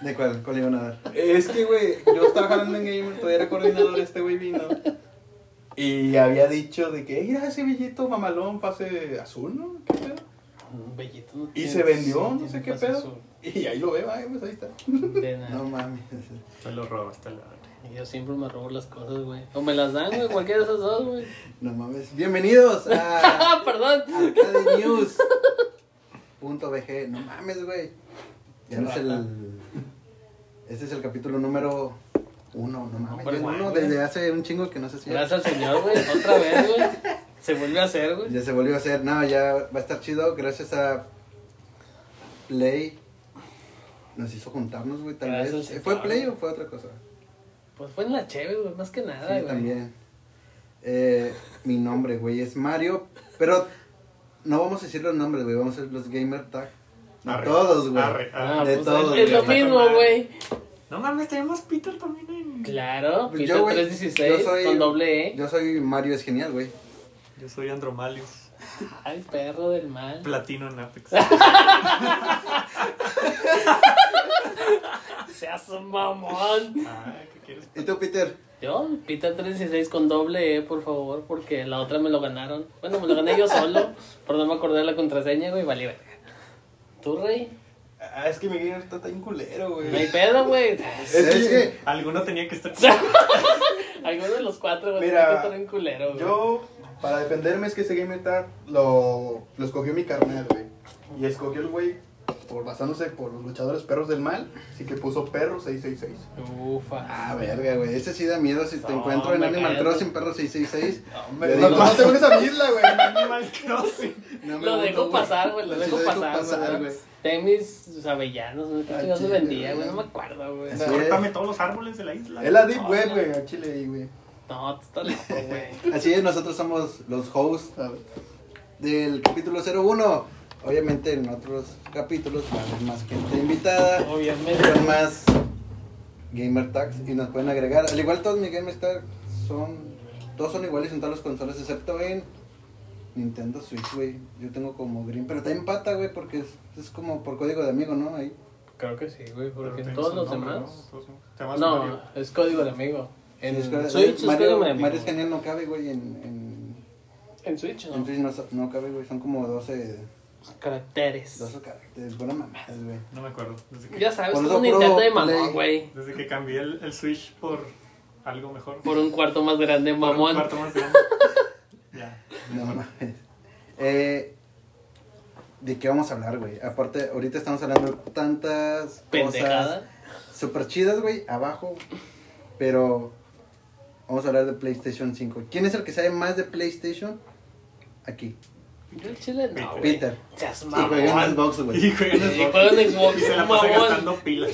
¿De cuál? ¿Cuál iban a dar? Es que, güey, yo estaba jalando en Gamer, todavía era coordinador, este güey vino. Y había dicho de que, mira ese billito mamalón, pase azul, ¿no? ¿Qué pedo? Un bellito. no Y tiene- se vendió, sí, no tiene sé qué pase pedo. azul. Y ahí lo veo, ay, pues ahí está. De nada. No mames. Te lo robaste la madre. Yo siempre me robo las cosas, güey. O me las dan, güey, cualquiera de esas dos, güey. No mames. Bienvenidos a Ah, perdón. Arcade News. Punto BG. No mames, güey. Ya no es el. Este es el capítulo número uno, no mames. Número Yo uno uno, desde güey. hace un chingo que no sé si. Gracias al señor, güey. Otra vez, güey. Se vuelve a hacer, güey. Ya se volvió a hacer. No, ya va a estar chido. Gracias a Play. Nos hizo juntarnos, güey, tal Gracias, vez. sí, ¿Fue claro. Play o fue otra cosa? Pues fue en la chévere, güey, más que nada, sí, Ah, güey. también. Eh, mi nombre, güey, es Mario. Pero no vamos a decir los nombres, güey. Vamos a hacer los gamer tag. De Arre. todos, güey. Arre, Ah, arre. De pues todo, es, es lo güey. mismo, güey. No mames, tenemos Peter también en. Claro, Pues Peter yo, güey, 316 yo soy- con doble E. Yo soy Mario, es genial, güey. Yo soy Andromalius. Ah. Ay, perro del mal. Platino en Apex. Seas un mamón. Ah, ¿qué quieres? ¿Y tú, Peter? Yo, Peter 316 con doble E, por favor, porque la otra me lo ganaron. Bueno, me lo gané yo solo, pero no me acordé de la contraseña, güey, vale, verga. ¿Tú, rey? Ah, es que mi Gamer está tan culero, güey. No hay pedo, güey. Es que- Alguno tenía que estar. Alguno de los cuatro, güey, Mira, tiene que estar en culero, güey. Yo, para defenderme, es que ese Gamer Tag lo, lo escogió mi carnal, güey. Y escogió el güey por basándose por los luchadores perros del mal. Así que puso perro 666. Ufa. Ah, verga, güey. Ese sí da miedo si te No, encuentro en me Animal cállate. Crossing, perro 666. Hombre, Yo no, digo- no te pones a mirla, güey. Animal Crossing. No me Lo gusta, dejo güey. pasar, güey, lo Sí, dejo pasar, pasar, güey. güey. Temis avellanos, güey, qué Ah, chingados se sí, vendía, güey, güey. no me acuerdo, güey. Así es. Córtame todos los árboles de la isla. Es la Deep Web, güey, al chile ahí, güey. No, tú estás loco, güey. Así es, nosotros somos los hosts ¿sabes? del capítulo 01. Obviamente en otros capítulos va a haber más gente invitada, Obviamente. con más gamer tags y nos pueden agregar. Al igual todos mis gamer tags son todos son iguales en todas las consolas excepto en Nintendo Switch, güey. Yo tengo como green, pero está en pata, güey, porque es, es como por código de amigo, ¿no? Ahí. Creo que sí, güey, Pero porque tienes todos un los nombre, demás. ¿no? Todos- Te llamas No, Mario. es código de amigo. En Sí, es que- Switch es Mario, código de amigo. Mario es genial, no cabe, güey, en, en, En Switch, en no. Switch no, no cabe, güey. Son como 12, Caracteres. 12 caracteres, buena mamadas, güey. No me acuerdo. Desde que, Ya sabes, Por que es eso un Nintendo puro de Play. mamón, güey. desde que cambié el, el Switch por algo mejor. Por un cuarto más grande, Por un mamón. cuarto más grande. ya. No mames. Eh, ¿De qué vamos a hablar, güey? Aparte, ahorita estamos hablando de tantas cosas Pendejada. súper chidas, güey, abajo. Pero vamos a hablar de PlayStation 5. ¿Quién es el que sabe más de PlayStation? Aquí, Yo el chile no, güey. Peter. Seas Y juega en mamón. Xbox, güey. Y juega en Y Xbox. juega en Y se la Xbox, pasa mamón. gastando pilas.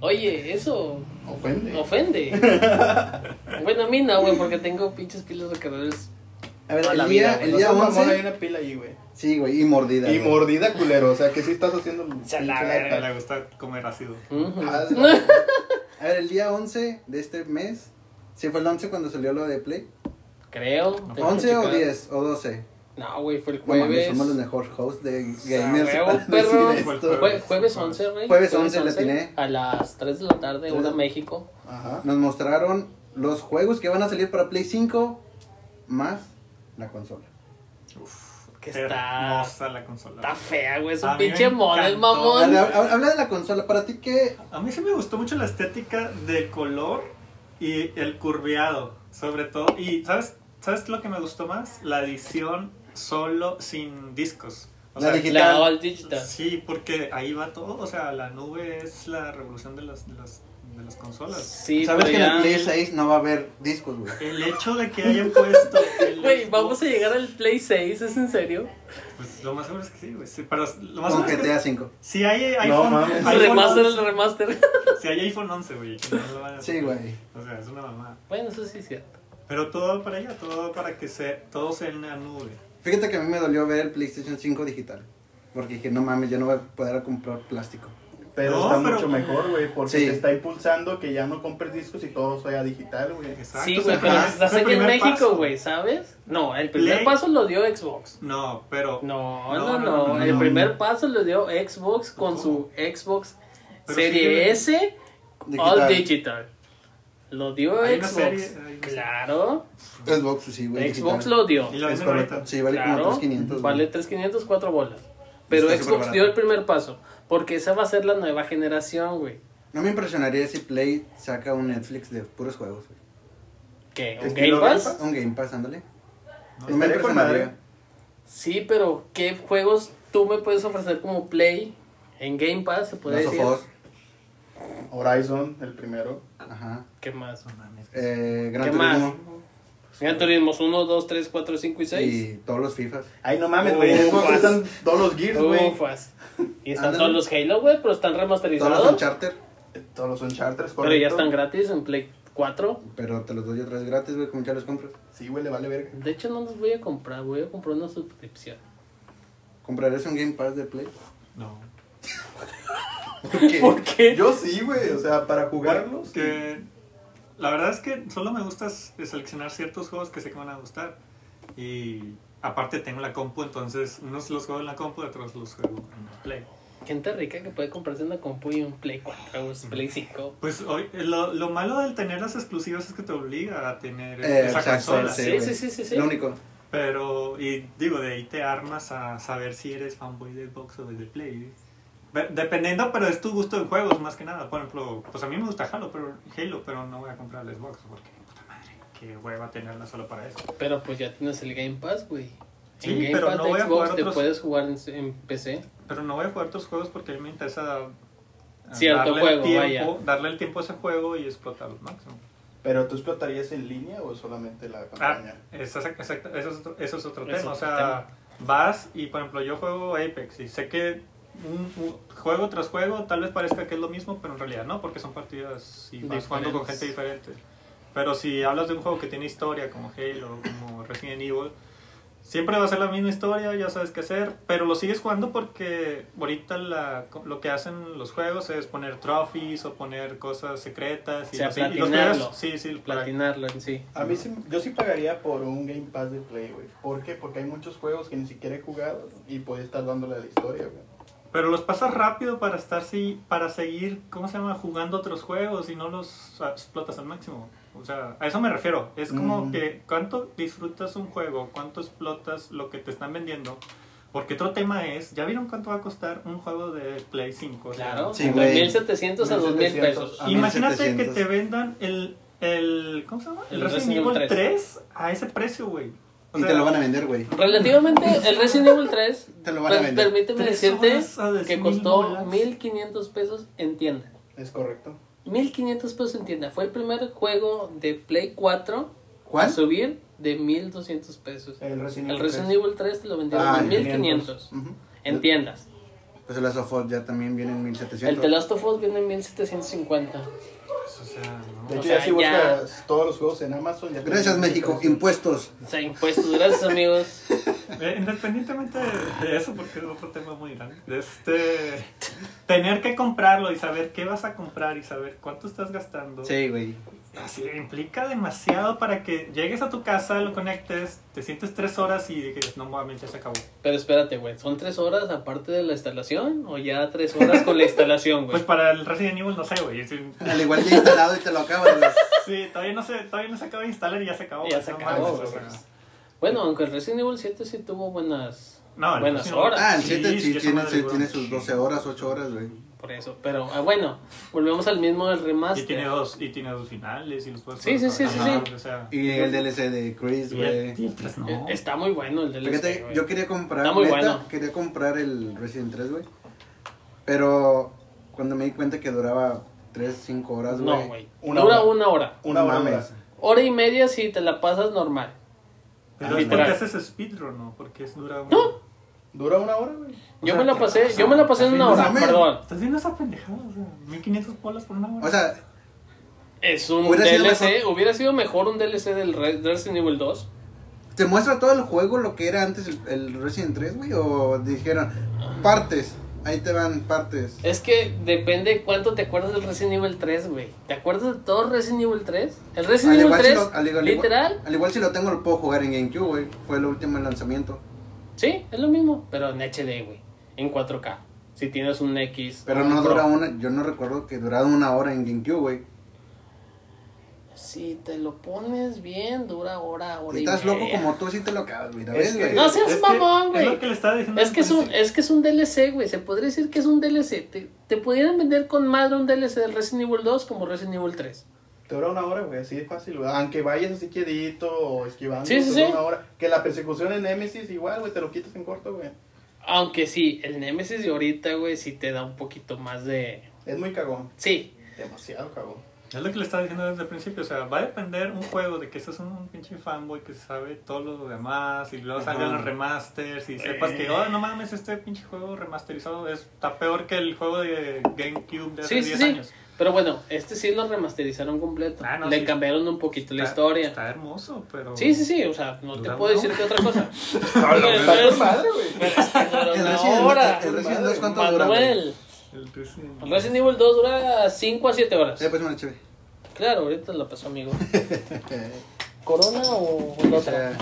Oye, eso Ofende. ofende. bueno, a mí no, güey, porque tengo pinches pilas recargables. A ver, Toda la el día, vida, el No día seas mamón, hay 11. una pila ahí, güey. Sí, güey, y mordida. Y güey. mordida culero, o sea que sí estás haciendo. Se la pinche verga. Le gusta comer ácido. Ujú. Ah, de la- A ver, el día 11 de este mes. Sí, fue el 11 cuando salió lo de Play. Creo. tengo que ¿11 o checar. 10 o 12? No, güey, fue el No mames, jueves. somos los mejor hosts de sea, gamers. huevo, para perro. decir esto. Jue- jueves 11, güey. Jueves 11 le atiné. A las 3 de la tarde, hora Sí. México. Ajá. Nos mostraron los juegos que van a salir para Play 5 más la consola. Que Qué está- Hermosa la consola. Está fea, güey. Es A un mí me pinche model, encantó. A ver, mamón. hab- Habla de la consola, para ti qué. A mí sí me gustó mucho la estética del color y el curveado, sobre todo. Y ¿sabes, ¿sabes lo que me gustó más? La edición solo sin discos. O La sea, digital. La All Digital. Sí, porque ahí va todo. O sea, la nube es la revolución de las, de las, de las consolas. Sí, Sabes pero que en ya- el Play 6 no va a haber discos, güey. El hecho de que hayan puesto. el Güey, Xbox- vamos a llegar al Play 6, ¿es en serio? Pues lo más seguro es que sí, güey. Sí, pero lo más Con seguro es que. GTA 5. Si hay No iPhone, mames. El iPhone remaster, el 11, remaster. si hay iPhone 11, güey. que no lo van a Sí, hacer. güey. O sea, es una mamada. Bueno, eso sí es cierto. Pero todo para ella, todo para que se, todo sea en la nube. Fíjate que a mí me dolió ver el PlayStation 5 digital. Porque dije, no mames, yo no voy a poder comprar plástico. Pero No, está pero- mucho mejor, güey, porque Sí. te está impulsando que ya no compres discos y todo sea digital, güey. Exacto, sí, güey, ajá, pero es estás el aquí en primer México, paso. güey, ¿sabes? No, el primer Play. paso lo dio Xbox. No, pero. No, No, no, no. no, no, el no. primer paso lo dio Xbox con Ojo. su Xbox Pero Serie sí, S güey. All Digital. Lo dio Hay una Xbox. serie, eh, hay una claro, Xbox, sí, güey. Xbox digital. lo dio. Y la Es venden ahorita. correcto. Sí, vale claro, como 3500. Vale güey. 3,500, cuatro bolas. Pero Está súper Xbox barato. dio el primer paso. Porque esa va a ser la nueva generación, güey. No me impresionaría si Play saca un Netflix de puros juegos, güey. ¿Qué? ¿Un Game ¿Estilo Pass? Game Pass? Un Game Pass, ándale. No, No me estaría con madre. impresionaría. Sí, pero ¿qué juegos tú me puedes ofrecer como Play en Game Pass? Se puede Last of decir. Us, Horizon, el primero. Ajá. ¿Qué más? No mames. Eh, Gran ¿Qué más? Turismo Gran Turismo 1, 2, 3, 4, 5 y 6. y todos los FIFAs. Ay, no mames, güey. Ufas. Xbox están todos los Gears, güey. Ufas. Y están Ándale. todos los Halo, güey, pero están Todos los remasterizados. Uncharted, Todos los Uncharted, correcto. Pero ya están gratis en Play 4. pero te los doy otra vez gratis, güey, como ya los compras. Sí, güey, le vale verga. De hecho, no los voy a comprar, voy a comprar una suscripción. ¿Comprarías un Game Pass de Play? No. ¿Por qué? Yo sí, güey, o sea, para Pues jugarlos. Que la verdad es que solo me gusta seleccionar ciertos juegos que sé que me van a gustar. Y aparte tengo la compu, entonces unos los juego en la compu, otros los juego en el Play. Gente rica que puede comprarse una compu y un Play 4 o un Play 5. Pues hoy, lo, lo malo del tener las exclusivas es que te obliga a tener Eh, esa exacto, consola. sí. Sí, güey. sí, sí, sí. sí. Lo único. Pero, y digo, de ahí te armas a saber si eres fanboy de Xbox o de Play. Ve- Dependiendo, pero es tu gusto en juegos más que nada. Por ejemplo, pues a mí me gusta Halo, pero, Halo, pero no voy a comprar el Xbox porque, puta madre, que hueva tenerla solo para eso. Pero pues ya tienes el Game Pass, güey. Sí, en Game pero Pass no de voy a Xbox jugar te otros- puedes jugar en, en PC. Pero no voy a jugar otros juegos porque a mí me interesa eh, Cierto darle juego, el tiempo, vaya. darle el tiempo a ese juego y explotarlo al máximo. Pero tú explotarías en línea o solamente la Ah, campaña? es- exacto, eso es otro, eso es otro Es otro tema. o sea, vas y, por ejemplo, yo juego Apex y sé que un, un juego tras juego tal vez parezca que es lo mismo, pero en realidad no, porque son partidas y vas jugando con Diferentes. gente diferente. Pero si hablas de un juego que tiene historia, como Halo, como Resident Evil, siempre va a ser la misma historia, ya sabes qué hacer, pero lo sigues jugando porque ahorita la- lo que hacen los juegos es poner trophies o poner cosas secretas. O sea, los- los platinarlo. juegas- sí, sí, para- Platinarlo en sí. Ah, A mí sí, yo sí pagaría por un Game Pass de Play, güey. ¿Por qué? Porque hay muchos juegos que ni siquiera he jugado y puede estar dándole a la historia, güey. Pero los pasas rápido para estar sí, para seguir, ¿cómo se llama? Jugando otros juegos y no los ah, explotas al máximo. O sea, a eso me refiero. Es como Mm. que cuánto disfrutas un juego, cuánto explotas lo que te están vendiendo. Porque otro tema es, ¿ya vieron cuánto va a costar un juego de Play 5? O sea, Claro, Sí, de güey. 1700 a 2000 1700. pesos. Ah, Imagínate 1700. que te vendan el, el ¿cómo se llama? El, El Resident Resident Evil Evil 3. a ese precio, güey. O Y te sea, lo van a vender, güey. Relativamente, el Resident Evil 3, Te lo van a per- vender. permíteme Tres decirte horas a que 10,000 costó bolas. 1500 pesos en tienda. Es correcto. 1500 pesos en tienda. Fue el primer juego de Play 4 a ¿Cuál? subir de 1200 pesos. El Resident El Evil. Resident 3. Evil 3 te lo vendieron Ah, en 1500 Ujú. en tiendas. Pues el Last of Us ya también viene en El 1700. The Last of Us viene en 1750. O sea, De no. O hecho, sea, ya si ya- buscas todos los juegos en Amazon, ya Gracias, tienen- México. Impuestos. O sea, impuestos, gracias amigos. Eh, Independientemente de eso, porque es otro tema muy grande, este, tener que comprarlo y saber qué vas a comprar y saber cuánto estás gastando, Sí, güey. así, implica demasiado para que llegues a tu casa, lo conectes, te sientes tres horas y digas, no mames, ya se acabó. Pero espérate, güey, ¿son tres horas aparte de la instalación o ya tres horas con la instalación, Pues güey? para el Resident Evil no sé, güey. Sí, Al igual que instalado y te lo acabas, güey. sí, todavía no, se, todavía no se acaba de instalar y ya se acabó. Ya güey, se no acabó, mames, güey. o sea, pues, Bueno, aunque el Resident Evil 7 sí tuvo buenas, No, el buenas Resident Evil- horas, Ah, el Sí, 7 sí, sí, esa tiene, madre, sí güey. tiene sus 12 horas, 8 horas, güey. por eso. Pero ah, bueno, volvemos al mismo del Y tiene, remaster. dos, y tiene dos finales y los puedes Sí, sí, sí, jugar. sí, Ajá, sí. o sea, Y el DLC de Chris, y el- y güey. el tres no. Eh, Está muy bueno el DLC. Fíjate, güey. yo quería comprar, Está muy neta, bueno. quería comprar el Resident 3, güey. Pero cuando me di cuenta que duraba 3, 5 horas, güey. No, güey. Una Dura hora. una hora. Una No hora. mames. Hora y media si te la pasas normal. Pero Ah, es porque literal. haces speedrun, ¿no? Porque es dura una- No. Dura una hora, güey. Yo O sea, me la ¿qué pasé, pasa? yo me la pasé en una No hora, mames. perdón. ¿Estás viendo esa pendejada? O sea, 1500 bolas por una hora. O sea, Es un Hubiera sido DLC, mejor- hubiera sido mejor un DLC del Re- Resident Evil 2. ¿te muestra todo el juego lo que era antes el, el Resident 3, güey? ¿O dijeron partes? Ahí te van partes. Es que depende cuánto te acuerdas del Resident Evil 3, güey. ¿Te acuerdas de todo Resident Evil 3? El Al Resident Evil igual, 3, si lo- al igual- literal, al igual si lo tengo lo puedo jugar en GameCube, güey. Fue el último lanzamiento. sí, es lo mismo, pero en HD, güey. En 4K. Si tienes un X. Pero un no Pro. dura una, yo no recuerdo que durara una hora en GameCube, güey. Si te lo pones bien, dura hora, hora Si y estás loco media. como tú, sí te lo acabas, güey. ¿la Es ves, que- güey? No seas Es que- mamón, güey. Es lo que le estaba diciendo. Es que es, un, antes. es que es un DLC, güey. Se podría decir que es un DLC. Te, te pudieran vender con madre un DLC del Resident Evil 2 como Resident Evil 3. Te dura una hora, güey, así de fácil, güey. Aunque vayas así quedito o esquivando, Sí, sí, te dura sí. una hora. Que la persecución en Nemesis igual, güey, te lo quitas en corto, güey. Aunque sí, el Nemesis de ahorita, güey, sí te da un poquito más de... Es muy cagón, Sí, demasiado cagón. Es lo que le estaba diciendo desde el principio, o sea, va a depender un juego de que seas un pinche fanboy que sabe todo lo demás y luego Ajá. salgan los remasters y sepas que, oh, no mames, este pinche juego remasterizado está peor que el juego de GameCube de hace Sí, sí, 10 sí. años. pero bueno, este sí lo remasterizaron completo. Ah, no, Le sí. cambiaron un poquito la Está- historia. Está hermoso, pero... Sí, sí, sí, o sea, no te Dura puedo una decir que otra cosa. Está con madre, güey. Pero es que dura El una Resident- hora. el Resident 2 cuánto dura, güey? Manuel, El Resident- el Resident Evil 2 dura 5 a 7 horas. Eh, pues, una chévere. Claro, ahorita la pasó, amigo. ¿Corona o O la otra? sea,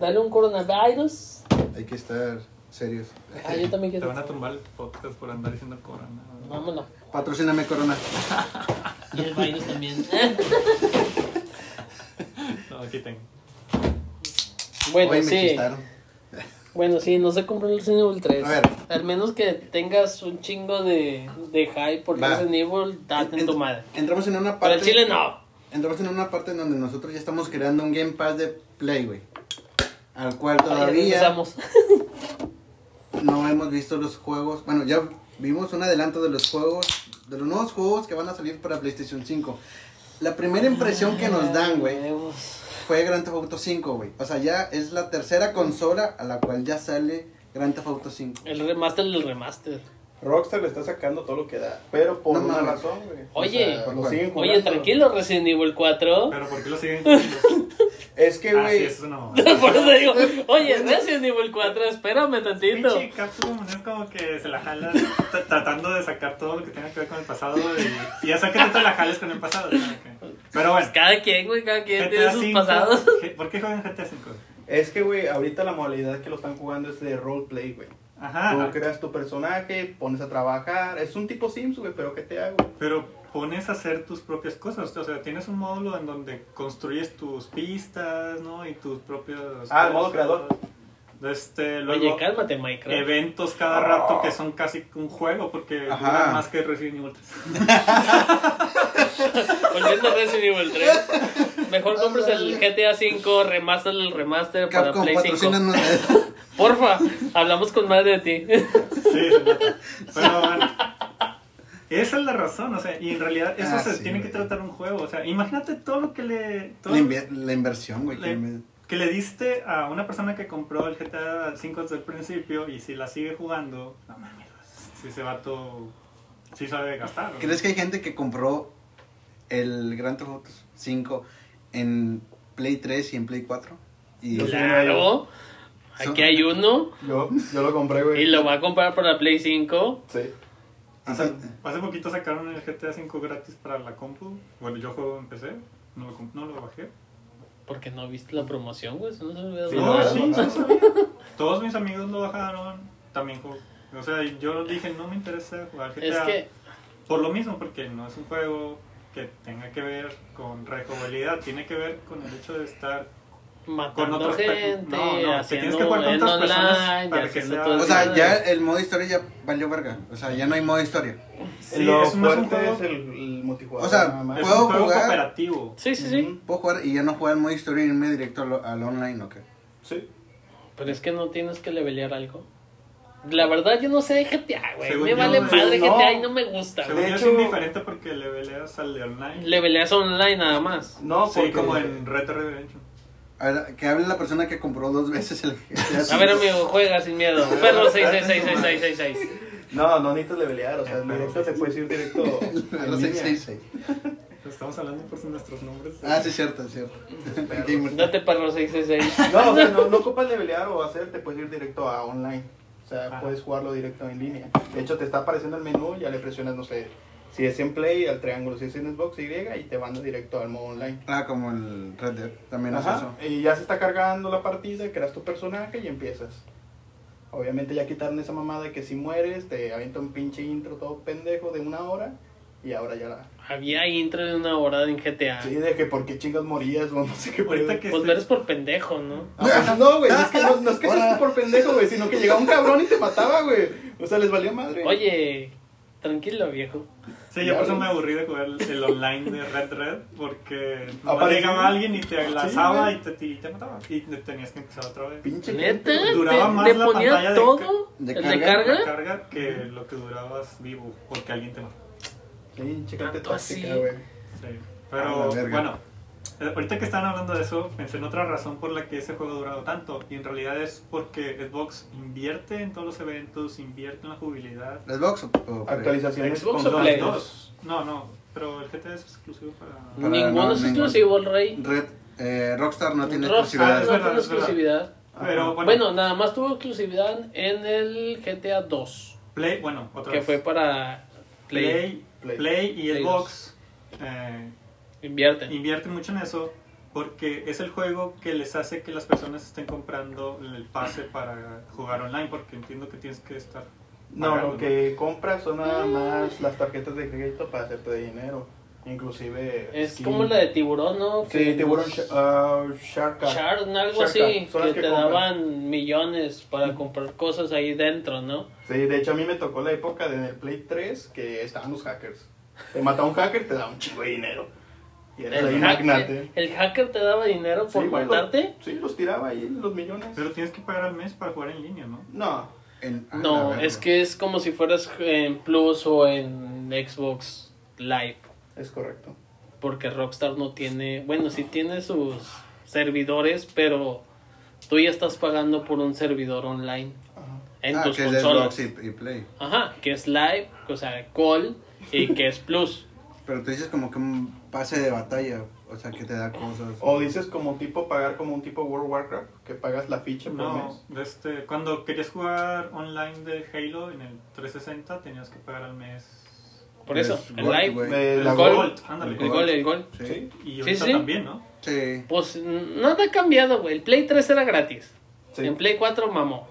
Dale un coronavirus. hay que estar serios. Ah, yo también Te quiero. van a tumbar el podcast por andar diciendo corona. Vámonos. Patrocíname Corona. Y el virus también. No, aquí tengo. bueno, Hoy me sí. chistaron. Bueno, sí, no se compró el Resident Evil 3. A ver. Al menos que tengas un chingo de, de hype por Va. Resident Evil, date en tu madre. Entramos en una parte. Para el Chile no. Entramos en una parte en donde nosotros ya estamos creando un Game Pass de Play, güey. Al cual Ya todavía empezamos. no hemos visto los juegos. Bueno, ya vimos un adelanto de los juegos, de los nuevos juegos que van a salir para PlayStation 5. La primera impresión que nos dan, güey, Huevos. fue Grand Theft Auto 5, güey. O sea, ya es la tercera consola a la cual ya sale Grand Theft Auto 5. El remaster del remaster. Rockstar le está sacando todo lo que da, pero por No una mames. razón, güey. Oye. lo siguen jugando. Oye, tranquilo, Resident Evil 4. Pero ¿por qué lo siguen? haciendo? Es que, ah, sí, güey, eso es una mamada. Por eso digo, oye, Resident Evil 4, espérame tantito. Pinche Capcom es como que se la jala t- tratando de sacar todo lo que tenga que ver con el pasado y, y ya sea que tú te la jales con el pasado. ¿no? Ok. Pero Pues bueno, cada quien, güey, cada quien tiene GTA sus V, pasados. G- ¿Por qué juegan GTA V? es que, güey, ahorita la modalidad que lo están jugando es de roleplay, güey. Ajá, Ah, ah, Tú creas tu personaje, pones a trabajar. Es un tipo Sims, güey, pero ¿qué te hago? pero pones a hacer tus propias cosas. O sea, tienes un módulo en donde construyes tus pistas, ¿no? Y tus propios. Ah, el modo creador. Este, luego, Oye, cálmate, Minecraft. eventos cada rato que son casi un juego porque Oh. Ajá. duran más que Resident Evil 3. Volviendo a Resident Evil 3. Mejor compres el GTA 5, remaster el remaster para Capcom, Play 5. patrocínanos. Porfa, hablamos con más de ti. Sí, se nota. pero bueno. Esa es la razón, o sea, y en realidad eso Ah, se sí, tiene güey. que tratar un juego, o sea, imagínate todo lo que le todo La, invi- la inversión, güey. que Le- me- que le diste a una persona que compró el GTA V desde el principio y si la sigue jugando, no mames, si se va todo si sabe gastar. ¿no? ¿Crees que hay gente que compró el Grand Theft Auto 5 en Play 3 y en Play 4? Y Yo sé. Claro. Aquí hay uno Yo, yo lo compré, güey. y lo va a comprar para Play 5. Sí. Hace, hace poquito sacaron el GTA V gratis para la compu. Bueno, yo juego en PC, no lo, comp- no lo bajé. Porque no viste la promoción, güey. eso No se me había Sí, No, no, olvidado. ¿verdad? sí, no, sí, sí. Todos mis amigos lo bajaron, también jugó. O sea, yo dije, no me interesa jugar GTA. Es que, Por lo mismo, porque no es un juego que tenga que ver con rejugabilidad, tiene que ver con el hecho de estar... Con matando otras gente, pe- no, no, que haciendo tienes que jugar con en otras personas online, para que haciendo sea- todo O eso. sea, ya el modo historia ya valió verga. O sea, ya no hay modo historia. Sí, lo es, no es un fuerte juego, es el, el multijugador. O sea, nada más. es un ¿Puedo juego jugar? cooperativo. Sí, sí, sí. Ujú. Puedo jugar y ya no jugar el modo historia y irme directo al, al online, ¿o qué? Sí. Pero es que no tienes que levelear algo. La verdad, yo no sé de GTA, güey. Según Me yo, vale no. madre No. GTA y no me gusta, Según De yo hecho- es indiferente porque le peleas al de online. Leveleas online nada más. No, sí, porque- como en Red Dead Redemption. A ver, que hable la persona que compró dos veces el GTA. A ver, amigo, juega sin miedo. Perro 6666666. No, no necesitas levelear, o sea, Pero- directo te puedes ir directo. A en los línea. 666. Estamos hablando por nuestros nombres. Ah, sí, cierto, es cierto. Gamer. Date perro 666. No, o sea, no, no ocupas levelear o hacer, te puedes ir directo a online. O sea, Ajá. puedes jugarlo directo en línea. De hecho, te está apareciendo el menú, ya le presionas, no sé, si es en Play, al triángulo, si es en Xbox, Y, y te manda directo al modo online. Ah, como el Red Dead, también es Ajá, eso. y ya se está cargando la partida, creas tu personaje y empiezas. Obviamente ya quitaron esa mamada de que si mueres te avienta un pinche intro todo pendejo de una hora y ahora ya la... Había intro de una hora en GTA. Sí, de que por qué chingas morías o no sé qué Ahorita pedo. que- Pues eres por pendejo, ¿no? Ah, pues, no, güey, es que no, no es que Ahora. seas tú por pendejo, güey, sino que llegaba un cabrón y te mataba, güey. O sea, les valía madre. Oye, tranquilo, viejo. Sí, yo Ya por eso ves. me aburrí de jugar el, el online de Red Red porque nomás Aparecía. llegaba alguien y te lanzaba güey. y, te, y te mataba y tenías que empezar otra vez. pinche Neta, gente, te, güey. Duraba más te la pantalla ponía de todo. ca- de el de carga. carga. La carga que lo que durabas vivo porque alguien te mató. Pinche gente Tanto tóxica, así. güey. Sí. A Pero Ah, la verga. bueno, eh, ahorita que están hablando de eso, pensé en otra razón por la que ese juego ha durado tanto. Y en realidad es porque Xbox invierte en todos los eventos, invierte en la jugabilidad. ¿Las box o- o Play? Actualizaciones ¿Xbox o consolas, Play? ¿no? Dos. No, no, pero el GTA es exclusivo para. Para- Ninguno no, es ninguno. exclusivo, el rey. Red, eh, Rockstar no tiene exclusividad. Rockstar es no verdad, tiene es verdad. exclusividad. Pero Ajá. bueno, Bueno, nada más tuvo exclusividad en el GTA 2, Play, bueno, otra que vez. fue para Play. Play, Play. Play, y Play Xbox eh, Invierten. invierten mucho en eso porque es el juego que les hace que las personas estén comprando el pase para jugar online porque entiendo que tienes que estar No, pagando, lo que compras son nada Ah. más las tarjetas de crédito para hacerte de dinero. Inclusive. Es skin. como la de tiburón, ¿no? Que Sí, tiburón los- uh, Shark. Card. Shark, algo Shark Card. así, Son que, las que te compran. daban millones para comprar cosas ahí dentro, ¿no? Sí, de hecho a mí me tocó la época de en el Play 3 que estaban los hackers. Te mata un hacker, te da un chingo de dinero. Y era el El, hack- magnate. el hacker te daba dinero por Sí, güey, matarte. los- sí, los tiraba ahí, los millones. Pero tienes que pagar al mes para jugar en línea, ¿no? No, En- ah, No, la verga. es que es como si fueras en Plus o en Xbox Live, es correcto. porque Rockstar no tiene, bueno, sí tiene sus servidores, pero tú ya estás pagando por un servidor online Ajá. en ah, tus que es de consolas. Xbox y, y Play. Ajá, que es Live, o sea, Call y que es Plus. Pero tú dices como que un pase de batalla, o sea, que te da cosas. O dices como tipo pagar como un tipo World of Warcraft, que pagas la ficha por No, mes. este, cuando querías jugar online de Halo en el 360 tenías que pagar al mes Por eso, Es el Gold, Live, güey. De El Eh, la Gold. Gold. ándale. el Gold, el Gold. Sí. Sí. Y ahorita sí. también, ¿no? Sí. Pues n- nada ha cambiado, güey. El Play 3 era gratis. Sí. En Play 4 mamó.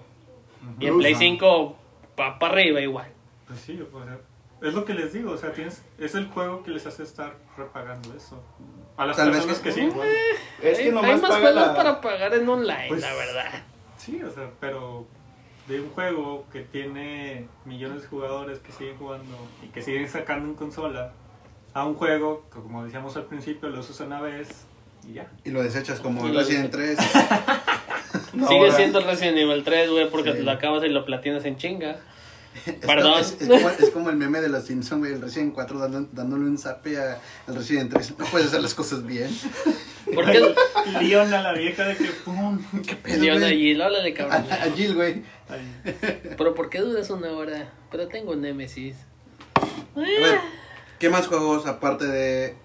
Y en Ujú. Play 5 va para arriba igual. Pues sí, o sea, es lo que les digo, o sea, tienes, es el juego que les hace estar repagando eso. A las Tal vez personas que- que, sí juegan. Es que hay, hay nomás más paga juegos la... para pagar en online, Pues- la verdad. Sí, o sea, pero de un juego que tiene millones de jugadores que siguen jugando y que siguen sacando en consola, a un juego que, como decíamos al principio, lo usas una vez y ya. Y lo desechas como Y lo Resident 3. sí, No, Sigue ahora- siendo Resident Evil 3, güey, porque Sí. te lo acabas y lo platinas en chinga. Es como- Perdón. Es, es como, es como el meme de los Simpsons, güey, el Resident 4 dando- dándole un zape a- al Resident 3. No puedes hacer las cosas bien. Porque Leon a la vieja de que pum. ¿Qué pedo, Leon güey? allí, órale, A, cabrón. a Jill, güey. Ay, Pero ¿por qué dudas una hora? Pero tengo Nemesis. A ver, ¿qué más juegos aparte de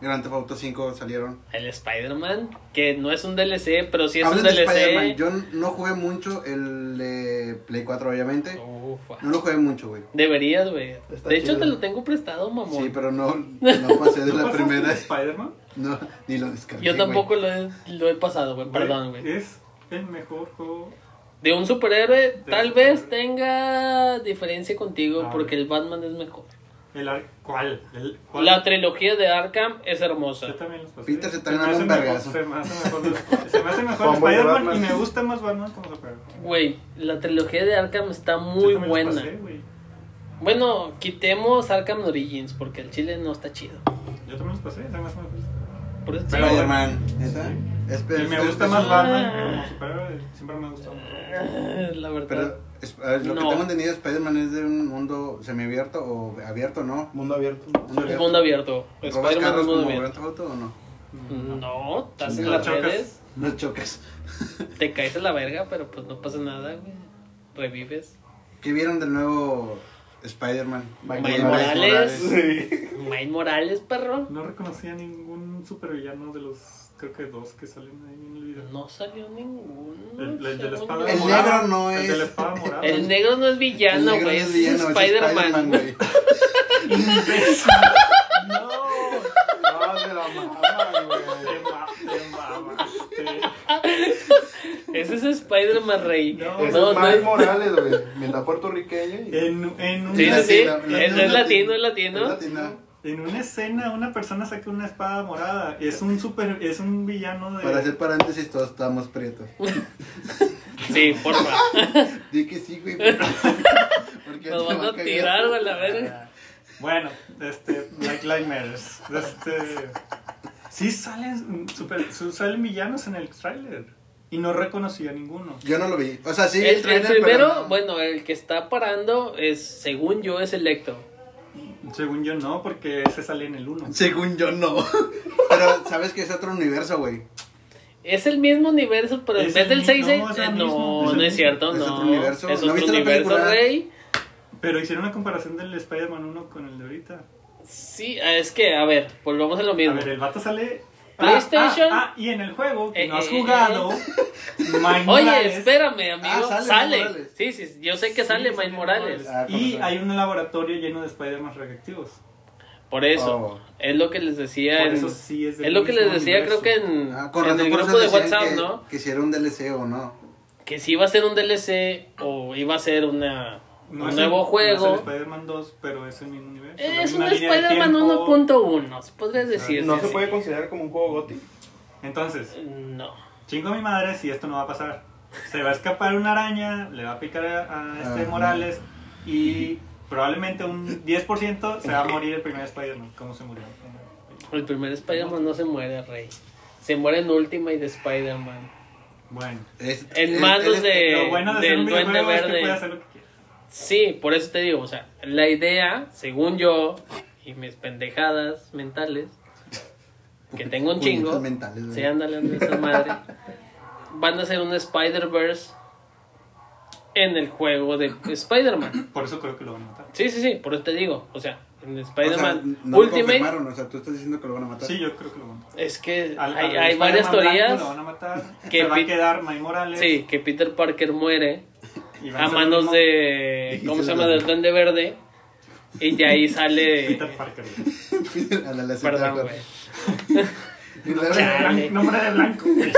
Grand Theft Auto 5 salieron? El Spider-Man, que no es un DLC, pero sí es Hablen un de DLC. Spider-Man. Yo no jugué mucho el de Play 4, obviamente. Ufa. No lo jugué mucho, güey. Deberías, güey. Está De hecho, chido. te lo tengo prestado, mamón. Sí, pero no, no pasé de ¿no la pasaste primera. Spider-Man? No, ni lo descargué. Yo güey. tampoco lo he, lo he pasado, güey. Perdón, güey. Es el mejor juego. De un superhéroe, tal superhéroe. vez tenga diferencia contigo Ah, porque el Batman es mejor. El, ar- ¿Cuál? El, ¿Cuál? La trilogía de Arkham es Yo hermosa. también los pasé. Peter se está me ganando hace un mejor- vergazo. Se me hace mejor, los- se me hace mejor Fanboy de Spider-Man y Batman. me gusta más Batman como Superman. Güey, la trilogía de Arkham está muy Yo también los buena. pasé, güey. Bueno, quitemos Arkham Origins porque el chile no está chido. Yo también los pasé, se me hace mejor. Por eso Pero- Spider-Man. ¿Neta? Sí. Es- Y es- me es- gusta es- más Ah. Batman como superhéroe, siempre me ha gustado. Ah, la verdad. Pero es- a ver, lo No. que tengo entendido, Spider-Man es de un mundo semiabierto o abierto, ¿no? Mundo abierto. Mundo es mundo abierto. ¿Robas Spider-Man es carros mundo como Grand abierto. Theft Auto o no? No, estás Sí, en no las chocas. redes, No chocas. te caes a la verga, pero pues no pasa nada, güey. Revives. ¿Qué vieron del nuevo Spider-Man? Miles Miles Morales. Sí. Miles Morales, perro. No reconocía ningún supervillano de los creo que dos que salen ahí en el video. No salió ninguno. El, el de la según espada yo. El morada. negro no El es. de la espada morada. El negro no es El villano, negro güey. es Es, villano, es Spider-Man. güey. No, No, de la mamá, te güey. ma- te mamaste. Ese es Spider-Man, rey. No, Ese no, es Miles Morales, güey. Mientras puertorriqueño. Y... En, en, una, Sí, sí, sí. Latino, Es- Es latino, latino. es latino. Latina. en una escena una persona saca una espada morada. Es un super, es un villano de. Para hacer paréntesis, todos estamos prietos. Sí, porfa. Di que sí, güey. porque- Porque Nos te va van a cagar. tirar, güey, a la verga. Bueno, este, Black Lives Matters. Este, sí salen, super, su- salen villanos en el tráiler y no reconocí a ninguno. Yo no lo vi. O sea, sí. El, el trailer, pero primero, no. bueno, el que está parando es, según yo, es Electro. Según yo no, porque ese sale en el 1. Según yo, no. Pero sabes que es otro universo, güey. Es el mismo universo, pero en Es vez el del mi- 66, no, es el eh, no, no, mismo, es el es mismo. cierto, Es no. otro universo. Es ¿No otro viste la universo, película? rey. Pero hicieron una comparación del Spider-Man 1 con el de ahorita. Sí, ah, es que, a ver, volvamos a lo A mismo. ver, el vato sale. PlayStation. Ah, ah, y en el juego que Eh, no has eh, eh. jugado, Miles Oye, eh, Morales- espérame, amigo. Ah, sale sale. Miles Morales. Sí, sí, yo sé que sale Sí, Miles Morales. Ah, con y razón. hay un laboratorio lleno de Spider-Man reactivos. Por eso. Oh. Es lo que les decía. Por en- eso sí es del es lo que les mismo decía, universo. creo que en, Ah, con en razón, el por eso grupo de decían WhatsApp, que, ¿no? Que si era un DLC o no. Que si iba a ser un DLC o iba a ser una, un es nuevo el- No es juego. el Spider-Man 2, pero es el mismo universo. la Es un misma línea de Spider-Man tiempo. 1.1, se podría decir. No se puede considerar como un juego goti. Entonces, No. chingo a mi madre si esto no va a pasar. Se va a escapar una araña, le va a picar a, a este Ajá. Morales y probablemente un 10% se va a morir el primer Spider-Man. ¿Cómo se murió? El primer Spider-Man no se muere, Rey. Se muere en Ultima y de Spider-Man. Bueno, Es- En es- manos él es- de- lo bueno de Eh, del ser un Duende videojuego es que Verde. puedes hacer lo que quieras. Sí, por eso te digo, o sea, la idea, según yo y mis pendejadas mentales, que tengo un Puñetas chingo, mentales, güey. sí, ándale, ándale, esa madre, van a hacer un Spider-Verse en el juego de Spider-Man. Por eso creo que lo van a matar. Sí, sí, sí, por eso te digo, o sea, en O sea, Spider-Man no lo Ultimate, confirmaron, o sea, tú estás diciendo que lo van a matar. Sí, yo creo que lo van a matar. es que Al- hay, al hay varias Spider-Man blanco teorías, Lo van a matar. que Que va a Pit- quedar May Morales. sí, que Peter Parker muere y va a ser manos mismo de, Y ¿cómo se se lo- llama?, del Duende Verde, y de ahí sale... Peter Parker. Ándale, así tal Perdón, cual. güey. Y luego- Chale. Nombre de blanco. güey.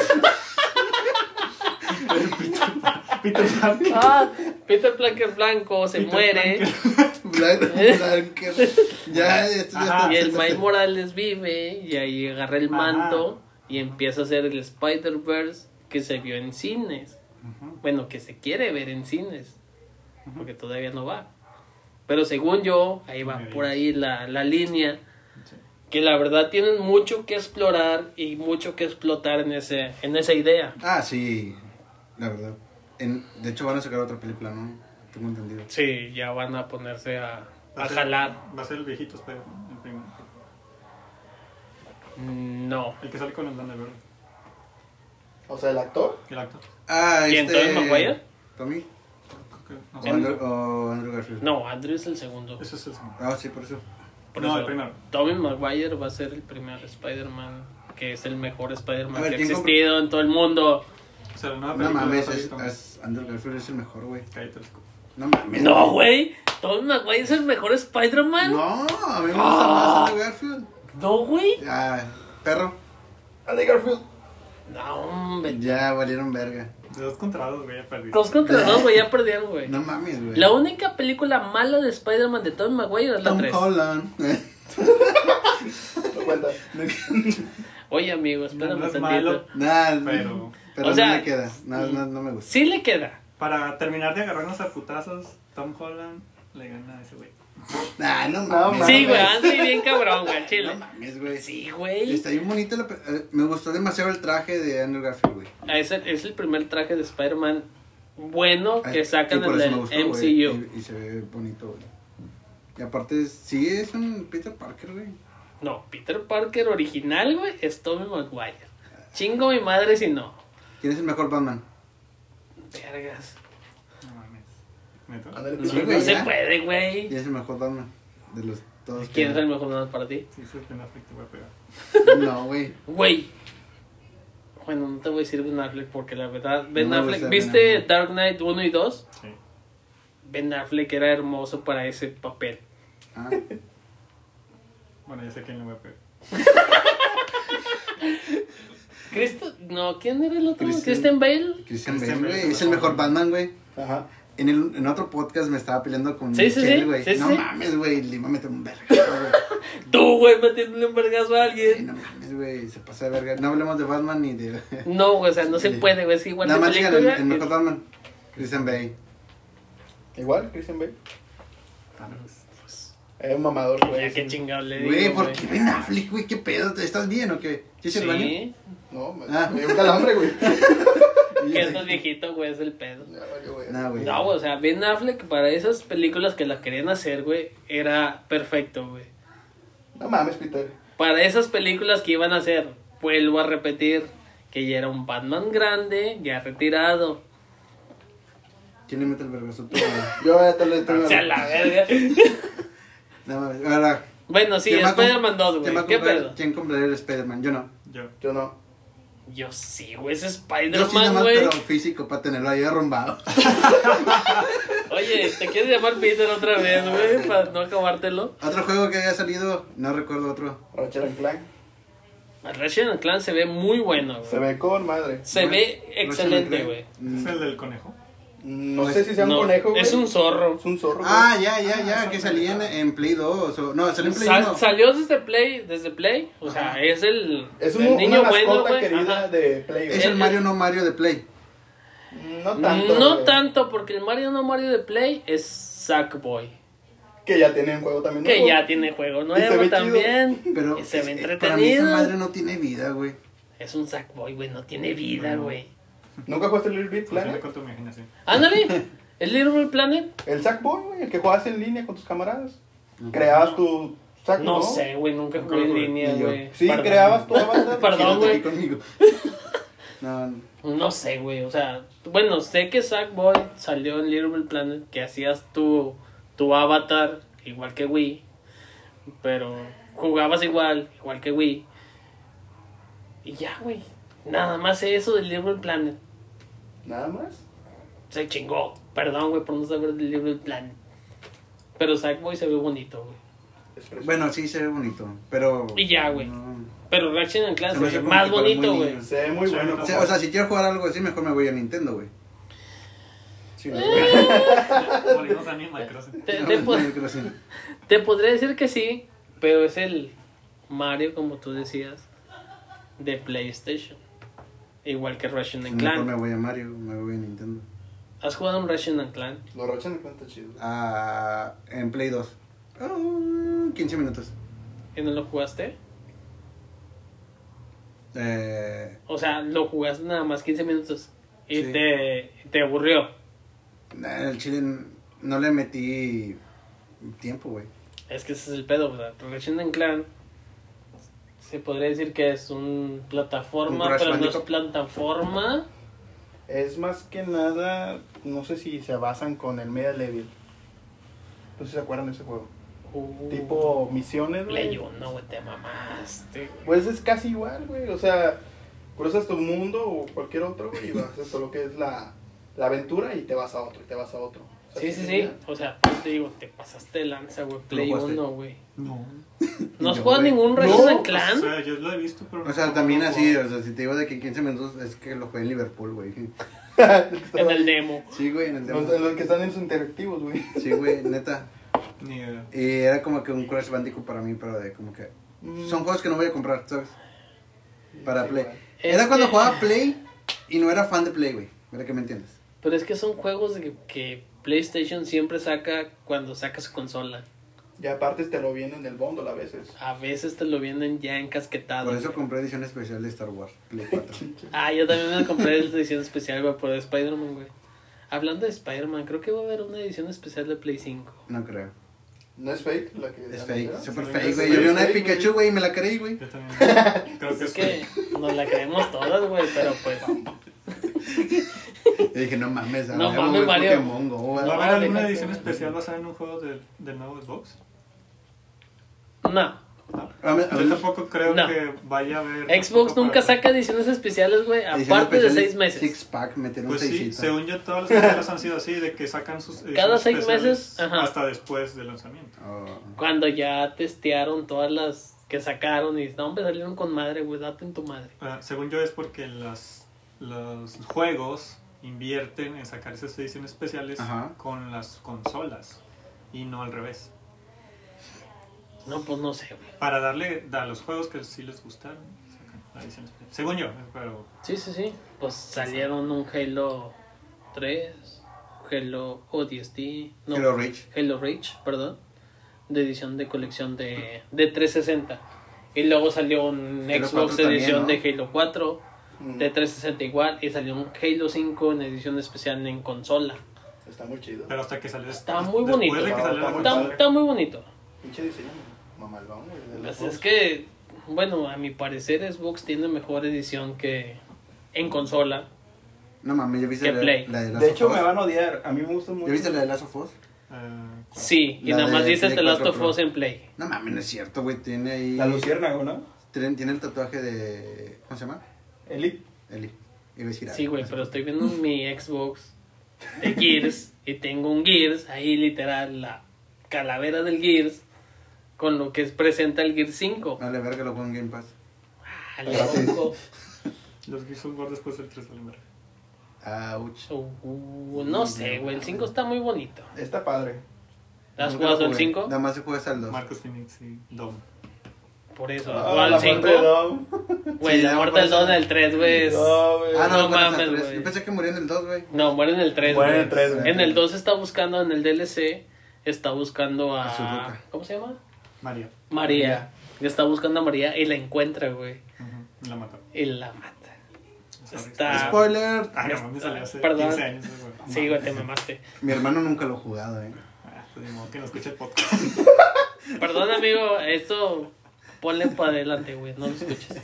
Peter Parker. Ah, Peter Parker blanco se Peter muere Parker. Blanc- Blanker. Ya, esto ya está- Ajá. y el Miles Morales vive y ahí agarra el Ajá. manto y empieza a hacer el Spider-Verse que se vio en cines. Ujú. Bueno, que se quiere ver en cines, porque todavía no va. Pero según yo, ahí va Muy bien. por ahí la, la línea, Sí. que la verdad tienen mucho que explorar y mucho que explotar en, ese, en esa idea. Ah, sí. La verdad. En- de hecho, van a sacar otra película, ¿no? Tengo entendido. Sí, ya van a ponerse a, Va a ser- jalar. Va a ser el viejito este, Spider-Man, el primero. No. El que sale con el Duende Verde. O sea, el actor. El actor. Ah, ¿Y este. entonces Maguire? ¿Tommy? Creo que- ¿O No, sé. Andrew, o Andrew Garfield? No, Andrew es el segundo. Ese es el segundo. Ah, sí, por eso. Por no, eso, el primero. Tobey Maguire va a ser el primer Spider-Man, que es el mejor A Spider-Man que ver, ha ¿quién existido en todo el mundo. O sea, la nueva No película mames, va a salir es, con- es- Andrew Garfield es el mejor, güey. Cállate el escudo. No mames. No, güey. Tobey Maguire es el mejor Spider-Man. No, a mí me gusta Ah. más Andrew Garfield. No, güey. Ah, perro. Andy Garfield. No, hombre. Ya valieron verga. De dos contra dos, güey, ya perdí. Dos contra dos, güey, ya perdieron, güey. No mames, güey. La única película mala de Spider-Man de Tobey Maguire es la Tom 3. Holland. No cuenta. Oye, amigo, No, espérame no es tantito. malo, Nah, pero... pero O no sea, me queda. No, no, no me gusta. Sí le queda. Para terminar de agarrarnos a putazos, Tom Holland le gana a ese güey. Nah, no No mames. Sí, mames. güey, anda bien cabrón, güey, al No chile. mames, güey. Sí, güey. Está bien bonito. la pe- eh, me gustó demasiado el traje de Andrew Garfield, güey. Ah, Es el, es el primer traje de Spider-Man bueno Ah, que sacan y por en eso el me gustó, MCU. güey, Y, y se ve bonito, güey. Y aparte, es- sí, es un Peter Parker, güey. No, Peter Parker original, güey, es Tobey Maguire. Chingo mi madre si no. ¿Quién es el mejor Batman? Vergas. No mames. ¿Neto? Ándale, No, pues. Sí, Peter. güey, no se ya. puede, ¿Quién güey. es el mejor Batman? De los todos. que- ¿Quién es el mejor Batman para ti? Sí, es el Ben Affleck te voy a pegar. No, güey. Güey, Bueno, no te voy a decir Ben Affleck porque la verdad, Ben No me Affleck, gusta Ben ¿viste Affleck. Dark Knight 1 y 2? Sí. Ben Affleck era hermoso para ese papel. Ah, Bueno, ya sé quién le voy a pedir. Cristo, no, ¿quién era el otro? Christian- Christian Bale. Christian Bale, Christian Bale güey, es Es el mejor. mejor Batman, güey. Ajá. En, el, en otro podcast me estaba peleando con Sí, sí, Michelle, sí, güey. sí, no sí. mames, güey. Le iba a meter un verga. güey. Tú, güey, metiéndole un vergazo a Ay, alguien. No mames, güey. Se pasa de verga. No hablemos de Batman ni de. No, güey, o sea, no se Sí. puede, güey, es igual Nada de más digan el, película. el mejor Batman. Christian Bale. Igual, Christian Bale. Pues, Es un mamador, güey. ya, sí. qué chingado le digo, Güey, ¿por qué Ben Affleck, güey? ¿Qué pedo? ¿Estás bien o qué? ¿Sí se Sí, el baño? No, me, Ah. me dio un calambre, güey. que estás viejito, güey, es el pedo. Ya valió, güey. Nah, güey. No, güey, o sea, Ben Affleck para esas películas que las querían hacer, güey, era perfecto, güey. No mames, Peter. Para esas películas que iban a hacer, vuelvo a repetir que ya era un Batman grande, ya retirado. ¿Quién le mete el vergazo tú, güey? Yo ya te lo O sea, la verga. No mames. Ahora. Bueno, sí, ¿quién va a comp- Spider-Man 2, quién va a güey. ¿Qué comprar- pedo? ¿Quién compraría el Spider-Man? Yo no. Yo. Yo no. Yo sí, güey, es Yo sí, nada Spider-Man, más, güey. pero físico para tenerlo ahí arrumbado. Oye, ¿te quieres llamar Peter otra vez, güey? Para no acabártelo. Otro juego que había salido, no recuerdo otro. Ratchet and Clank. Ratchet and Clan se ve muy bueno, Se güey. ve con madre. Se ve excelente, güey. Mm. ¿Es el del conejo? No sé si sea un Pues, No, conejo, güey. es un zorro. Es un zorro. Ah, ya, ya, ya, Ah, que esa salía en, pendejada. en Play 2. o- no, salió en Play Sal- 1. salió desde Play, desde Play, o sea, es el, güey. Es el un, una mascota güey, querida ajá. de Play. güey. es el Mario no Mario de Play. No tanto. no güey. tanto, porque el Mario no Mario de Play es Sackboy, Que ya tiene un juego también. que nuevo. ya tiene juego Y se ve nuevo chido. también, Pero y se ve eh, para mí esa entretenido, madre no tiene vida, güey. es un Sackboy, güey, no tiene vida, Bueno. güey, ¿Nunca jugaste el Little Big Pues, Funciona Planet? con tu imaginación. ándale, el Little Planet, El Sackboy, güey. El que jugabas en línea con tus camaradas. Creabas tu Sackboy. no sé, güey, nunca Nunca jugué lo en jugué. línea, Ni yo. güey, Sí, Perdón. creabas tu avatar. Perdón, Quédate güey. aquí conmigo. No, No sé, güey, o sea, bueno, sé que Sackboy salió en Little Planet, que hacías tu, tu avatar, igual que Wii, pero jugabas igual, igual que Wii. Y ya, güey, nada más eso del Little Planet. Nada más. Se chingó, perdón, güey, por no saber del Little Planet. Pero Sackboy se ve bonito, güey. Es pues, precioso. bueno, sí se ve bonito, pero... Y ya, güey. no. Pero Ratchet and Clank Se se me ve hace como más que para muy bonito, güey. niños. Se ve muy Sí, bueno. no. O sea, o sea, si quiero jugar algo así, mejor me voy a Nintendo, güey. Sí, güey. Morimos a mí, Microsoft. Te- No, te no, pod- creo que sí. Te podría decir que sí, pero es el Mario, como tú decías, de PlayStation. Igual que Ratchet and Mejor me Clank. voy a Mario, me voy a Nintendo. ¿Has jugado un Ratchet and Clank? Los Ratchet and Clank está chido. Ah, en Play 2. Oh, 15 minutos. ¿Y no lo jugaste? Eh, O sea, lo jugaste nada más 15 minutos y Sí. te, te aburrió. nah, el chile n- no le metí tiempo, güey. Es que ese es el pedo, ¿verdad? Ratchet and Clank se podría decir que es un plataforma, Un Crash pero no es Bandicoot. plataforma. Es más que nada, no sé si se basan con el Media Level. No sé si se acuerdan de ese juego. Uh, Tipo misiones, Play güey. uno, güey, te mamaste. güey. Pues es casi igual, güey. O sea, cruzas tu mundo o cualquier otro, güey, y vas hasta lo que es la, la aventura y te vas a otro, y te vas a otro. O sea, Sí, sí, sí. sería- O sea, pues te digo, te pasaste de lanza, güey. Play jugaste? 1, güey. No. ¿No has Yo, jugado güey. ningún Ratchet No, and O Clank? sea, yo lo he visto, pero. O sea, no también lo así, juego. o sea, si te digo de que 15 minutos es que lo jugué en Liverpool, güey. En el demo. Sí, güey, en el demo. Los, los que están en sus interactivos, güey. Sí, güey, neta. Ni idea. Y era como que un Crash Bandicoot para mí, pero de como que... Mm. Son juegos que no voy a comprar, ¿sabes? Para Sí, Play. güey. Es Era cuando que- jugaba Play y no era fan de Play, güey. Mira que me entiendes. Pero es que son juegos de que, que PlayStation siempre saca cuando saca su consola. Y aparte te lo vienen del bundle a veces. A veces te lo vienen ya encasquetado. Por eso güey. compré edición especial de Star Wars, Play 4. Ah, yo también me compré la edición especial, güey, por Spider-Man, güey. Hablando de Spider-Man, creo que va a haber una edición especial de Play 5. No creo. ¿No es fake la que Es fake, ¿no? super Sí, fake, es güey. Yo vi una de fake, güey. Pikachu, güey, y me la creí, güey. Yo también. Creo que Es es que nos la creemos todas, güey, pero pues... Y dije, no mames, No a huevo, mames, güey, Mario. Pokémon Go, güey. ¿Va a No, haber déjate, alguna edición güey. especial basada en un juego del del nuevo Xbox? No, A mí- a mí- Yo tampoco creo No. que vaya a haber. Xbox tampoco nunca para- saca ediciones especiales, güey, edición aparte de especial seis es meses. Six pack, meter un Pues sí, seisito. según yo, todas las consolas han sido así, de que sacan sus. Cada ediciones seis especiales meses, ajá. Hasta después del lanzamiento. Oh. Cuando ya testearon todas las que sacaron y no, hombre, salieron con madre, güey, date en tu madre. Ah, según yo, es porque las, los juegos invierten en sacar esas ediciones especiales Ajá. con las consolas y no al revés. No, pues no sé, güey. Para darle a los juegos que sí les gustaron, sacan la edición especial. Según yo, pero. Sí, sí, sí. Pues salieron un Halo 3, Halo ODST, no, Halo Reach. Halo Reach, perdón, de edición de colección de, de 360. Y luego salió un Halo Xbox 4 edición también, Mm. de Halo 4, Mm, de 360 igual, y salió un Halo 5 en edición especial en consola. Está muy chido. Pero hasta que salió. Está muy después bonito. de que salió la Está muy consola. Está, está muy bonito. Pinche diseño, mamalón, güey. de Pues los es juegos. que, bueno, a mi parecer Xbox tiene mejor edición que en consola. No mames, yo viste Que la, Play. la de Last De hecho, of Us. me van a odiar. A mí me gusta ¿Ya mucho. viste la de Last of Us? Ah, Sí, y La nada más de dice Play The Last 4 of Pro. Us en Play. No mames, no es cierto, güey. Tiene ahí. La luciérnaga, ¿no? Tiene, tiene el tatuaje de. ¿Cómo se llama? Eli. Eli. Iba a decir Sí, algo. güey, pero estoy viendo mi Xbox de Gears y tengo un Gears, ahí literal la calavera del Gears con lo que presenta el Gears 5. Vale, verga, lo pongo en Game Pass. Ah, loco. los Gears of War después del 3 de la madre. Ouch. Uh, no sé, güey, el 5 está muy bonito. Está padre. ¿Has Nunca jugado lo el jugué. 5? Nada más se juega al 2. Marcos Phoenix y Dom. Por eso, Ah, ¿has jugado la el 5? parte de Dom. Güey, Sí, ya la me muerte del parece. 2 del 3, güey. es- No, güey. Ah, no, No no mames, mames, tres. güey. Yo pensé que murió en el 2, güey. No, muere en el 3. Muere en el tres, güey. En el 2 está buscando, en el DLC, está buscando a. A su ruca. ¿Cómo se llama? Mario. María. Está buscando a María y la encuentra, güey. Ujú, La mató. Y la mata. Sorry. Está- Ah. Spoiler. Ah, no, me salió hace Perdón. 15 años. ese juego. Sí, güey, te mamaste. Mi hermano nunca lo ha jugado, eh. Ah, pues, ni modo que no escuche el podcast. Perdón, amigo, esto ponle para adelante, güey, no lo escuches.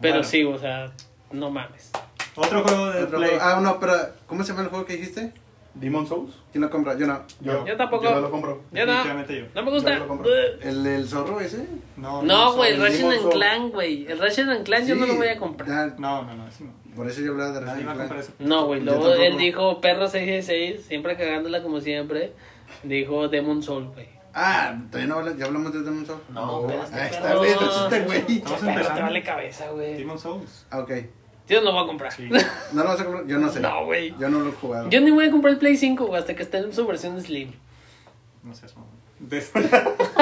Pero Bueno. sí, o sea, no mames. Otro juego de Otro Play. juego- Ah, no, pero. ¿Cómo se llama el juego que dijiste? Demon Souls. ¿Quién lo compra? Yo no. Yo tampoco. Yo no lo compro. Ya no, Definitivamente yo. no me gusta. Yo lo compro. ¿El del zorro ese? No, No, güey, el soy- Ra- Ratchet Demon and Soul. Clank, güey. El Ratchet and Clank yo no lo voy a comprar. Ah, No, no, no, ese no. por eso yo hablaba de Nadie Resident va a Evil. comprar ese. No, güey, Yo luego él tampoco. dijo Perro 666, siempre cagándola como siempre. Dijo Demon Soul, güey. Ah, todavía no habla- ya hablamos de Demon Souls. No, pero este Ahí está, perro- güey, este güey. Estamos Perro, te empezando. vale cabeza, güey. Demon Souls. Ah, ok. Yo no lo voy a comprar. Sí. ¿No lo vas a comprar? Yo no sé. No, güey. Yo no lo he jugado. Yo ni voy a comprar el Play 5, güey, hasta que esté en su versión Slim. No seas mamón. Des-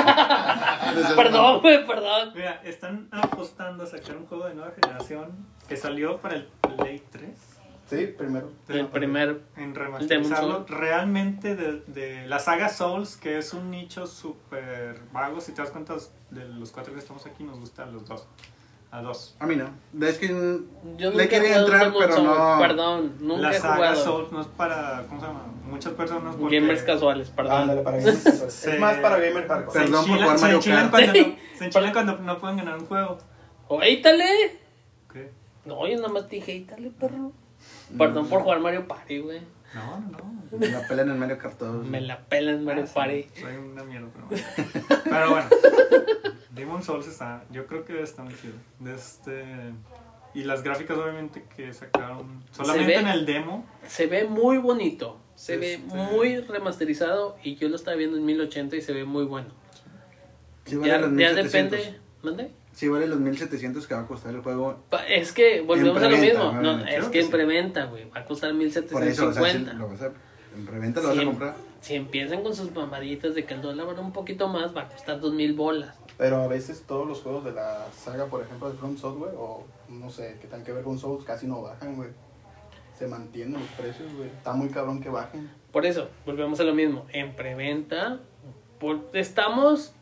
Ah, Perdón, güey, perdón. Mira, están apostando a sacar un juego de nueva generación que salió para el Play 3. Sí, primero. El primer. En Demon remasterizarlo realmente de, de la saga Souls, que es un nicho súper vago. Si te das cuenta, de los cuatro que estamos aquí, nos gustan los dos. A dos. A mí no. Es que mm, Yo nunca le he quería jugado entrar, Demon pero Soul, no. Perdón, nunca la he saga jugado. Souls no es para, ¿cómo se llama? Muchas personas porque Gamers casuales, perdón. Ah, Ándale, para gamers casuales. Se- Es más para gamer hardcore. se Perdón por enchilan- jugar se Mario Kart. enchilan cuando, Sí. no, se enchilan cuando no pueden ganar un juego. ¡Oh, ¡Éitale! ¿Qué? No, yo nada más te dije, ¡éitale, perro! Perdón Mm. por jugar Mario Party, güey. No, no, no. Me la pelan en Mario Kart todos. Me la pelan Ah, Mario Party. Soy una mierda, pero bueno. Pero bueno. Demon Souls está, yo creo que está muy chido. Este, y las gráficas obviamente que sacaron solamente ve? en el demo. Se ve muy bonito. Se ve Este- muy remasterizado y yo lo estaba viendo en 1080 y se ve muy bueno. Sí vale Ya, los ya 1700. depende. ¿Mande? Sí vale los 1700 que va a costar el juego. Pa- Es que volvemos a lo preventa, mismo. No, ah, es creo que que en sí. preventa, güey. Va a costar Por eso, o sea, si 1750. lo vas a. En reventa lo vas Sí. a comprar. Si empiezan con sus mamaditas de que el dólar vale un poquito más, va a costar 2000 bolas. Pero a veces todos los juegos de la saga, por ejemplo, de From Software, o no sé, que tengan que ver con Souls, casi no bajan, güey. Se mantienen los precios, güey. Está muy cabrón que bajen. Por eso, volvemos a lo mismo. En preventa, por- estamos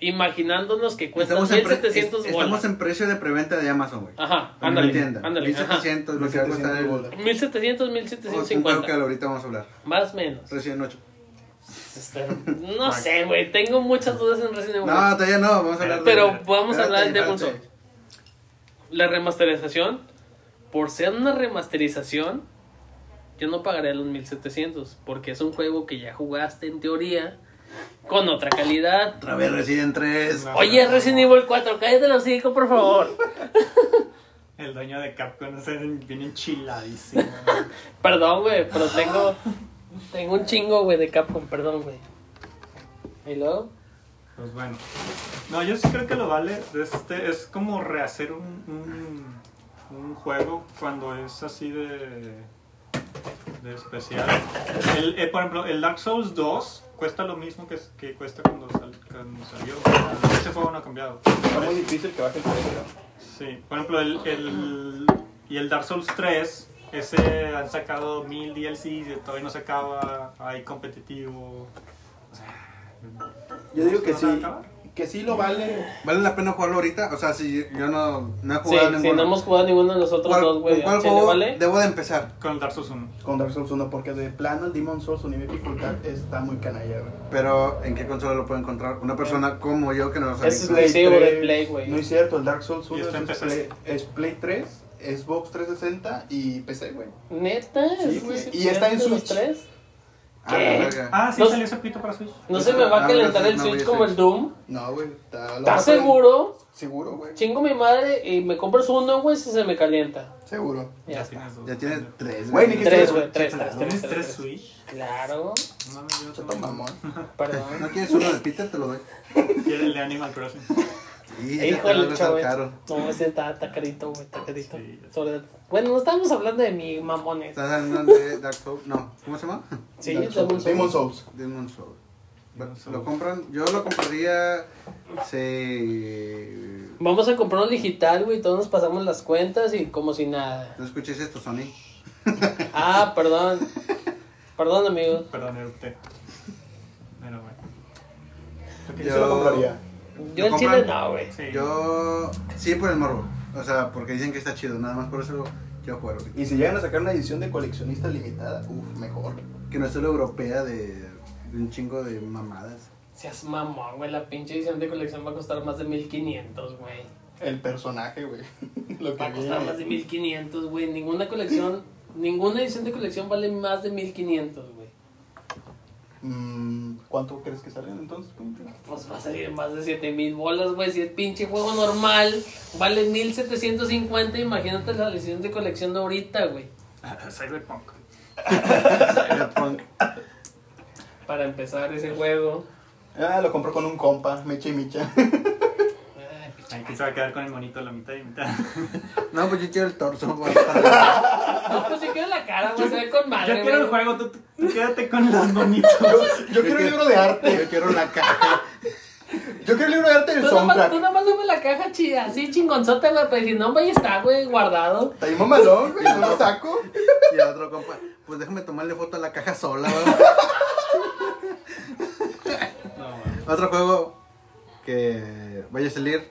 imaginándonos que cuesta Estamos en, pre- 1700 es- bolas. estamos en precio de preventa de Amazon, güey. Ajá, Para que lo ándale. entiendan. ándale, ajá. 1700 lo que va a costar el. 1700 bolas. 1700, Oh, es un juego que 1750. ahorita vamos a hablar. Más o menos. Recién 8. Este, No sé, güey. Tengo muchas dudas en Resident No, Evil. todavía no, vamos a hablar de- pero vamos a Espérate, hablar del Demon espérate. Souls. La remasterización, por ser una remasterización, yo no pagaré los 1700, porque es un juego que ya jugaste en teoría con otra calidad. Otra vez Resident 3. No. Oye, Resident Evil 4, cállate los cinco, por favor. El dueño de Capcom se viene enchiladísimo. Perdón, güey, pero tengo, tengo un chingo, güey, de Capcom, perdón, güey. ¿Y luego? Pues bueno. No, yo sí creo que lo vale. Este es como rehacer un, un, un juego cuando es así de, de especial. El, eh, por ejemplo, el Dark Souls 2 cuesta lo mismo que, que cuesta cuando, sal- cuando salió. O sea, Ese juego no ha cambiado. Está muy difícil que baje el precio. Sí, por ejemplo, el, el- y el Dark Souls 3, ese han sacado mil DLCs y todavía no se acaba, hay competitivo. O sea, Yo digo que ¿no se va a sí, acabar? que sí lo vale. ¿Vale la pena jugarlo ahorita? O sea, si yo no, no he Sí, jugado si no ninguno. hemos jugado ninguno de los otros ¿Cuál- dos, ¿Con güey, cuál ¿al chile juego vale? debo de empezar? Con el Dark Souls 1. Con Dark Souls 1, porque de plano el Demon Souls, su nivel de dificultad está muy canalla, güey. Pero, ¿en qué consola lo puedo encontrar? Una persona como yo que no lo sabe. Ese es inglés. exclusivo de 3. Play, güey. No es cierto, el Dark Souls Y 1 está en es PC. Play, es Play 3, Xbox 360 y PC, güey. Neta, Sí, ¿Es güey. ese Y está en de los Switch. tres? Ah, la ¿Qué? verga. Ah, sí, No- salió ese pito para Switch. No se me va Ah, a calentar gracias, el no, Switch yo como sé. el Doom. No, güey. está- lo ¿Estás vas a- seguro? Seguro, güey. Chingo mi madre y me compras uno, güey, si se me calienta. Seguro. Ya Ya está. tienes dos. Ya tienes tres, Güey, ni que Tres, tienes- güey, tres, tres, tres, ¿Tienes tres, tres tres. Switch? Claro, No mames, yo no Chato tengo. mamón. ¿No perdón. quieres uno de Peter? Te lo doy. Quiero el de Animal Crossing. Sí, ese te lo Híjole, vas a chaval. caro. No, ese está, está carito, güey, está carito. Sí, ya sé. Sobre- Bueno, no estamos hablando de mi mamones. ¿Estás hablando de Dark Souls? No, ¿cómo se llama? Sí, Dark dame un Souls. Demon Souls. Demon Souls. Demon Souls. Lo compran, yo lo compraría se Vamos a comprar un digital, güey, todos nos pasamos las cuentas y como si nada. no escuches esto, Sony. Ah, perdón. Perdón, amigos. Perdón, erupté. Pero bueno. Ok, Yo sí lo compraría. Yo el chile no, güey. sí. Yo sí por el morbo, o sea, porque dicen que está chido, nada más por eso lo quiero jugar ahorita. Y si llegan a sacar una edición de coleccionista limitada, uff, mejor. Que no es solo europea de, de un chingo de mamadas. Seas mamón, güey. La pinche edición de colección va a costar más de 1500, güey. El personaje, güey. Lo Va que a costar viene. más de 1500, güey. Ninguna colección, ninguna edición de colección vale más de 1500, güey. Mm, ¿Cuánto crees que salen entonces? Pinche? Pues va a salir más de 7000 bolas, güey. Si el pinche juego normal vale 1750, imagínate la edición de colección de ahorita, güey. Cyberpunk. Cyberpunk. Para empezar ese juego. Ah, lo compró con un compa, Mecha y Micha. Ay, pinche Aquí se va a quedar con el monito a la mitad y mitad. No, pues yo quiero el torso. güey, para- No, pues se queda la cara, güey, se ve con madre, Yo quiero el güey. juego, tú, tú quédate con los monitos. Yo quiero el libro de arte. Yo quiero la caja. Yo quiero el libro de arte del Tú nomás, tú soundtrack. nomás dame la caja chida, así chingonzota, güey, pero si no, ahí está, güey, guardado. Está ahí mamalón, güey. No lo saco. Y el otro compa, pues déjame tomarle foto a la caja sola. güey. No, bueno. Otro juego que vaya a salir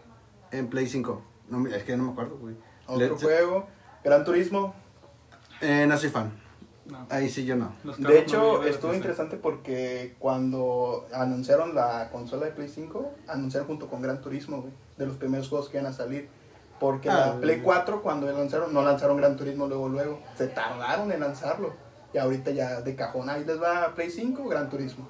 en Play 5. No, me- es que no me acuerdo, güey. Otro Le- juego. Gran Turismo. Eh, no soy fan. No. Ahí sí yo no. Los De carros no hecho, me llevan estuvo la interesante porque cuando anunciaron la consola de Play 5, anunciaron junto con Gran Turismo, güey, de los primeros juegos que iban a salir. Porque Ah, la Play güey. 4, cuando lanzaron, no lanzaron Gran Turismo luego, luego. Se tardaron en lanzarlo. Y ahorita ya de cajón, ahí les va Play 5, Gran Turismo.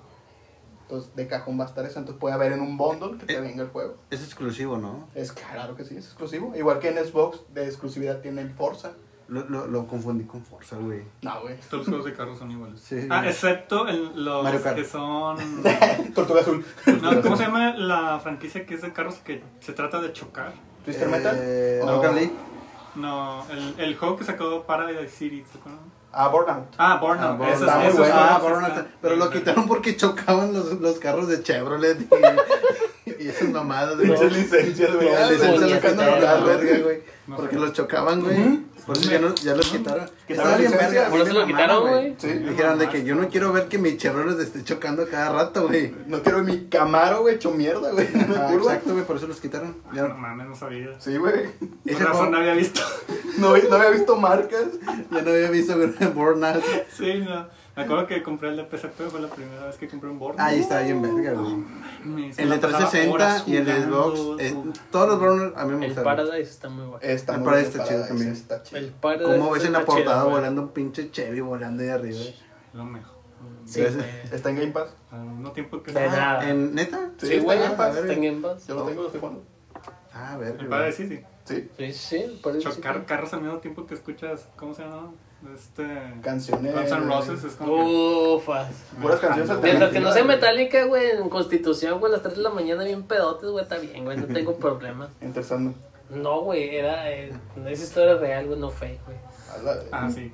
Entonces, de cajón va a estar eso. Entonces, puede haber en un bundle que te Eh. venga el juego. Es exclusivo, ¿no? Es claro que sí, es exclusivo. Igual que en Xbox, de exclusividad tiene el Forza. Lo, lo, lo confundí con Forza, güey. No, güey. Todos los juegos de carros son iguales. Sí. Ah, excepto el- los Mario Kart. que son. Tortuga Azul. No, ¿Cómo se llama la franquicia que es de carros que se trata de chocar? ¿Twister Metal? Eh, ¿O- no, Carly. No, el, el juego que sacó Paradise City, ¿se acuerdan? Ah, Burnout. Ah, Burnout. Ah, esos- está muy esos bueno. juegos Ah, Burnout están- está- Pero lo quitaron porque chocaban los, los carros de Chevrolet y, y esas mamadas. güey. Pinches licencias, güey. No, la licencia güey, la ya quitaron a la quitaron. verga, güey. No Porque sé. los chocaban, güey. Por eso ya, no- ya los quitaron. Quitaron licencia, por güey, eso lo me quitaron, mamaron, güey. Sí. Dijeron de que yo no quiero ver que mi Chevrolet esté chocando cada rato, güey. No quiero mi Camaro, güey, hecho mierda, güey. en una Ah, curva. exacto, güey, por eso los quitaron. Ya- Ah, No mames, no sabía. Sí, güey. Ese Esa razón juego- no había visto. No, vi- no había visto marcas. Ya no había visto Burnout. Sí, no. Me acuerdo que compré el de PSP, fue la primera vez que compré un Burnout. Ahí está bien verga, güey. Me- se El de la pasaba 360 horas y el de jugando, Xbox. eh, todo. todos los Burners a mí me El gustaron. Paradise está muy bueno. Está El muy Paradise bien está chido parada, también. ese Está El chido. Paradise Como ves en la está chido, portada güey. volando un pinche Chevy volando ahí arriba. Lo mejor. Sí, Entonces, güey. ¿Está en Game Pass? Al mismo tiempo que. De Ah, nada. ¿En neta? Sí, güey, está en Game Pass. está en Game Pass. Yo lo tengo, lo estoy jugando. Ah, a ver. El padre de Sisi. Sí. Sí, sí, parece que sí. Chocar carros al mismo tiempo que escuchas. ¿Cómo se llama? Este. Canciones. Guns N' Roses es como. Uh. que- Ufas. Puras canciones Mientras que no sea alternativas. metálica, güey, en Constitución, güey, a las 3 de la mañana bien pedotes, güey, está bien, güey, no tengo problemas. Enter Sandman. No, güey, era, eh, esa historia real, güey, no fake, güey. A la- Ah, sí.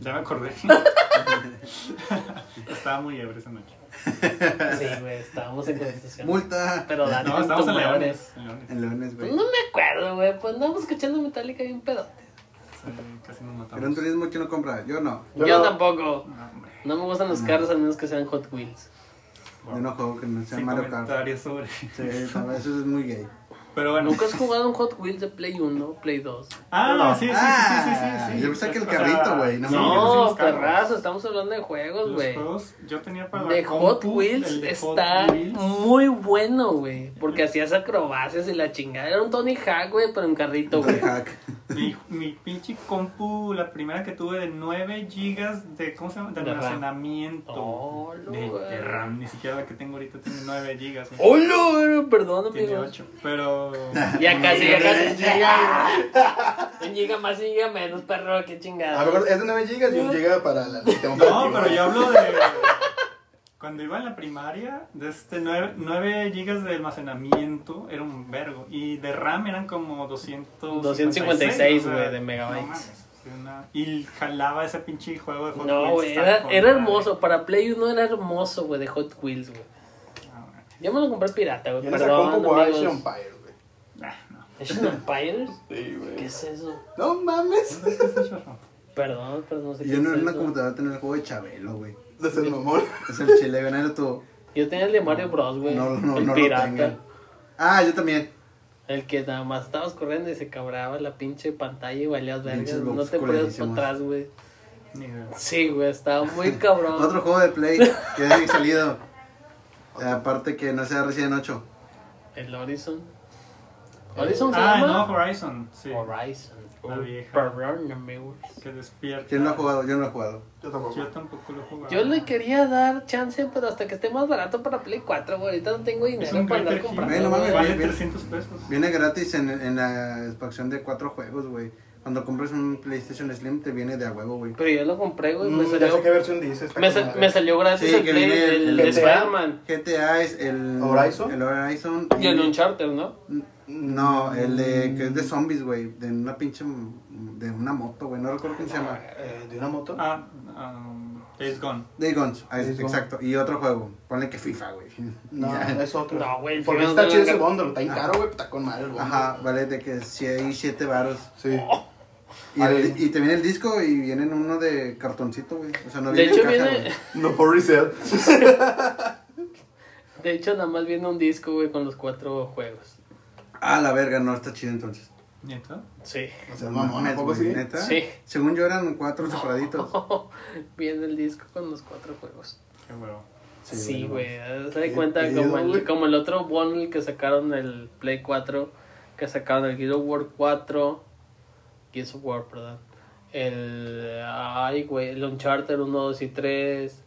Ya me acordé. Estaba muy ebrio esa noche. Sí, güey, estábamos en Constitución. Multa. Pero dale, No, estábamos en Leones. en Leones. En Leones, güey. Pues no me acuerdo, güey, pues andamos escuchando Metallica bien pedote. Sí, Casi nos Gran matamos. Turismo chino compra. Yo no. Yo, Yo no- tampoco. No, hombre. No me gustan los carros, al menos que sean Hot Wheels. Yo no juego que no sea Sin Mario Kart. comentarios sobre. Sí, no, eso es muy gay. Pero bueno. ¿Nunca has jugado un Hot Wheels de Play 1, Play 2? Ah, sí, sí, sí, sí, sí, Ah, sí, sí. yo pensé que el O sea, carrito, güey, no sí, mames. yo pensé No, los carros. perrazo, estamos hablando de juegos, Los güey. juegos, yo tenía para la De Hot compu, Wheels el de Hot está Wheels. muy bueno, güey. Porque hacías acrobacias y la chingada. Era un Tony Hawk, güey, pero en carrito, Tony güey. Hawk. Mi, mi pinche compu, la primera que tuve de 9 gigas de, ¿cómo se llama? De De RAM. almacenamiento. Oh, lo de, güey. de RAM, ni siquiera la que tengo ahorita tiene 9 gigas. güey. ¡Hola! Perdón, tiene amigo. 8, pero... Ya casi, ya casi. Llega. Un giga más, un giga menos, perro, qué chingada. A lo mejor es de 9 gigas y un giga para la sistema No, operativo. pero yo hablo de... Cuando iba en la primaria, de este 9, 9 gigas de almacenamiento era un vergo. Y de RAM eran como 200, 256, o sea, güey, de no megabytes. mames, sí, una- y jalaba ese pinche juego de Hot No, Wheels güey, tan era, con era madre. hermoso. Para Play 1 era hermoso, güey, de Hot Wheels, güey. Ah, bueno. Yo me lo compré pirata, güey. Yo en esa Perdón, compu jugaba amigos. Age of Empire, güey. Ah, no. Age of Empires? Sí, ¿Qué güey. es eso? No mames. ¿Dónde está ese chorro? Perdón, pero no sé Yo qué no es en una eso. computadora tenía el juego de Chabelo, güey. De ser mamón. Es el chile, güey, nadie lo tuvo. Yo tenía el de Mario Bros, güey. No, no, el no lo pirata. tengan. Ah, yo también. El que nada más estabas corriendo y se cabraba la pinche pantalla y valías vergas. Pinches No bugs te podías para culerísimos. atrás, güey. Ni idea. Sí, güey, estaba muy cabrón. Otro juego de Play que había salido. Aparte que no sea Resident 8. El Horizon. ¿Horizon se Ah, no, llama? Horizon, sí. Horizon. La vieja. Perdón, amigos. Que despierta. ¿Quién lo ha jugado? Yo no lo he jugado. Yo tampoco. Yo tampoco lo he jugado. Yo le quería dar chance, pero hasta que esté más barato para Play 4, güey. Ahorita no tengo Es dinero un para andar Gator Bueno, comprando. mames, güey. Vale bien, bien. 300 pesos. Viene gratis en, en la expansión de cuatro juegos, güey. Cuando compras un PlayStation Slim te viene de a huevo, güey. Pero yo lo compré, güey. Mm, Me ya sé qué salió, versión dices. está me, con sa- madre. me salió gratis Sí, el que Play, viene el, el de GTA. Spider-Man. GTA es el... ¿Horizon? El Horizon. Y el Uncharted, ¿no? No, el de, que es de zombies, güey. De una pinche... De una moto, güey. No recuerdo quién se llama. Eh, ¿De una moto? Ah, um, Days Gone. Day Guns. ah, es- Days Gone. exacto. Y otro juego. Ponle que FIFA, güey. No, Ya. es otro. No, güey, Porque no, está no, chido no, ese no. bóndalo. Está bien caro, güey. pero Está con madre el bóndalo. Ajá, vale, de que si hay siete varos. Sí. Y, Vale. el- y te viene el disco y vienen uno de cartoncito, güey. O sea, no de viene en hecho, caja, viene. güey. No for resale. De hecho, nada más viene un disco, güey, con los cuatro juegos. Ah, la verga, no, está chido entonces. ¿Nieto? Sí. No seas mamón, ¿a poco güey, sí? ¿Neta? Sí. Según yo eran cuatro separaditos. viene el disco con los cuatro juegos. Qué huevo. Sí, bueno. güey. Se da Qué cuenta pedo, como el, güey. como el otro bundle que sacaron el Play 4, que sacaron el Guild of War 4, Gears of War, perdón. El. Ay, güey. El Uncharted 1, 2 y 3.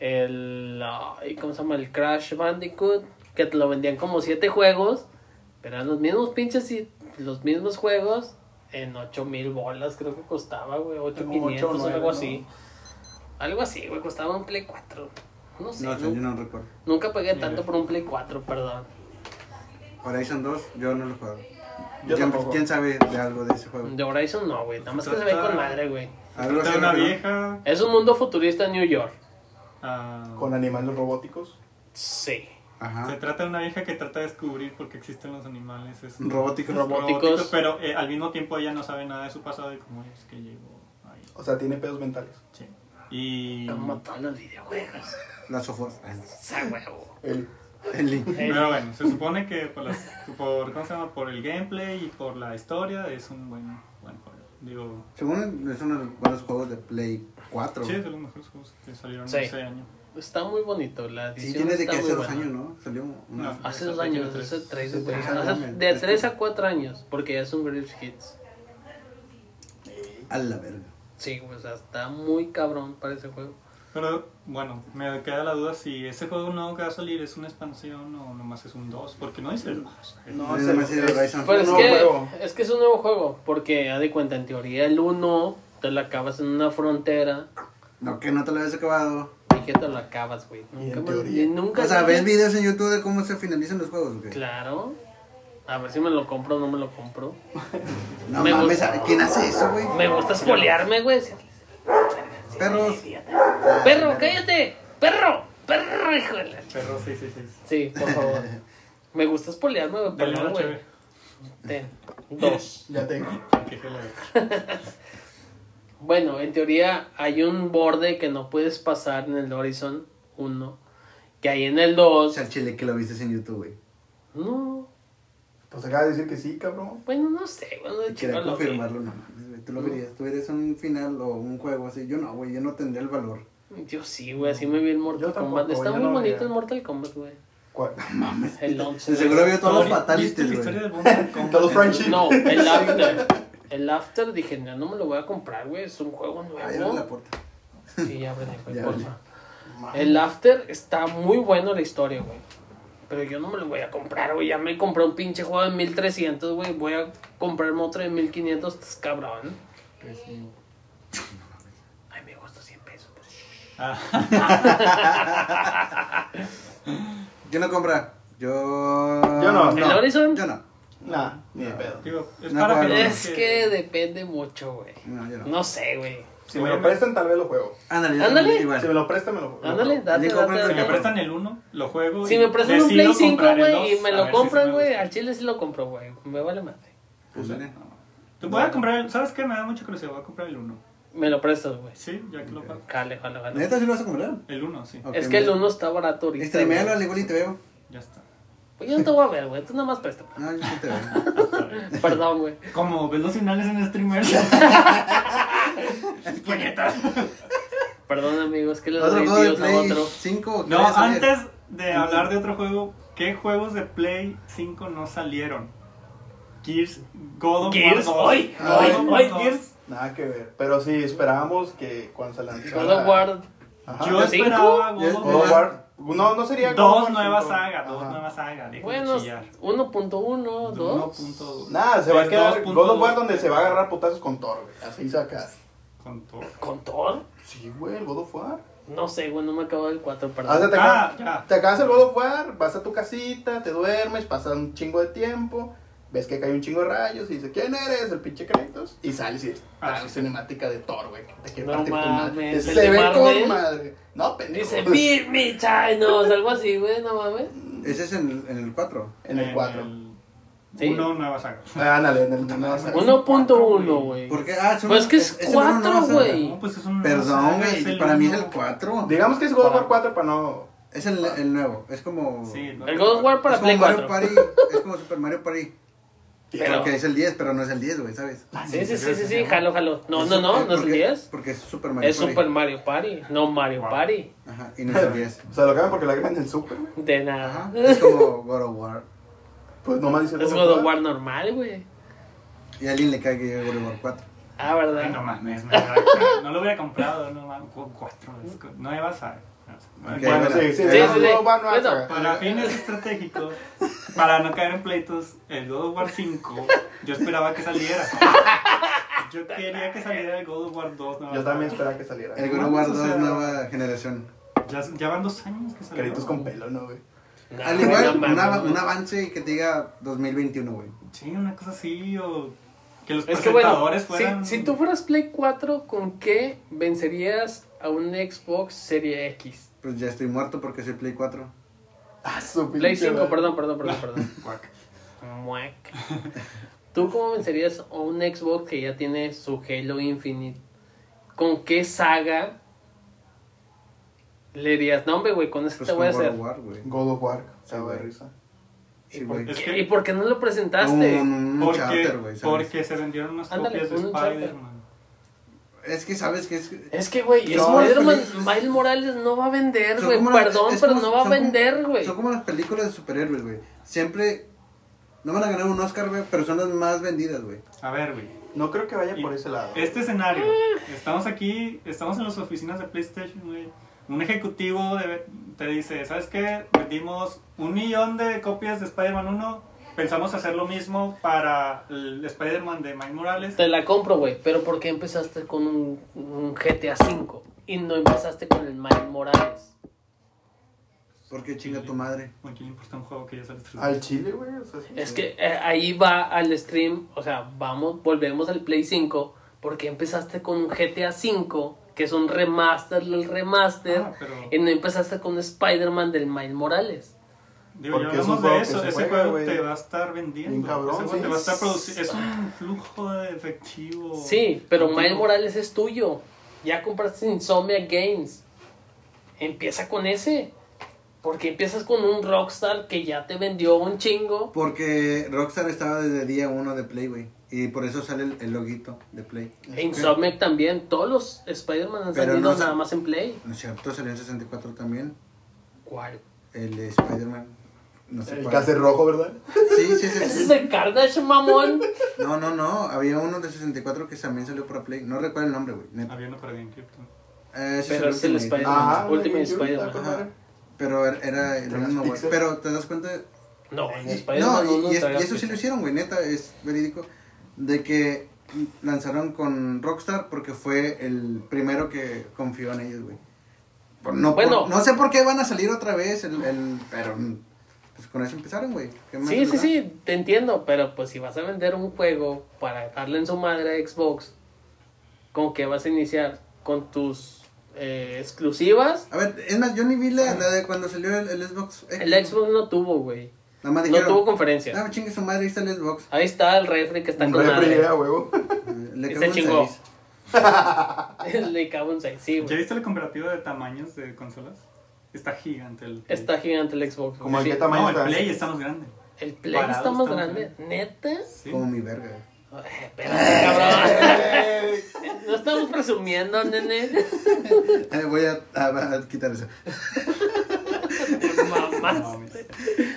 El. Ay, ¿cómo se llama? El Crash Bandicoot. Que te lo vendían como 7 juegos. Pero eran los mismos pinches y los mismos juegos. En 8 mil bolas, creo que costaba, güey. 8500 o nueve, algo ¿no? así. Algo así, güey. Costaba un Play 4. No sé. No, sé, nunca- yo no recuerdo. Nunca pagué tanto por un Play 4, perdón. Horizon 2, yo no lo juego. Yo ¿Quién, tampoco. quién sabe de algo de ese juego? De Horizon no, güey. Nada más que se ve con madre, güey. Algo Está así, una ¿no? vieja. Es un mundo futurista en New York. ah, Con animales robóticos. Sí. se Ajá. trata de una vieja que trata de descubrir por qué existen los animales. Es Robóticos. Robóticos. pero eh, al mismo tiempo ella no sabe nada de su pasado y cómo es que llegó ahí. O sea, tiene pedos mentales. Sí. Y. Como todos los videojuegos. La Sofos. Esa huevo. El El link. Pero bueno, se supone que por, las, por, ¿cómo se llama? por el gameplay y por la historia es un buen, buen juego. Digo, Según es uno de los buenos juegos de Play 4. sí, es de los mejores juegos que salieron Sí. ese año. Está muy bonito. La Sí, edición tiene de está que muy hace dos buena. años, ¿no? Salió una. No. Hace dos años, hace tres, Hace tres hace- años. de tres a cuatro años, porque ya son Greatest Hits. A la verga. Sí, güey, o sea, está muy cabrón para ese juego. Pero bueno, me queda la duda si ese juego nuevo que va a salir es una expansión o nomás es un 2, porque no dice el 2. No, Sí, se me me sirve Horizon. Pero es No, que, juego. es que es un nuevo juego, porque haz de cuenta, en teoría el 1 te lo acabas en una frontera No, que no te lo habías acabado. y que te lo acabas, güey. Y en Nunca, me- teoría. nunca o sea, sabes. ¿ves videos en YouTube de cómo se finalizan los juegos? o qué? Claro. A ver si me lo compro o no me lo compro. No Me mames, gusta. ¿quién hace eso, güey? Me gusta espolearme, güey. Perros. Perro, cállate. Perro, perro, híjole. Pero sí, sí, sí. Sí, por favor. Me gusta espolearme, güey. Dale Perdón, una güey. chévere. Ten. Dos. Ya tengo. que se la- Bueno, en teoría hay un borde que no puedes pasar en el Horizon 1. Que hay en el O 2. sea, el chile que lo viste en YouTube, güey. No. Pues acaba de decir que sí, cabrón. Bueno, no sé. Bueno, de Quería checarlo, confirmarlo, no mames, güey. Tú lo verías. Tú verías un final o un juego así. Yo no, güey. Yo no tendría el valor. güey. Yo sí, güey. Así me vi el Mortal Yo tampoco, Kombat. Está yo muy no lo bonito veía. el Mortal Kombat, güey. ¿Cuál? Mames. El De 11. seguro vio todos los ¿Viste la fatalities, historia güey. del Mortal Kombat? Todos los Frenchies. No, el After. El After dije, no, no me lo voy a comprar, güey. Es un juego Ahí abre la nuevo. puerta. Sí, ya, güey, Ya, porfa. Madre. El After está muy bueno la historia, güey. Pero yo no me lo voy a comprar, güey. Ya me compré un pinche juego de 1300, güey. Voy a comprarme otro de 1500, estás cabrón. Pues Ay, me costó 100 pesos. Ah, Yo no compra. Yo. Yo no. ¿El Horizon? Yo no. Nah, ni de pedo. digo, es No, para bueno. que- Es que depende mucho, güey. No, yo no. No sé, güey. Si Si me me- lo prestan, tal vez lo juego. Ándale, yo Ándale. también, Si Igual. me lo prestan, me lo juego. Ándale, date, Le compran- date, Si me date. prestan el 1, lo juego. Si y me prestan un decido Play 5, comprar el güey, y dos, me a lo ver si sí compran, me güey. gusta. Al chile sí lo compro, güey. Me vale madre. Pues, mira. Te voy a comprar, el- ¿sabes qué? Me da mucha curiosidad, voy a comprar el 1. Me lo prestas, güey. Sí, ya que lo pago. Jale, jale, jale. ¿Neta sí lo vas a comprar? El 1, sí, Ok, Este, es que el mira. 1 está barato ahorita. Streamealo güey. al igual y te veo. ya está. Pues yo no te voy a ver, güey. Tú nada más préstame. No, yo sí te veo. Perdón, güey. Como ves los finales en streamer. Puñetas. Perdón, amigos, que les Otro doy juego de tíos a Play otro. 5 o qué No, va a salir? antes de hablar de otro juego, ¿qué juegos de Play 5 no salieron? Gears, God of Gears, War 2. hoy, God hoy, of War hoy, 2. Gears. Nada que ver. Pero sí, esperábamos que cuando se lanzara. God of War. Ajá. Yo ¿De cinco? esperaba God Yo- of God of War. War. No, no sería. God of Dos War nuevas cinco. sagas, dos Ajá. nuevas sagas. dejen de Bueno, chillar. 1.1, 2. 1.2. Nada, se va a Es quedar. 2.2. God of War donde se va a agarrar putazos con Thor, güey. Así saca. Con todo. ¿Con Thor? Sí, güey, el God of War. No sé, güey, no me acabo del 4, Haz de perdón. te, Ah, acabas- ya. te acabas el God of War, vas a tu casita, te duermes, pasa un chingo de tiempo, ves que cae un chingo de rayos y dices, ¿quién eres? El pinche créditos. Y sales y es Ah, ah, sí. cinemática de Thor, güey. que Te quiere No partir tu mames, madre. ¿el Se de ve Marvel? con madre. No, pendejo. Dice, Beat me, Chinos, algo así, güey, no mames. Ese es en, en el 4. En el 4. Sí. Uno nueva saga. Ándale, en el no, no, no. 1.1 güey. ¿Por qué? Ah, son- Pues es que es ese bueno no va cuatro, a ser- güey. No, pues es un Perdón, güey. Para mí es el cuatro 4. Digamos que es God of War 4 para no. Es el, el nuevo. Es como. Sí, no. El God of War para es como Play Mario 4. Party. Es como Super Mario Party. Pero- Porque es el 10, pero no es el 10, güey, ¿sabes? Sí, sí, sí, sí, sí, jalo, jalo. No, no, no, no es el Porque- 10. Porque es Super Mario Es Party. Super Mario Party, no Mario Wow. Party. Ajá, y no es el 10. O sea, lo cambian porque lo agregan en el Super, güey. De nada. Ajá. Es como God of War. Pues nomás dice Es God of War normal, güey. Y a alguien le cae que llegue God of War 4. Ah, Ay, no ¿verdad? mames, me da cara. no lo hubiera comprado, no mames, cu- cuatro, es cu- nueva saga. Ok, Bueno, Bueno, sí, "Oh, sí, Sí, sí. sí, sí. God of War no va a Bueno. sacar. para fines estratégicos, para no caer en pleitos, el God of War 5, yo esperaba que saliera. Yo quería que saliera el God of War 2. nueva Yo también saga. esperaba que saliera. El God of War O 2, sea- nueva generación. Ya, ya van dos años que salió. Créditos con pelo, ¿no, güey? No, Al güey, igual, no un mames, av- güey. un avance que te diga 2021, güey. Sí, una cosa así, o que los Es que bueno, presentadores fueran... si, si tú fueras Play 4, ¿con qué vencerías a un Xbox Serie X? Pues ya estoy muerto porque soy Play 4. Ah, su Play pinche 5, madre. perdón, perdón, perdón, perdón. Guac. Muac. ¿Tú cómo vencerías a un Xbox que ya tiene su Halo Infinite? ¿Con qué saga le dirías, no, hombre, güey, con esto Pues te con voy a God hacer? of War, güey. God of War, Sí, se va de güey. risa. Sí, güey. Es ¿Qué- que- ¿Y por qué no lo presentaste? Un, un Porque, charter, güey, ¿sabes? porque se vendieron unas Ándale, copias de un Uncharted. Spider-Man. Es que sabes que es... Es que, güey, No, Spider-Man, es- Miles Morales no va a vender, son güey. como las- Perdón, es pero como- no va a son como- vender, güey. Son como las películas de superhéroes, güey. Siempre... No van a ganar un Oscar, güey, pero son las más vendidas, güey. A ver, güey. No creo que vaya por Y ese lado. Este escenario. Estamos aquí, estamos en las oficinas de PlayStation, güey. Un ejecutivo de- te dice, ¿sabes qué? Vendimos un millón de copias de Spider-Man 1. Pensamos hacer lo mismo para el Spider-Man de Mike Morales. Te la compro, güey, pero ¿por qué empezaste con un, un GTA V y no empezaste con el Miles Morales? Porque chinga tu madre. ¿A quién le importa un juego que ya sale otro Al día? chile, güey. o sea, Es que eh, ahí va al stream, o sea, vamos, volvemos al Play 5, porque empezaste con un GTA V, que es un remaster del remaster, Ah, pero- y no empezaste con Spider-Man del Miles Morales. Digo, ya Porque es un hablamos juego de que eso. se Ese juega, juego güey. te va a estar vendiendo. Bien cabrón, Ese juego sí. te va a estar produciendo. Es un flujo de efectivo. Sí, pero Continuo. Miles Morales es tuyo. Ya compraste Insomnia Games. Empieza con ese. Porque empiezas con un Rockstar que ya te vendió un chingo. Porque Rockstar estaba desde día uno de Play, güey. Y por eso sale el, el loguito de Play. E Insomniac también. Todos los Spider-Man han Pero salido no sa- nada más en Play. No es cierto, salió en 64 también. ¿Cuál? El de Spider-Man. No sé El cuál. caser rojo, ¿verdad? Sí, sí, sí. Ese es sí. el Carnage, mamón. No, no, no. Había uno de 64 que también salió para Play. No recuerdo el nombre, güey. neta. Había uno para GameCube. ¿no? Eh, ese Ah, pero es último, el güey. Spider-Man. Ah, Ultimate Spider-Man. Ajá. Pero era- era el Con las mismo, güey. pizzas. Pero te das cuenta. No, en Spider-Man No, y- uno y, es- trae y las eso sí lo piezas. hicieron, güey. Neta, es verídico. De que lanzaron con Rockstar porque fue el primero que confió en ellos, güey. Por- No, por- Bueno. no sé por qué van a salir otra vez, el, el- pero pues con eso empezaron, güey. ¿Qué más, Sí, sí, verdad? sí, te entiendo, pero pues si vas a vender un juego para darle en su madre a Xbox, ¿con qué vas a iniciar? ¿Con tus eh, exclusivas? A ver, es más, yo ni vi la, la de cuando salió el, el Xbox. X. El Xbox no tuvo, güey. Nada más No Ah, dijeron, tuvo conferencia. "Ah, chingue su madre, ahí está el Xbox. Ahí está el refri que está Un con refri, madre. a huevo. Le Y cago se en chingó. seis. Le cago en seis, sí, ¿Ya güey. viste la comparativa de tamaños de consolas? Está gigante el. Play. Está gigante el Xbox. güey. Como el Sí. que No, tamaño el está? Play está más grande. El Play está Parado, más está grande. ¿Neta? Sí. Como mi verga. güey. Ay, espérate, cabrón. No estamos presumiendo, nene. Eh, voy a, a- a quitar eso. No Mamás. mames.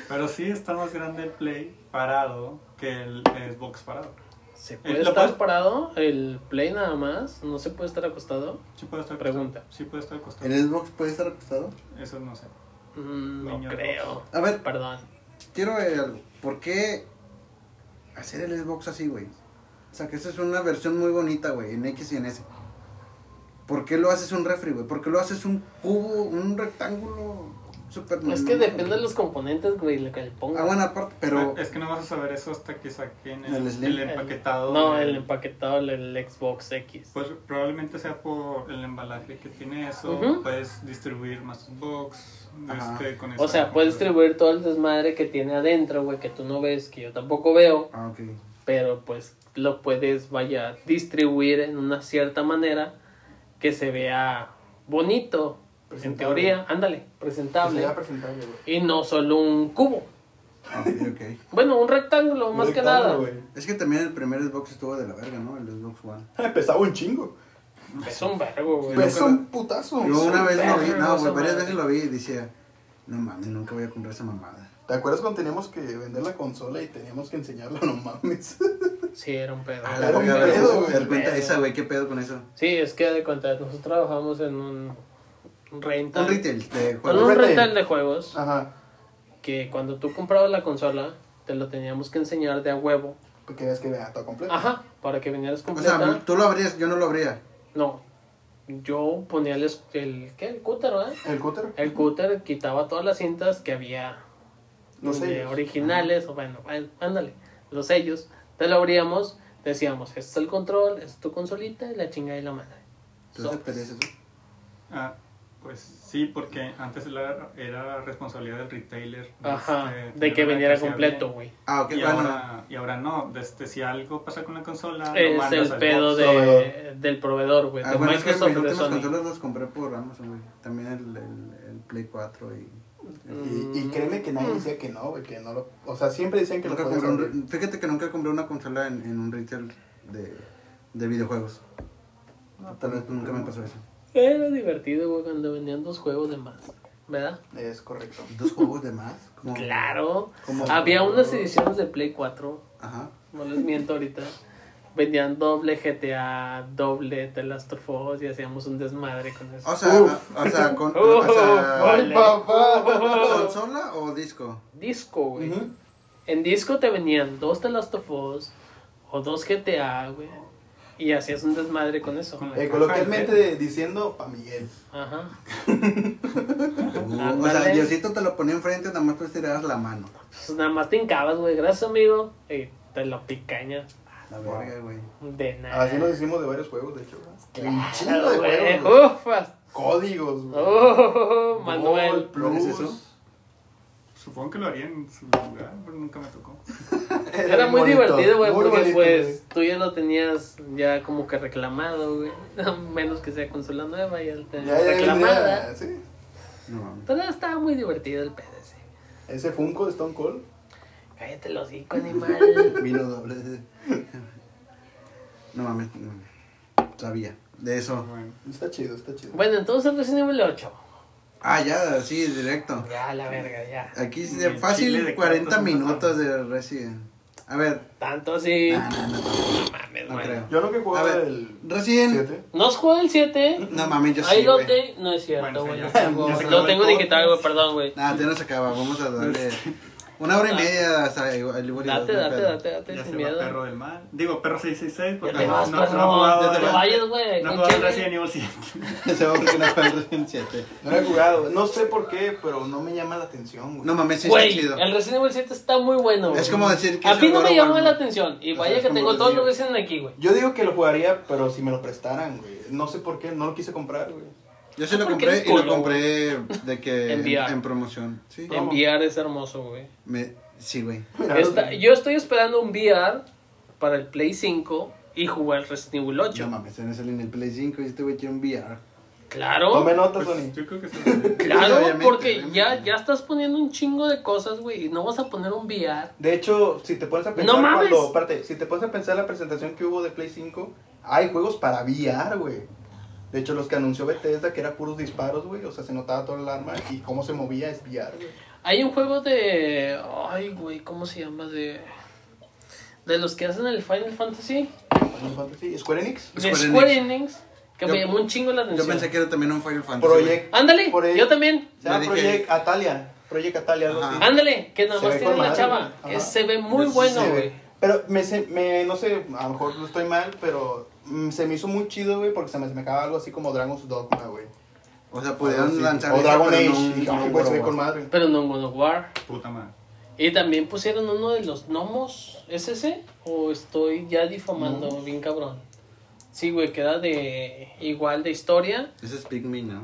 Pero sí está más grande el Play parado que el Xbox parado. ¿Se puede ¿Lo estar puedes- parado el play nada más? ¿No se puede estar acostado? Sí puede estar Pregunta. acostado. Sí puede estar acostado. ¿El Xbox puede estar acostado? Eso no sé. Mm, no Niño creo. A ver, Perdón. quiero ver algo. ¿Por qué hacer el Xbox así, güey? O sea, que esa es una versión muy bonita, güey, en X y en S. ¿Por qué lo haces un refri, güey? ¿Por qué lo haces un cubo, un rectángulo súper... Es que depende de los componentes, güey, lo que le Mm. Ah, ponga. bueno, aparte, pero... Ah, Es que no vas a saber eso hasta que saquen el, El Slim. el empaquetado. No, del- el empaquetado, el, el Xbox X. Pues probablemente sea por el embalaje que tiene eso. Ujú. Puedes distribuir más box. Ajá. Este, con O esa sea, puedes distribuir todo el desmadre que tiene adentro, güey, que tú no ves, que yo tampoco veo, Ah, ok. pero pues lo puedes, vaya, distribuir en una cierta manera que se vea bonito, en Presentable. teoría, ándale, presentable, Sería presentable, güey. y no solo un cubo. Ah, Ok, ok. Bueno, un rectángulo, más que Rectángulo, nada. güey. Es que también el primer Xbox estuvo de la verga, ¿no? El Xbox One. Pesaba un chingo. Es un vergo, güey. Pero- Pesa un putazo. Yo una vez lo vi, perro, no, esa güey, varias madre. veces lo vi y decía, no mames, nunca voy a comprar esa mamada. ¿Te acuerdas cuando teníamos que vender la consola y teníamos que enseñarla? No mames. Sí, era un pedo. A Era la un verga, a ver, pedo, ¿te güey. das cuenta Pedo. esa, güey? ¿Qué pedo con eso? Sí, es que de cuenta, nosotros trabajamos en un un rental. Un retail Ah. de Con juegos. un Retail. rental de juegos Ajá. que cuando tú comprabas la consola, te lo teníamos que enseñar de a huevo. Porque ves Pues, que vea todo completo. Ajá, para que vinieras O completa. sea, tú lo abrías, yo no lo abría. No, yo ponía el, es- el, ¿qué? El cúter, ¿verdad? El cúter. El cúter quitaba todas las cintas que había Los de sellos. originales, o bueno, bueno, ándale, los sellos. Te lo abríamos, decíamos, este es el control, esta es tu consolita, y la chingada y la madre. ¿Tú So- aceptarías eso? Ah, pues sí, porque antes la- era responsabilidad del retailer. Ajá, este, de tener que la viniera casa completo, bien. güey. Ah, ok, Y bueno. ahora, y ahora no, desde, si algo pasa con la consola, lo Es mandas el al pedo box. de, proveedor. del proveedor, güey. Ah, de bueno, es que mis Microsoft, de últimas Sony. consolas las compré por Amazon, güey. También el, el, el Play 4 y... Y, Mm. y créeme que nadie decía que no, güey, que no lo... O sea, siempre decían que lo Nunca podías compré un abrir. re- fíjate que nunca compré una consola en, en un retail de, de videojuegos. Tal vez nunca me pasó eso. Era divertido, güey, cuando vendían dos juegos de más, ¿verdad? Es correcto. ¿Dos juegos de más? Como- Claro. como- Había unas ediciones de Play 4, Ajá. no les miento ahorita, vendían doble GTA, doble The Last of Us y hacíamos un desmadre con eso. Ah. O sea, Uf. o sea, con, Uf, o sea, vale. Uf. ¿consola o disco? Disco, güey. Ujú. En disco te venían dos The Last of Us o dos GTA, güey. Y hacías un desmadre con eso. Con la- Eh, coloquialmente diciendo pa' Miguel. Ajá. Uh, o Ándale. sea, Diosito te lo ponía enfrente, nada más tú estirabas la mano. Pues nada más te hincabas, güey. Gracias, amigo. Y te lo picaña. La verga, güey. De nada. Así nos hicimos de varios juegos, de hecho. güey. Un chingo Claro, de güey. juegos. güey. Ufas. Códigos, güey. Oh, Gol, Manuel. plus. ¿Es eso? Supongo que lo haría en su lugar, pero nunca me tocó. Era, muy bonito, divertido, güey, muy porque bonito, pues güey. tú ya lo tenías ya como que reclamado, güey. A menos que sea consola nueva, ya lo tenías Ya, ya, ya, reclamada. ya, sí. No mames. Pero estaba muy divertido el PDC. Ese Funko de Stone Cold. Cállate los hocico, animal. Vino doble. No mames, no. sabía de eso. Bueno, Está chido, está chido. bueno, entonces Resident Evil 8. Ah, ya, sí, directo. Ya, la verga, ya. Aquí es Y de el chile fácil de 40 cuántos minutos de Resident. A ver, Tanto así. Nah, nah, No mames, no güey. creo. Yo lo que A juego ver, el Resident. 7. ¿No has jugado el 7? No mames, yo Ahí sí, lo güey. tengo. No es cierto, Bueno, güey. ya- lo tengo- ya se Lo acabó tengo el digital, güey, podcast. perdón, güey. Nada, ya nos acaba, vamos a darle Este. una hora y media hasta igual. igual- Date, igual, date, pero- date, date, ya sin se va miedo. perro del mal. Digo, perro 666, Ya porque te no, vas, no, no, he perro. No jugado- te Resident- vayas, güey. no he con jugado chile. Resident Evil 7. Se va a volver a Resident 7. No lo he jugado. No sé por qué, pero no me llama la atención, güey. No mames, sí está Güey, chido. el Resident Evil 7 está muy bueno. Es güey. como decir que. A es mí el no me God of llamó War, la ¿no? atención. Y O sea, vaya es que como tengo los todos los videos. Resident aquí, güey. Yo digo que lo jugaría, pero si me lo prestaran, güey. No sé por qué, no lo quise comprar, güey. Yo sí lo ¿Por qué compré eres y lo culo, compré de que En en, VR. en promoción. Sí, No. Enviar es hermoso, güey. Me- sí, güey. Mira, Esta- yo estoy esperando un VR para el Play 5 y jugar Resident Evil 8. No mames, en ese en el Play 5 y este güey tiene un VR. Claro, Tome nota, Sony. Pues, yo creo que sí. Sí, claro, obviamente, porque obviamente. ya, ya estás poniendo un chingo de cosas, güey, y no vas a poner un VR. De hecho, si te pones a pensar ¡No mames! cuando- aparte, si te pones a pensar la presentación que hubo de Play 5, hay juegos para VR, güey. De hecho, los que anunció Bethesda, que era puros disparos, güey. O sea, se notaba todo el arma y cómo se movía es VR, güey. Hay un juego de... Ay, güey, ¿cómo se llama? De... De los que hacen el Final Fantasy. Final Fantasy, Square Enix. De Square Square Enix. Que Yo- me llamó un chingo la Yo atención. pensé que era también un Final Fantasy. Project. Ándale, Por ahí. yo también. Se llama Le dije- Project Atalia. Project Atalia, algo Ajá. así. Ándale, que nada Se más ve tiene con la madre, chava. güey. que Ajá. se ve muy Sí, bueno, Sí, güey. Pero me, se- me, no sé, a lo mejor no estoy mal, pero mm, se me hizo muy chido, güey, porque se me acaba algo así como Dragon's Dogma, güey. O sea, pudieron Ah, Sí. lanzar. O eso, Dragon pero Age. no un- Dije, no "Ah, un güey, se ve God of con War". madre. Pero no en God of War. Puta madre. Y también pusieron uno de los gnomos. ¿Es ese? ¿O estoy ya difamando bien cabrón? Sí, güey, queda de igual de historia. Ese es Pikmin, ¿no?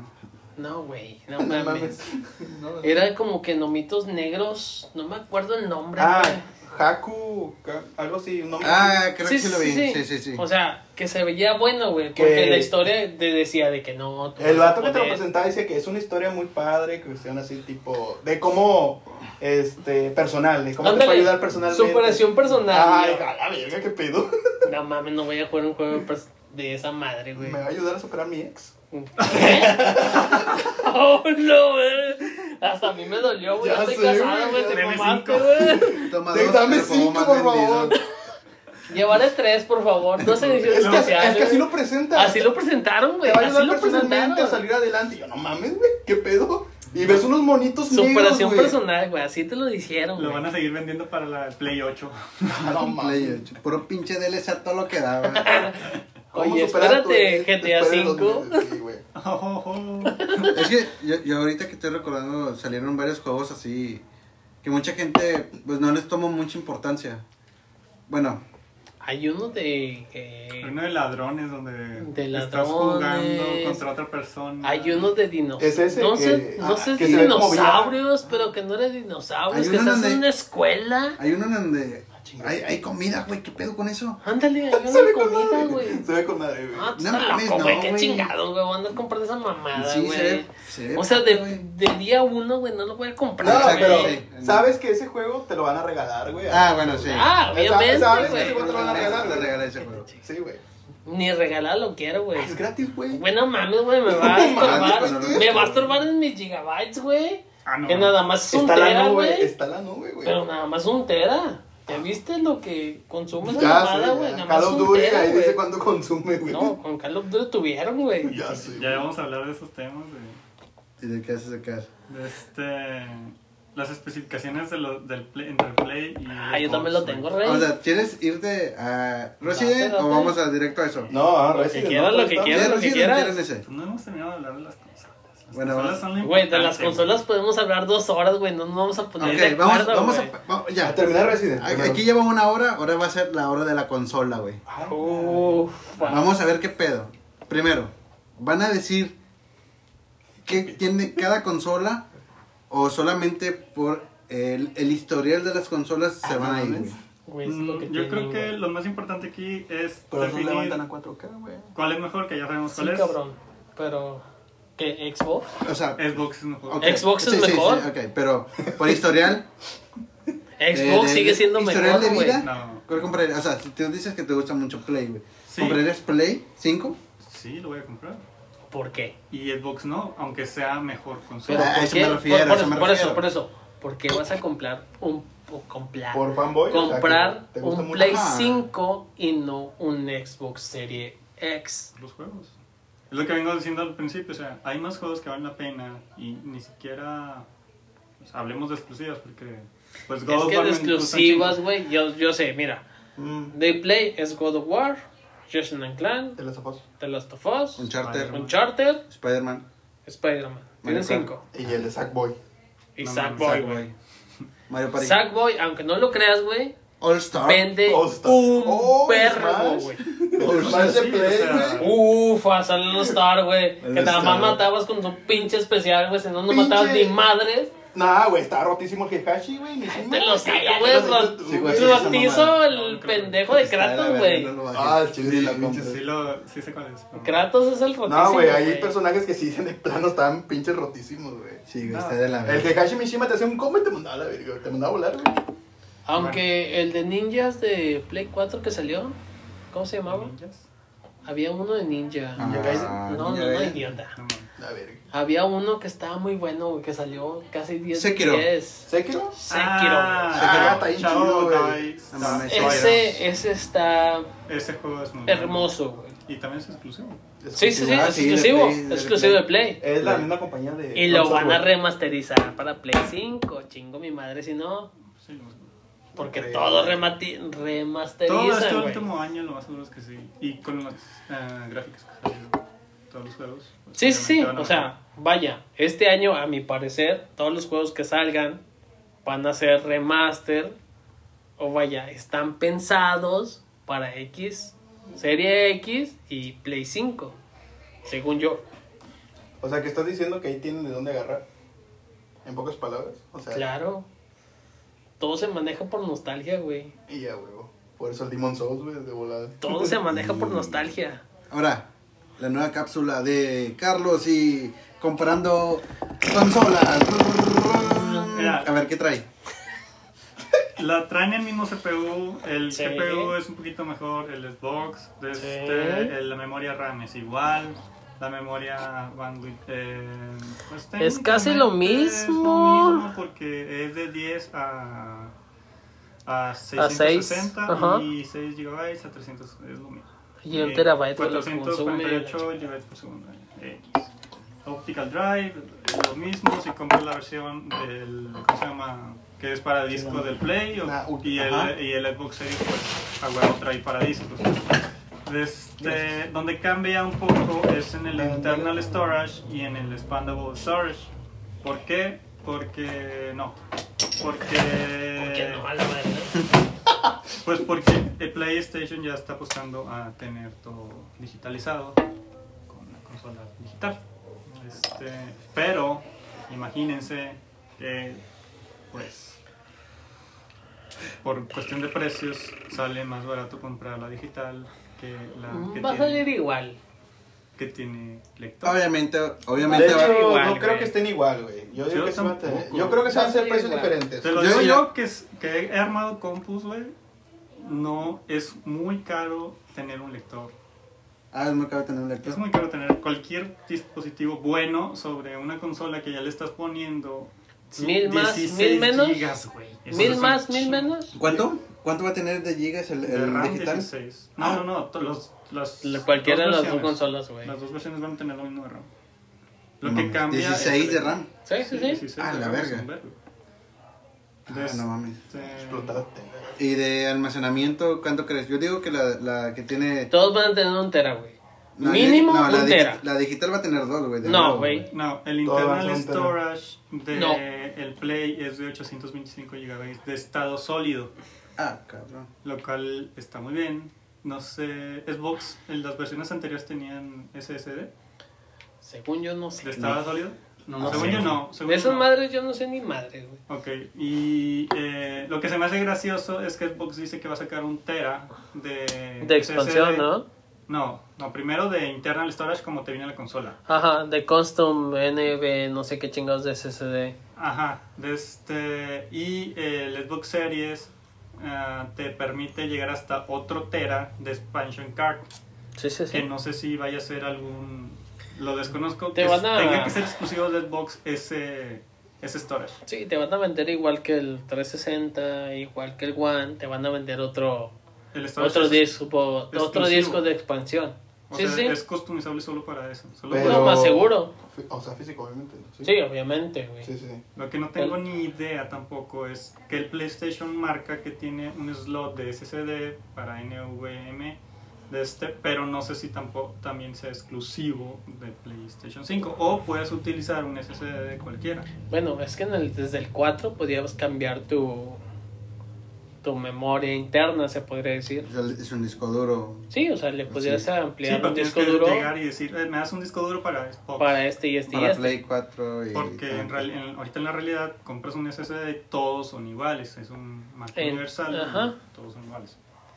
No, güey, no No mames. mames. No, Era como que nomitos negros. No me acuerdo el nombre. Ah, güey. Haku, ca- algo así, un nombre. Ah, creo que sí lo vi. Sí, sí, sí. O sea, que se veía bueno, güey. Que- Porque la historia te decía de que no. tú eh, el vas a vato que te lo poder. presentaba dice que es una historia muy padre, cuestión así tipo de cómo este personal, de cómo te Ándale, puede ayudar personalmente. Superación personal. Ay, güey. a la verga, qué pedo. No mames, no voy a jugar un juego de pers- de esa madre, güey. Me va a ayudar a superar a mi ex. Oh, no, güey. Hasta a mí me dolió, güey. Ya Ya estoy sé, casado, güey, güey. Te deme mamaste, cinco. güey. Toma Sí, dos, dame pero como cinco, más por vendido. favor. Llevaré tres, por favor. No se edición Es que, especial. es que así güey. lo presenta. Así lo presentaron, güey. Te va a Así ayudar lo personalmente a presentaron. salir adelante. Y yo, no mames, güey, qué pedo. Y ves unos monitos negros, Superación güey. personal, güey. Así te lo dijeron, Lo van güey. a seguir vendiendo para la Play 8. Ah, no mames. Play ocho. Puro pinche DLC a todo lo que daba. ¿Cómo Oye, superar a tu espérate, ex GTA después de los V. meses? Sí, güey. Oh, oh, es que yo, yo ahorita que estoy recordando, salieron varios juegos así que mucha gente pues no les toma mucha importancia. Bueno, Hay uno de. oh. que- Uno de ladrones donde De estás jugando ladrones. contra otra persona. Hay uno de Es dinosaurios. ese no que- sé, no ah, sé que si se ve como dinosaurios, pero que no eres dinosaurios. Hay uno Que estás donde- en una escuela. hay uno en donde Ah, chingada. hay, hay comida, güey, ¿qué pedo con eso? Ándale, hay una Se ve con comida, madre. güey. Se ve con madre, güey. Ah, tú No estás mames, loco, no, güey. qué güey. chingados, güey. Voy a andar comprando esa mamada, Sí, güey. se ve- se ve o sea, padre, de, güey. de día uno, güey, no lo voy a comprar. No, Ah, güey. pero sí. sabes que ese juego te lo van a regalar, güey. Ah, bueno, sí. Ah, obviamente, ¿Sabes que güey. ese juego te lo van a regalar? Le güey. regalé ese juego. Sí, güey. Ni regalarlo quiero, güey. Es gratis, güey. Bueno, mames, güey, me va a No mames, estorbar. cuando lo me va a descargues. estorbar en mis gigabytes, güey. Ah, no. Que nada más es un Está la tera, güey. nube, está la nube, güey. Pero nada más un tera. ¿Ya viste lo que consume esa Ya sé, mamada, güey? ya. Nada Call más of un Duty, tera, ahí güey. dice cuánto consume, güey. No, con Call of Duty tuvieron, güey. Ya sé. Ya güey. vamos a hablar de esos temas, de, ¿Y de qué haces acá? de este, las especificaciones de lo- del play, entre Play y... Ah, yo Xbox, también lo güey. tengo, rey. O sea, ¿quieres irte a Resident Date, date. o vamos a directo a eso? No, ah, Lo que Resident, quieras, ¿no? lo que Está- quieras. ¿Quieres lo Resident o quieras. quieres ese? Pues No hemos terminado de hablar de las consolas. Las Bueno, consolas son lo Güey, de las importante, consolas podemos hablar dos horas, güey. No nos vamos a poner Pues de Ok, vamos, acuerdo, vamos güey. a... vamos- Ya, ya, terminar Resident. Aquí aquí lleva una hora, ahora va a ser la hora de la consola, güey. Ah, Uf, va. Vamos a ver qué pedo. Primero, ¿van a decir qué tiene cada consola o solamente por el, el historial de las consolas se van a ir, güey? Güey, pues, es lo que Mm, Yo tienen, creo que güey. lo más importante aquí es Pero esos definir levantan a 4K, güey. cuál es mejor, que ya sabemos Sí, cuál es. cabrón. Pero. ¿Qué? ¿Xbox? O sea, Xbox es mejor. ok. Xbox es mejor. ok, pero por historial, Xbox Eh, de- sigue siendo historial mejor, de güey. vida. No. ¿cuál comprarías? O sea, si tú dices que te gusta mucho Play, güey. Sí. ¿Comprarías Play 5? Sí, lo voy a comprar. ¿Por qué? Y Xbox no, aunque sea mejor Pero, consola. Ah, a ¿por eso qué? me refiero, Por- a por, eso me por refiero. Por eso, por eso. ¿Por qué vas a comprar un. o comprar. Por fanboy. o sea, que Ah, comprar te gusta un mucho. Play Ah. 5 y no un Xbox Series X. Los juegos. Es lo que vengo diciendo al principio, o sea, hay más juegos que valen la pena y ni siquiera o sea, hablemos de exclusivas porque pues God Es of que War de me gusta un exclusivas, chingo. güey. Yo, yo sé, mira. Mm, De Play es God of War, Jason and Clan, de las sofás. The Last of Us, Uncharted, Vale. Uncharted, Spider-Man, Spider-Man. Mario Tienen Kart. cinco. Y el de Sackboy. Y No Sackboy, mames, güey. Sackboy, Mario Party, Sackboy, aunque no lo creas, güey, All Star, vende All Star. un Oh, vergo, Smash. güey. El Smash de Sí, o Play, sea, güey. Ufa, salen los Star, güey. El Que nada más Star. matabas con tu pinche especial, güey. Si no, no Pinche- matabas ni madres. Nah, güey, está rotísimo el Heihachi, güey. ni- Te lo saco, Cállate, güey. no sé, Sí, güey, ro- sí, Rotizo mamada. el pendejo de Está de la Kratos, verga, güey. no lo bajes. Ah, el chile Sí, la lo compra. Sí, lo, sí sé cuál es. pero- Kratos es el rotísimo. No, güey, hay güey. personajes que sí de plano están pinches rotísimos, güey. Sí, güey, No. está de la El verga. Heihachi Mishima te hacía un combo y te mandaba a la verga, te mandaba a volar, güey. Aunque el de ninjas de Play 4 que salió, ¿cómo se llamaba? Ninjas. Había uno de ninja. Ah, Ninja Gaiden. no, no, Ninja no, Gaiden. idiota. No mames. La verga. Había uno que estaba muy bueno, güey, que salió casi 10 Sekiro. de 10. ¿Sekiro? Sekiro. Ah, Ah, está bien Shadow chido, güey. Dice. No mames, Twice. ese, ese está Ese juego es muy bueno. hermoso, güey. Y también es exclusivo. Sí, sí, sí, Ah, es sí, de exclusivo. Play, Eh, es de exclusivo de Play. Play. Es la misma compañía de. Y lo From van a Software. remasterizar para Play 5. Chingo mi madre si no. Sí, lo más seguro. Porque Creo. todo remati- Todo este remasterizan, güey. último año lo más seguro es que sí. Y con los gráficos que salieron. Todos los juegos. pues, Sí, sí, sí. obviamente van a O sea, vaya, este año, a mi parecer, todos los juegos que salgan van a ser remaster. O vaya, están pensados para X, Serie X y Play 5. Según yo, O sea, que estás diciendo que ahí tienen de dónde agarrar. En pocas palabras. O sea, claro. Todo se maneja por nostalgia, güey. y ya, huevo. Por eso el Demon Souls, güey, de volada. Todo se maneja por nostalgia. Ahora, la nueva cápsula de Carlos y comparando consolas. Mira. A ver, ¿qué trae? La traen el mismo CPU, el Sí. CPU es un poquito mejor, el Xbox, de Sí. este, el- la memoria RAM es igual, la memoria bandwidth eh, pues, Es casi lo técnicamente es lo mismo. mismo porque es de 10 a, a seis, 660 ajá. y 6 GB a 300, es lo mismo. Y un Eh, terabyte lo que consume. 448 GB por segundo. eh, X. Optical Drive, lo mismo si compras la versión del. ¿Cómo se llama? Que es para disco del Play o- Nah, u- y, ajá. el, y el Xbox Series, pues a huevo trae para discos. Este, donde cambia un poco es en el Ah, internal vale. storage y en el expandable storage. ¿Por qué? Porque no. Porque. ¿Por qué no? A la madre. Pues porque el PlayStation ya está apostando a tener todo digitalizado con la consola digital. Este, pero imagínense que, pues, por cuestión de precios, sale más barato comprar la digital que la que, Va a salir tiene, igual. que tiene lector. Obviamente, De obviamente. hecho, va- igual, no güey. creo que estén igual, güey. Yo, digo Yo que se van a tener- tampoco. yo creo que se van a hacer Sí, precios güey. diferentes. Te lo Yo- digo yo, yo- que, es- que he armado compus, güey. No, es muy caro tener un lector. Ah, es muy caro tener un lector. Es muy caro tener cualquier dispositivo bueno sobre una consola que ya le estás poniendo Mil más, mil menos. gigas, güey. Eso Mil es un más, mil chingo. menos. ¿Cuánto? ¿Cuánto va a tener de gigas el, De el RAM digital? 16. No, no, no. to- los, las Le- Cualquiera de las dos dos versiones. consolas, güey. Las dos versiones van a tener lo mismo de RAM. Lo No que mames, cambia. es 16 de el- RAM. Sí, sí, sí. 16 Ah, de la RAM es verga. un vergo. Ah, Des- no mames. este, Explotaste. ¿Y de almacenamiento cuánto crees? Yo digo que la, la que tiene... Todos van a tener un tera, güey. la Mínimo di- no, la, un digi- tera. la digital va a tener dos, güey. de No, nuevo, güey. No, el Todo va internal a ser un tera. storage de No. el Play es de 825 GB de estado sólido, Ah, cabrón. lo cual está muy bien. No sé, Xbox, en las versiones anteriores tenían SSD Según yo no sé. de estado sólido. No, no según sé. yo no. Según De yo esas no. madres yo no sé ni madre, güey. Ok, y eh, lo que se me hace gracioso es que Xbox dice que va a sacar un tera de... De expansión, SSD. ¿no? No, no, primero de internal storage como te viene la consola. Ajá, de custom NB, no sé qué chingados de SSD. Ajá, de este... Y eh, el Xbox Series ah, te permite llegar hasta otro tera de expansion card, Sí, sí, que sí. no sé si vaya a ser algún... Lo desconozco, Te que van a- tenga que ser exclusivo de Xbox ese, ese storage. Sí, te van a vender igual que el 360, igual que el One, te van a vender otro El storage otro es- disco, otro exclusivo. disco de expansión. o Sí, sea, sí. es customizable solo para eso. Solo Pero- para- Uno más seguro. Fí- O sea, físico, obviamente. Sí, obviamente, güey. Sí, sí. Lo que no tengo ni idea tampoco es que el PlayStation marca que tiene un slot de SSD para NVMe, de este, pero no sé si tampoco también sea exclusivo de PlayStation 5 o puedes utilizar un SSD de cualquiera. Bueno, es que en el, desde el 4 podías cambiar tu tu memoria interna, se podría decir. Es el- Es un disco duro. Sí, o sea, le podías Sí, ampliar pero un tienes disco que duro llegar y decir, "Eh, me das un disco duro para Xbox. para este y este y Para este. Play 4 y... porque en real- en- ahorita en la realidad compras un SSD y todos son iguales, es un más En- universal, ajá. todos son iguales.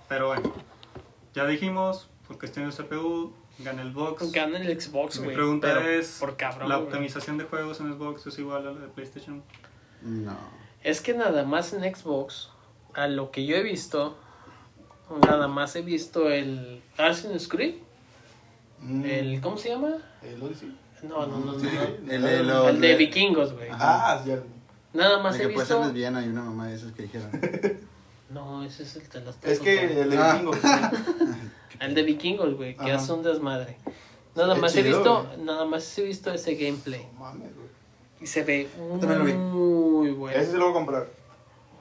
Pero bueno, ya dijimos, por cuestiones de CPU, gana el box. Gana el Xbox, Mi güey. pregunta pero es, por cabrón. ¿La güey. optimización de juegos en Xbox es igual a la de PlayStation? No. Es que nada más en Xbox, a lo que yo he visto, nada más he visto el Assassin's Creed, Mm, el ¿cómo se llama? El Odyssey. No, no, no, no, no. El, el- lo- El de vikingos, güey. Ah, ya. Nada El más he que pues, puede ser visto. lesbiana y una mamá de esas que dijeron. No, ese es el de las Es que tazas, el de Ah. vikingos. güey. el de vikingos, güey, que Ajá. hace un desmadre. Nada Es más he chido, visto, nada más he visto ese gameplay No mames, güey. y se ve También lo vi. muy bueno. Ese se lo voy a comprar.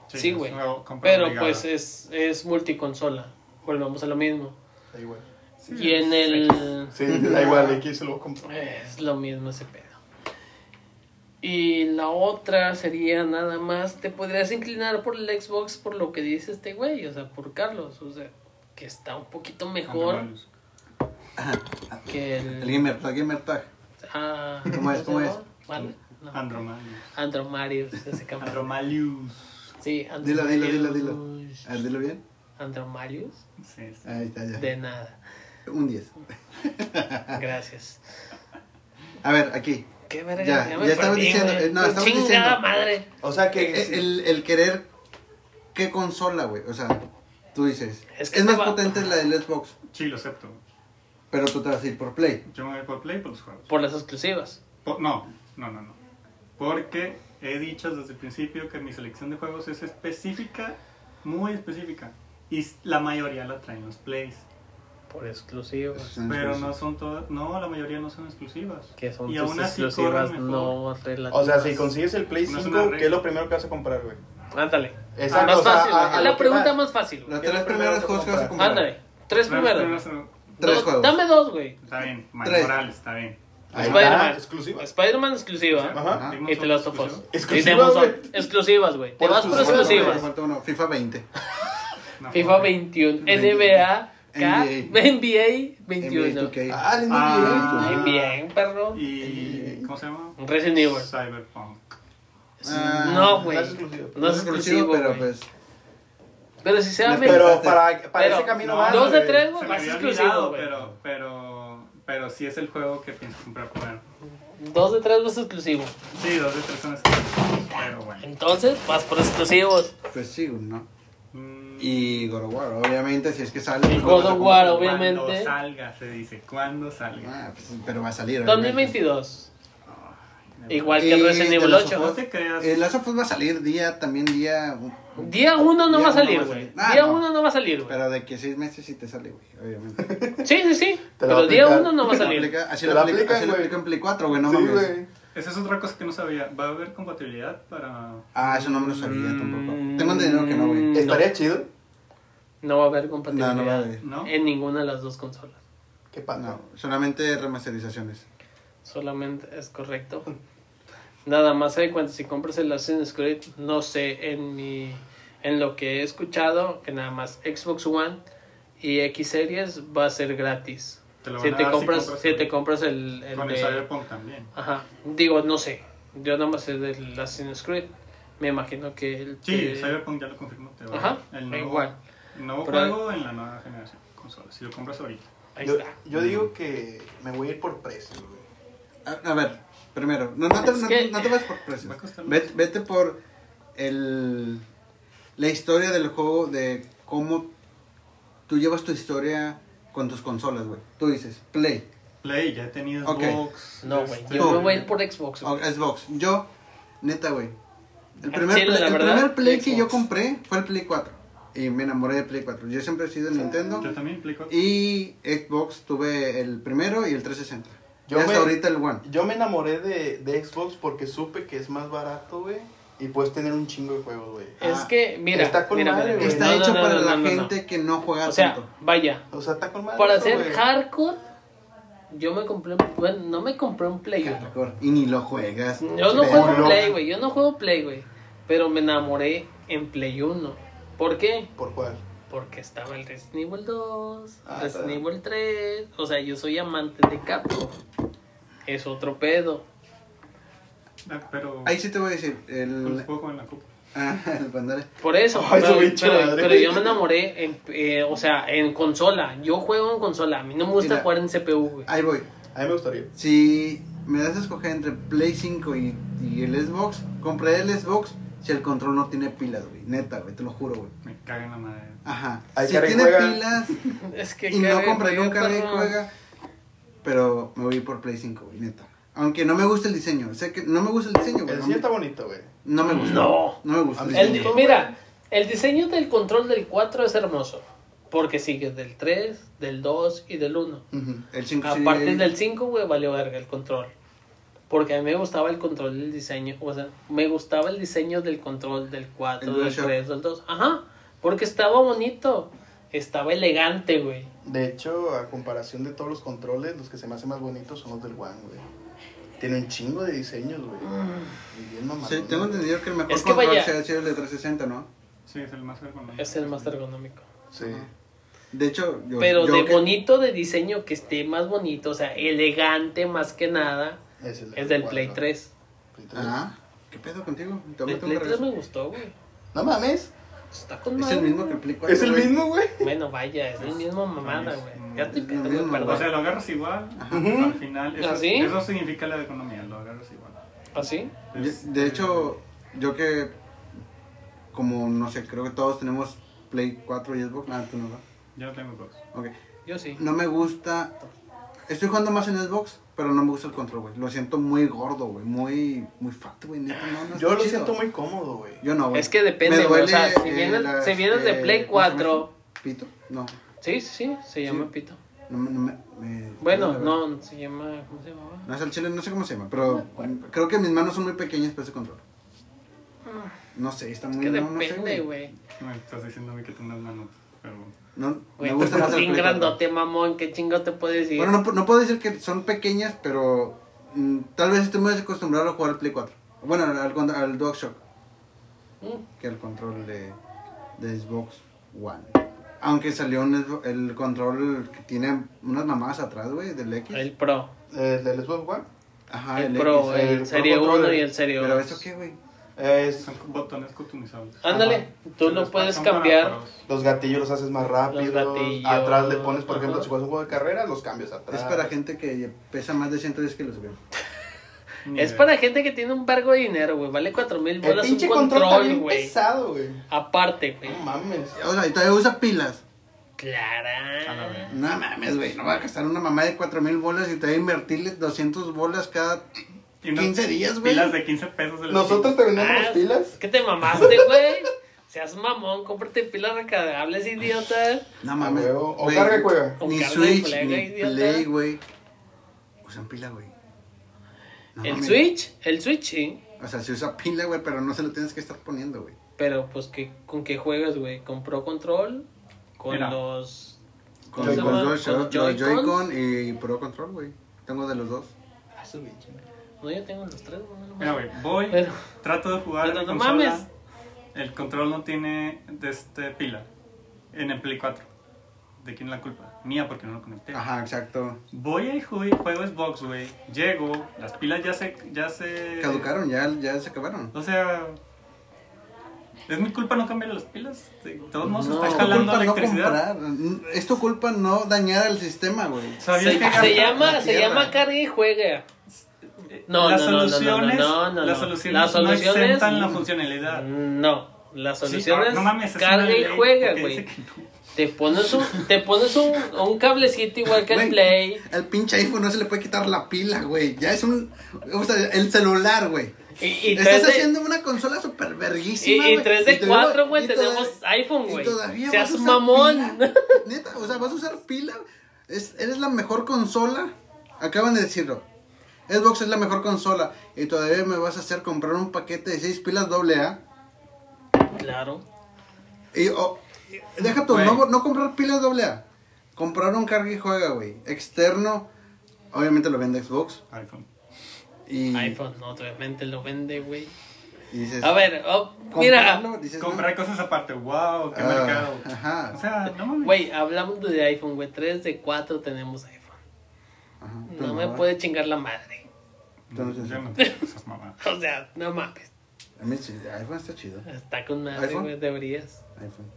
Sí, es güey. una compra Pero obligada. pues es es multiconsola. Volvemos a lo mismo. Da igual. Sí, y en es- el Sí, da igual. Aquí se lo voy a comprar. Es lo mismo ese pedo. Y la otra sería nada más, te podrías inclinar por el Xbox por lo que dice este güey, o sea, por Carlos, o sea, que está un poquito mejor Andrés. que El el... gamer tag, gamer tag. Ah, ¿Cómo es? se ¿Cómo es? llama? ¿Vale? No. Andromalius. Andromarius, ese cabrón. Andromalius. Sí, Dilo, dilo, dilo, dilo. Andromarius. A ver, dilo bien. Andromarius, Sí, sí. Ahí está, ya. de nada. Un 10. Gracias. A ver, aquí. Qué verga, Ya, me ya estabas perdí, diciendo, güey. eh, no, Tu estabas chingada diciendo. madre. O sea que. Eh, El, el querer. ¿Qué consola, güey? O sea, tú dices. Es Es, que te más va- potente la del Xbox. Sí, lo acepto. Pero tú te vas a ir por Play. Yo me voy por Play por los juegos. Por las exclusivas. Po- no, no, no, no. Porque he dicho desde el principio que mi selección de juegos es específica, muy específica. Y s- la mayoría la traen los Plays. Por exclusivas. Es una Pero no excusa. son todas. No, la mayoría no son exclusivas. que son Y tus aún así exclusivas corren mejor. no relativas. O sea, si consigues el Play No es 5, una regla. Ah, ¿qué es lo primero que vas a comprar, güey? Ándale. Exacto, más o sea, fácil, a- güey. a lo la que pregunta va. más fácil. güey. Las ¿Qué es tres lo primero primeras que cosas que vas a compras? comprar. Ándale. Tres Las primeros. primeras- Tres No, juegos. Dame dos, güey. Está bien, Tres. Mayoral, está bien. Ahí Spider-Man. va, Exclusiva. Spider-Man exclusiva. Ajá. Ajá. Y te las topos. Exclusivas, güey. Exclusivas, güey. Te Por vas por Bueno, exclusivas, me exclusivas. falta uno. FIFA 20. No, FIFA ok. 21. NBA, NBA. K, NBA. NBA NBA 21. 2K. Ah, el Ah. Muy bien, perro. Eh. ¿Y cómo se llama? Un Resident Evil. Cyberpunk. Ah, no, no güey. es exclusivo. No es exclusivo, pero güey. Pero, pues. si se va a Pero- Pero para, para Pero- ese camino no, vas, dos de güey. tres, Se güey. me Más había exclusivo, olvidado, güey. pero, pero, pero sí es el juego que pienso comprar primero. Dos de tres vas exclusivo. Sí, dos de tres son exclusivos, pero bueno. Entonces, vas por exclusivos. Pues sí, ¿no? Mm, Y God of War, obviamente, si es que sale. Y pues, God lo vas a of War, comprar. obviamente. Ah, Cuando salga, se dice, cuando salga. Ah, pues, pero va a salir. obviamente. 2022. Igual que Resident Evil 8. No te creas. El Last of Us va a salir día, también día. Día 1 Día no va a uno salir, güey. Ah, Día no. 1 no va a salir, güey. Pero de que seis meses sí te sale, güey, obviamente. Sí, sí, sí. Te la Pero va a día aplicar. 1 no va a salir. Aplica- Así Te lo la aplica, aplican, así lo güey. aplica en Play 4, güey, no sí, mames. Mm, güey. Esa es otra cosa que no sabía. ¿Va a haber compatibilidad para.? Ah, eso no me lo sabía Mm, tampoco. Tengo entendido que no, güey. No. Estaría chido. No va a haber compatibilidad No, no va a haber. ¿No? en ninguna de las dos consolas. Qué pata. No, solamente remasterizaciones. Solamente es correcto. Nada más hay cuando si compras el Assassin's Creed, no sé, en mi en lo que he escuchado, que nada más Xbox One y X Series va a ser gratis. Te lo van si a te dar compras, si el- te compras el, el Con de- el Cyberpunk también. ajá, digo, no sé. Yo nada más sé del Assassin's Creed. Me imagino que el Sí, que- Cyberpunk ya lo confirmó. Te va a Ajá, dar el nuevo, igual. el nuevo Pero- juego en la nueva generación de consolas. Si lo compras ahorita. Ahí yo, está. yo digo que me voy a ir por precio, güey. A, a ver, primero, no, no, te, Es no- que- no te vas por precios. Va a costar más. Vete, vete por el, la historia del juego, de cómo tú llevas tu historia con tus consolas, güey. Tú dices, Play, Play, ya he tenido Ok. Xbox. No, güey. este, Yo me Tú. voy a ir por Xbox. o güey. Xbox. Yo, neta, güey. El Al primer, chile, Play, la el verdad, primer Play que Xbox. yo compré fue el Play 4. Y me enamoré de Play 4. Yo siempre he sido de Nintendo. Yo también explico. Y Xbox tuve el primero y el 360. Yo y hasta me- ahorita el One. Yo me enamoré de, de Xbox porque supe que es más barato, güey. Y puedes tener un chingo de juegos, güey. Es Ah, que, mira, está con mira, mira, madre, mira. güey. Está No, no, hecho no, para no, la no, no. gente que no juega O sea, tanto. vaya, O sea, está con madre. para eso, ser güey. hardcore, yo me compré, bueno, no me compré un Play. güey. Hardcore. Y ni lo juegas. Yo no Pero- juego Play, güey, yo no juego Play, güey, pero me enamoré en Play 1. ¿Por qué? ¿Por cuál? Porque estaba el Resident Evil 2, Ah, está Resident bien. Evil 3, o sea, yo soy amante de Capcom. Es otro pedo. Ah, Pero. Ahí sí te voy a decir. El, los juego con la copa. ah, el Pandora. Por eso, Ay, pero, su pinche pero- madre. pero yo me enamoré, en, eh, o sea, en consola. Yo juego en consola, a mí no me gusta Mira. jugar en CPU, güey. Ahí voy. A mí me gustaría. Si me das a escoger entre Play 5 y, y el Xbox, compraré el Xbox si el control no tiene pilas, güey. Neta, güey, te lo juro, güey. Me cagan la madre. Ajá. Ahí si Karen tiene juega. pilas Es que y no Karen, compraré güey, un Karen perro. juega. Pero me voy por Play 5, güey, neta. Aunque no me gusta el diseño. Sé que no me gusta el diseño, güey. El no sí me- está bonito, güey. No me gusta. No. No me gusta. A mí el El- diseño. sí. mira, el diseño del control del 4 es hermoso. Porque sigue del 3, del 2 y del 1. Ujú. El 5 A partir del 5, güey, valió verga el control. Porque a mí me gustaba el control del diseño. O sea, me gustaba el diseño del control del 4, El del DualShock. 3, del 2. Ajá. Porque estaba bonito. Estaba elegante, güey. De hecho, a comparación de todos los controles, los que se me hacen más bonitos son los del One, güey. Tiene un chingo de diseños, güey. Mm. Y Bien mamá. Sí, tengo entendido que el mejor Es que control vaya- se ha sido el de 360, ¿no? Sí, es el más ergonómico. Es el más ergonómico. Sí. De hecho, yo. Pero yo de que- bonito, de diseño que esté más bonito. O sea, elegante más que nada. Ese Es del Play cuatro. 3. Play 3. Ah, ¿qué pedo contigo? Te meto un El Play 3 regreso. me gustó, güey. No mames. Está con Es madre, el mismo güey. que el Play 4. Es el güey. mismo, güey. Bueno, vaya, es la misma mamada, güey. Ya estoy Es lo pedo, mismo, güey, O perdón. sea, lo agarras igual. Ajá. Al final. Eso, ¿Ah, sí? eso significa la economía. Lo agarras igual. ¿Así? Yo- De hecho, yo que. Como no sé, creo que todos tenemos Play 4 y Xbox. Nada, tú no, ¿verdad? Yo no tengo Xbox. Ok. Yo sí. No me gusta. Estoy jugando más en Xbox, pero no me gusta el control, güey. Lo siento muy gordo, güey. Muy, muy fat, güey. Neta, no, no está Yo lo chido. siento muy cómodo, güey. Yo no, güey. Es que depende, Me güey, o sea, duele, si eh, vienes- las, si vienes de eh, Play ¿cómo se llama 4. eso? ¿Pito? No. Sí, sí, sí, se llama Sí. Pito. no, me- no me- me- Bueno, me- no, se llama. ¿Cómo se llamaba? No es el chile, no sé cómo se llama, pero creo que mis manos son muy pequeñas para ese control. No sé, está Ah. Es muy... que no, no sé, depende, güey. Me estás diciendo a mí que tengo unas manos. Pero. No, me Güey, tú gusta estás más el bien Play cuatro. grandote, mamón. ¿Qué chingo te puedes decir? Bueno, no, pu- no puedo decir que son pequeñas, pero mm, tal vez estoy muy acostumbrado a jugar al Play 4. Bueno, al, al, cont- al DualShock, Mm, que al control de, de Xbox One. Aunque salió un Xbox- el control que tiene unas mamadas atrás, güey, del X. El Pro, ¿El del Xbox One? Ajá, el pues, ah, X. Pro, el el Pro Serie 1 Controller. y el Serie Pero eso 2. qué, güey. Es, Son botones customizables. Ándale, Ah, tú Los lo puedes son para- cambiar. para los- los gatillos los haces más Los rápido. gatillos. Atrás le pones, por ejemplo, Ajá. si juegas un juego de carreras, los cambias atrás. Ah, Es pues. para gente que pesa más de 110 kilos, güey. ni Es idea. para gente que tiene un vergo de dinero, güey. Vale 4 mil El bolas un pinche control está control, bien güey. pesado, güey. Aparte, güey. No mames. O sea, y todavía usa pilas. Ah, A la verga. Clara. No mames, güey. No va a gastar una mamá de 4000 bolas y te va a invertirle 200 bolas cada Y unas 15 días, güey. Pilas de 15 pesos. de las Nosotros te vendemos Ah, las pilas. ¿Qué te mamaste, güey? Seas mamón, cómprate pilas recargables, idiota. No mames. A huevo. O güey, carga, cuelga. O Ni carga y Switch, plega, ni idiota. Play, güey. Usan pila, güey. No El mames. Switch, el Switch, sí. O sea, se usa pila, güey, pero no se lo tienes que estar poniendo, güey. Pero pues, ¿qué, ¿con qué juegas, güey? ¿Con Pro Control? ¿Con Mira. los. Con ¿cómo los se dos, llama? los ¿Con los Joy-Con Joy-Cons? y Pro Control, güey. Tengo de los dos. Ah, su bicho. No, yo tengo los tres, güey. no mames. Mira, güey, voy, Pero- trato de jugar Pero en no consola. mames. El control no tiene de este pila. En el Play 4. ¿De quién es la culpa? Mía, porque no lo conecté. Ajá, exacto. Voy y ju- juego Xbox, güey. Llego, las pilas ya se, ya se... Caducaron, ya, ya se acabaron. O sea... ¿Es mi culpa no cambiar las pilas? De todos modos No, se es está tu jalando culpa no electricidad. comprar. Es tu culpa no dañar el sistema, güey. ¿Sabías Se, que gasta- se llama, la se tierra. llama carga y juega. eh, No, las no, no, no, no, soluciones, no, no, no. Las Las soluciones, no soluciones- exentan la funcionalidad. No, la Sí, solución ah, es no mames, es carga una y ley, juega, porque güey. dice que no. Te pones un, te pones un, un cablecito igual que el Güey, Play. El pinche iPhone no se le puede quitar la pila, güey. Ya es un. O sea, el celular, güey. Y, y Estás tres de- haciendo una consola súper Y, verguísima. y güey. tres de te digo- cuatro, güey, y toda- tenemos iPhone, güey. Y todavía Seas vas a usar mamón. pila. Neta, o sea, vas a usar pila. Es, eres la mejor consola. Acaban de decirlo. Xbox es la mejor consola. Y todavía me vas a hacer comprar un paquete de seis pilas AA. Claro. Y, oh, y- deja tú, Güey. no, no comprar pilas AA. Comprar un carga y juega, güey. Externo. Obviamente lo vende Xbox. iPhone. Y, iPhone, no, obviamente lo vende, güey. y dices, A ver, oh, mira, comprarlo, dices, Comprar cosas aparte, wow, qué Ah, mercado. ajá. O sea, no mames. güey, hablamos de iPhone, güey. Tres de cuatro tenemos iPhone. Pues no, ajá, tú No me va. puede chingar la madre. Entonces, Yo no tengo esas mamadas. O sea, no mames. A mí sí, iPhone está chido. Está con madre, ¿iPhone? güey, deberías. iPhone.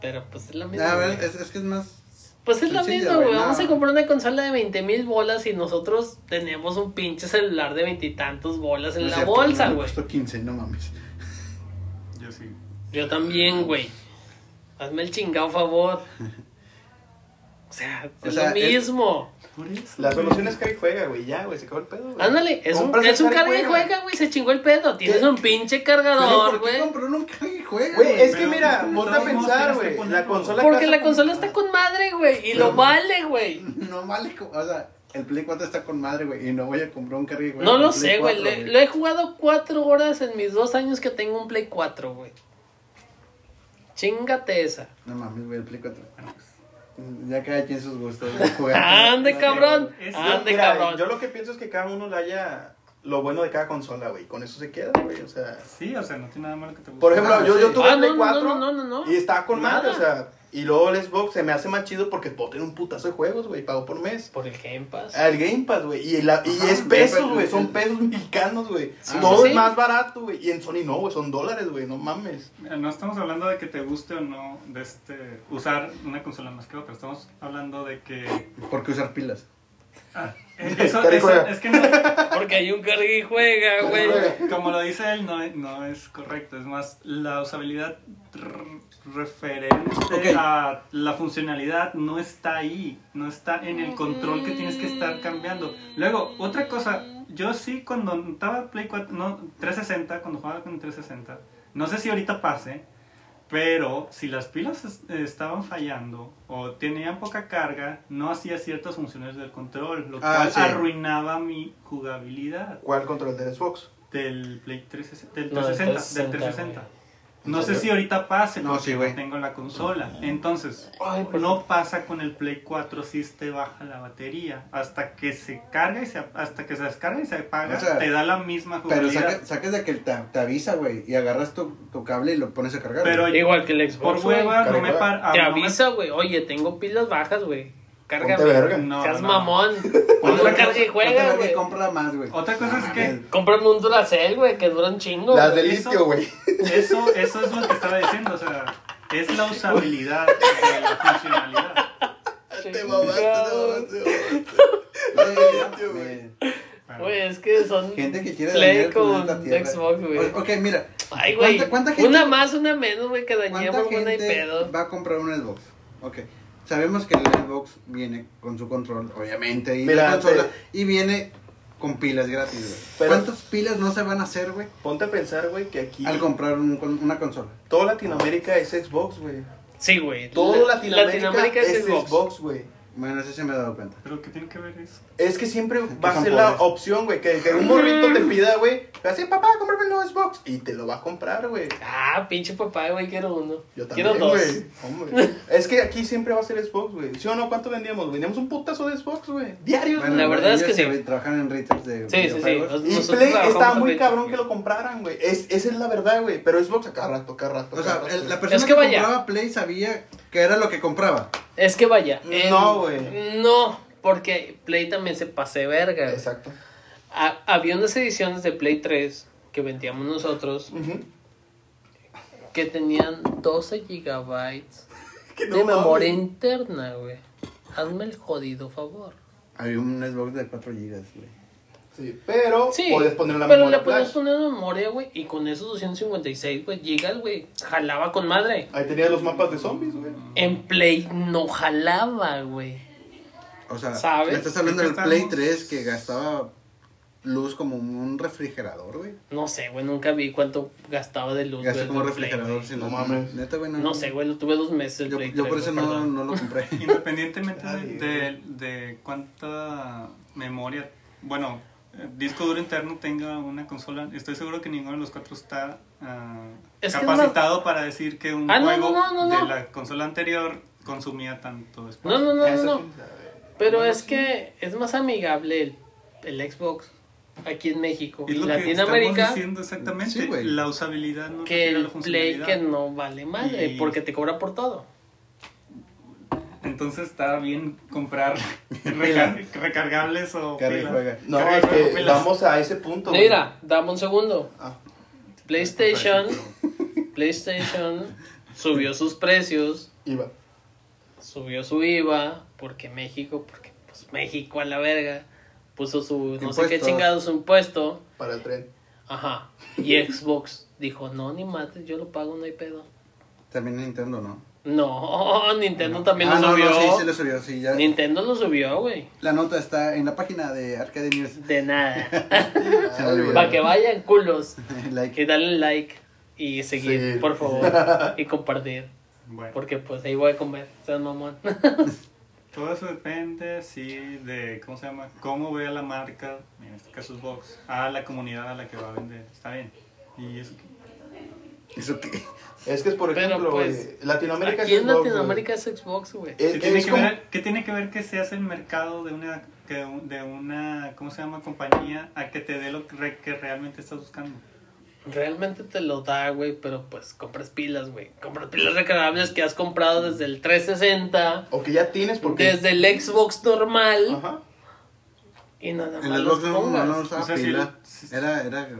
Pero pues es la misma. A ver, güey. es, es que es más. Pues es la sencilla, misma, güey, güey. no. Vamos a comprar una consola de 20 mil bolas y nosotros tenemos un pinche celular de veintitantos bolas en no la sé, bolsa, me güey. Costó 15, no mames. Yo sí. Yo también, güey. Hazme el chingado favor. O sea, O es sea, lo es- mismo. Por eso. La güey. solución es que juega, güey. Ya, güey, se acabó el pedo, güey. Ándale, es un, Compras es un carga carga y y juega. juega, güey. Se chingó el pedo. Tienes un pinche cargador, ¿Por qué güey. comprar un carga y juega? Güey, es que Pero mira, no ponte a tenemos, pensar, tienes que güey. La ponerlo. consola Porque casa- la consola está con madre, güey. Y lo Pero- vale, güey. No vale, co- o sea, el Play 4 está con madre, güey, y no voy a comprar un carga y juega No con lo Play sé, güey. 4, Le- Lo he jugado cuatro horas en mis dos años que tengo un Play 4, güey. Chingate esa. No mames, güey, el Play 4. Ya cada quien sus gustos de jugar. Ah, Ande, cabrón. Ah, Es- Ande, Ah, Mira, cabrón. Yo lo que pienso es que cada uno le haya lo bueno de cada consola, güey. Con eso se queda, güey. O sea, Sí, o sea, no tiene nada malo que te guste. por ejemplo, Ah, yo, sí. yo tuve Ah, el Play no, no, 4 no, no, no, no. y estaba con madre, Nada. o sea. Y luego el Xbox se me hace más chido porque puedo tener un putazo de juegos, güey. Pago por mes. Por el Game Pass. Al Game Pass, güey. Y, la- y Ajá, es el Game pesos, Pass, güey. Son el- pesos mexicanos, güey. Sí, Todo sí, es sí. más barato, güey. Y en Sony no, güey. Son dólares, güey. No mames. Mira, No estamos hablando de que te guste o no de este, usar una consola más que otra. Estamos hablando de que. ¿Por qué usar pilas? Ah, eh, eso, Cari eso- juega. es que no. Ah. Porque hay un carga y juega, güey. Como lo dice él, no, es- no es correcto. Es más, la usabilidad r- referente Ok. a la funcionalidad no está ahí, no está en el control que tienes que estar cambiando. Luego, otra cosa, yo sí cuando estaba Play 4, no, 360, cuando jugaba con 360, no sé si ahorita pase, pero si las pilas es- estaban fallando o tenían poca carga, no hacía ciertas funciones del control, lo Ah, cual sí. arruinaba mi jugabilidad ¿Cuál control del Xbox? del Play 360, del No, del 360, 360, del 360. güey. No ¿En sé serio? si ahorita pase, No, no, sí, güey. tengo la consola. Entonces, Ay, pues por no pasa con el Play 4 si te baja la batería. Hasta que se carga y se, hasta que se descarga y se apaga, O sea, te da la misma Pero jugabilidad. saca- sacas de que te, te avisa, güey, y agarras tu, tu cable y lo pones a cargar. Pero güey. Igual que el Xbox. por güey. hueva, no Carga. me par- ah, Te no me- avisa, güey. Oye, tengo pilas bajas, güey. Ponte Cárgame. verga. No, Seas no. mamón. Ponte Ponte verga- carga y ponte verga juega, y güey. compra más, güey. Otra cosa es que Cómprame un Duracell, güey, que dura un chingo. Las güey. de Eso- litio, güey. eso, eso es lo que estaba diciendo. O sea, es la usabilidad de la funcionalidad. Te mamaste, te mamaste, te mamaste. Güey, güey. Pero- Güey, es que son Gente que quiere Play dañar el con planeta Tierra. Xbox, güey. O- Ok, mira, Ay, güey. ¿Cuánta- cuánta gente- Una más, una menos, güey, que ¿Cuánta dañemos una y gente pedo. va a comprar un Xbox? Ok. Sabemos que el Xbox viene con su control, obviamente, y la Mira, consola. te- Y viene con pilas gratis, güey. Pero- ¿Cuántas pilas no se van a hacer, güey, Ponte a pensar, güey, que aquí al comprar un- con- una consola? toda Latinoamérica es Xbox, güey. Sí, güey. Todo La- Latinoamérica, es Xbox. güey. Bueno, eso sí me he dado cuenta. Pero ¿qué tiene que ver eso? Es que siempre va a son ser la pobres. opción, güey, que, que un morrito te pida, güey, así, papá, cómprame el nuevo Xbox. Y te lo va a comprar, güey. Ah, pinche papá, güey, quiero uno. Yo quiero también, dos. güey. Hombre. es que aquí siempre va a ser Xbox, güey. ¿Sí o no? ¿Cuánto vendíamos? Vendíamos un putazo de Xbox, güey. Diarios, Bueno, güey. la verdad es ellos que sí. ve- Trabajan en retail de Sí, sí, sí. videojuegos. Y Nosotros Play trabajamos estaba muy ahorita. cabrón que lo compraran, güey. Es, esa es la verdad, güey. Pero Xbox a cada rato, cada rato. O cada sea, rato, el- güey. la persona Es que que, vaya. compraba Play sabía que era lo que compraba. Es que vaya. en- No, güey. No, porque Play también se pase verga. güey. Exacto. Ha- había unas ediciones de Play 3 que vendíamos nosotros Ujú. que tenían 12 gigabytes no de mames. memoria interna, güey. Hazme el jodido favor. Había un Xbox de 4 GB, güey. Sí, pero Sí, podías poner la pero memoria le podías flash. poner memoria, güey, y con esos 256, güey, gigas, güey, jalaba con madre. Ahí tenías los mapas de zombies, güey. En Play no jalaba, güey. O sea, ¿Sabes? me estás hablando del Creo que Play estamos- 3 que gastaba luz como un refrigerador, güey. No sé, güey, nunca vi cuánto gastaba de luz. Gasta güey, como el Play, refrigerador, güey. si no No mames. Neta, güey, no. No sé, güey, lo tuve dos meses. el Yo, Play yo por 3, eso güey, no, perdón. no lo compré. Independientemente Ah, Ay, de, de, de cuánta memoria, bueno, eh, disco duro interno tenga una consola, estoy seguro que ninguno de los cuatro está ah, Es que es capacitado para decir que un Ah, no, juego no, no, no, de no. la consola anterior consumía tanto espacio. No, no, no, no, Ah, Eso no. sí. Pero Bueno, es que es más amigable el, el Xbox aquí en México y Es lo que estamos Latinoamérica diciendo exactamente, Sí, güey. la usabilidad no que refiere a la el Play funcionalidad. que no vale madre Y- porque te cobra por todo. Entonces está bien comprar recar- recargables o Carga y pilas. juega. No, Carga y es juega, que pilas. vamos a ese punto, güey. Mira, dame un segundo. Ah. PlayStation, PlayStation subió sus precios, Iba. subió su IVA porque México, porque pues México a la verga puso su no sé qué Impuestos. chingados impuesto. Para el tren. Ajá. Y Xbox dijo, "No, ni mates, yo lo pago, no hay pedo." También Nintendo, ¿no? No, Nintendo también ah, lo no, subió. no, sí, sí lo subió, sí, ya. Nintendo lo subió, güey. La nota está en la página de Arcade News. De nada. Se me olvidó. Para que vayan culos. like. Que denle like y seguir, Sí. por favor. Y compartir. Bueno. Porque pues ahí voy a comer. Sean mamón. Todo eso depende, sí, de cómo se llama, cómo ve a la marca, en este caso es Vox, a la comunidad a la que va a vender. Está bien. Y eso que- ¿Eso qué? Es que es por Pero, ejemplo, pues, güey, Latinoamérica Aquí en Xbox, güey. Latinoamérica es Xbox, güey. Es- ¿qué, tiene Eh, es que como- ver, ¿Qué tiene que ver que seas el mercado de una, que un- de una ¿cómo se llama? compañía a que te dé lo que, re- que realmente estás buscando? Realmente te lo da, güey. Pero pues compras pilas, güey. Compras pilas recargables que has comprado desde el 360. O que ya tienes porque... Desde el Xbox normal. Ajá. Y nada El más los Xbox no, no, pongas. no usaba O sea, sí, pila. sí. Era, era. era-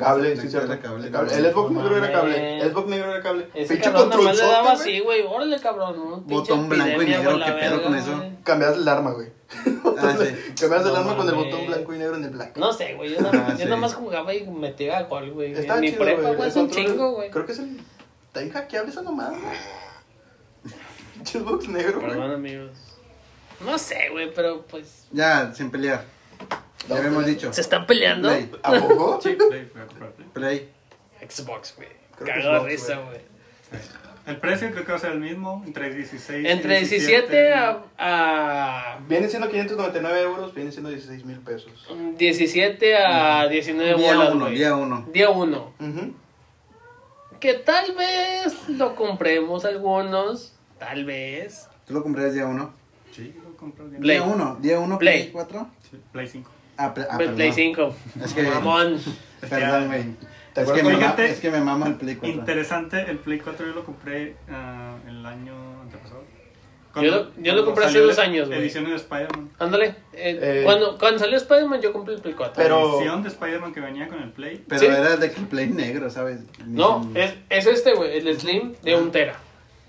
Cable, era- sí, cierto. era Cable, cable. El Xbox No negro era cable. mames. El Xbox negro era cable. Ese Pinche cabrón nada más le daba controlzote, güey. así, güey. Órale, cabrón. un pinche Botón blanco y epidemia, negro, güey, la ¿qué pedo con verga, eso? güey. Cambiabas el arma, güey. Ah, sí. Cambiabas el No arma con el mames. botón blanco y negro en el blanco. No sé, güey. Yo, nada- Ah, yo sí. nada más jugaba y metía gol, güey. Está En mi chido, prepa, güey, El es un control- chingo, güey. Creo que es el... Está bien hackeable esa nomada, güey. Pinche Xbox negro, güey. Perdón, amigos. No sé, güey, pero pues. Ya, sin pelear. Ya No, habíamos pero- dicho. ¿Se están peleando? Play. ¿A poco? Sí, Play, voy a comprar Play. Play. Xbox, güey. Creo que Cago de Xbox, risa, güey. El precio creo que va a ser el mismo, entre 16 y Entre 17 a, a. Viene siendo 599 euros, viene siendo 16 mil pesos. 17 a 19 Día bolas, 1, Eh, güey. día 1. Día 1. Ujú. Que tal vez lo compremos algunos. Tal vez. ¿Tú lo comprarías día 1? Sí, yo lo compro bien. Play. Día 1, día 1, Play. Play 4. Sí, Play 5. Ah, pl- ah, Play- Play perdón. 5. Es que- Mamón. Perdón, güey. ¿Te Es que, acuerdas? me ma- Fíjate. es que me mama el Play 4. Interesante, el Play 4 yo lo compré ah, el año antepasado. Yo lo- yo lo cuando compré hace salió dos la años, güey. Edición de Spider-Man. Ándale. eh, Eh. cuando, cuando salió Spider-Man, yo compré el Play 4. Pero- La edición de Spider-Man que venía con el Play. Pero Sí. era de que Play negro, ¿sabes? Ni- No, es, es este, güey, el Slim de Ah. un tera.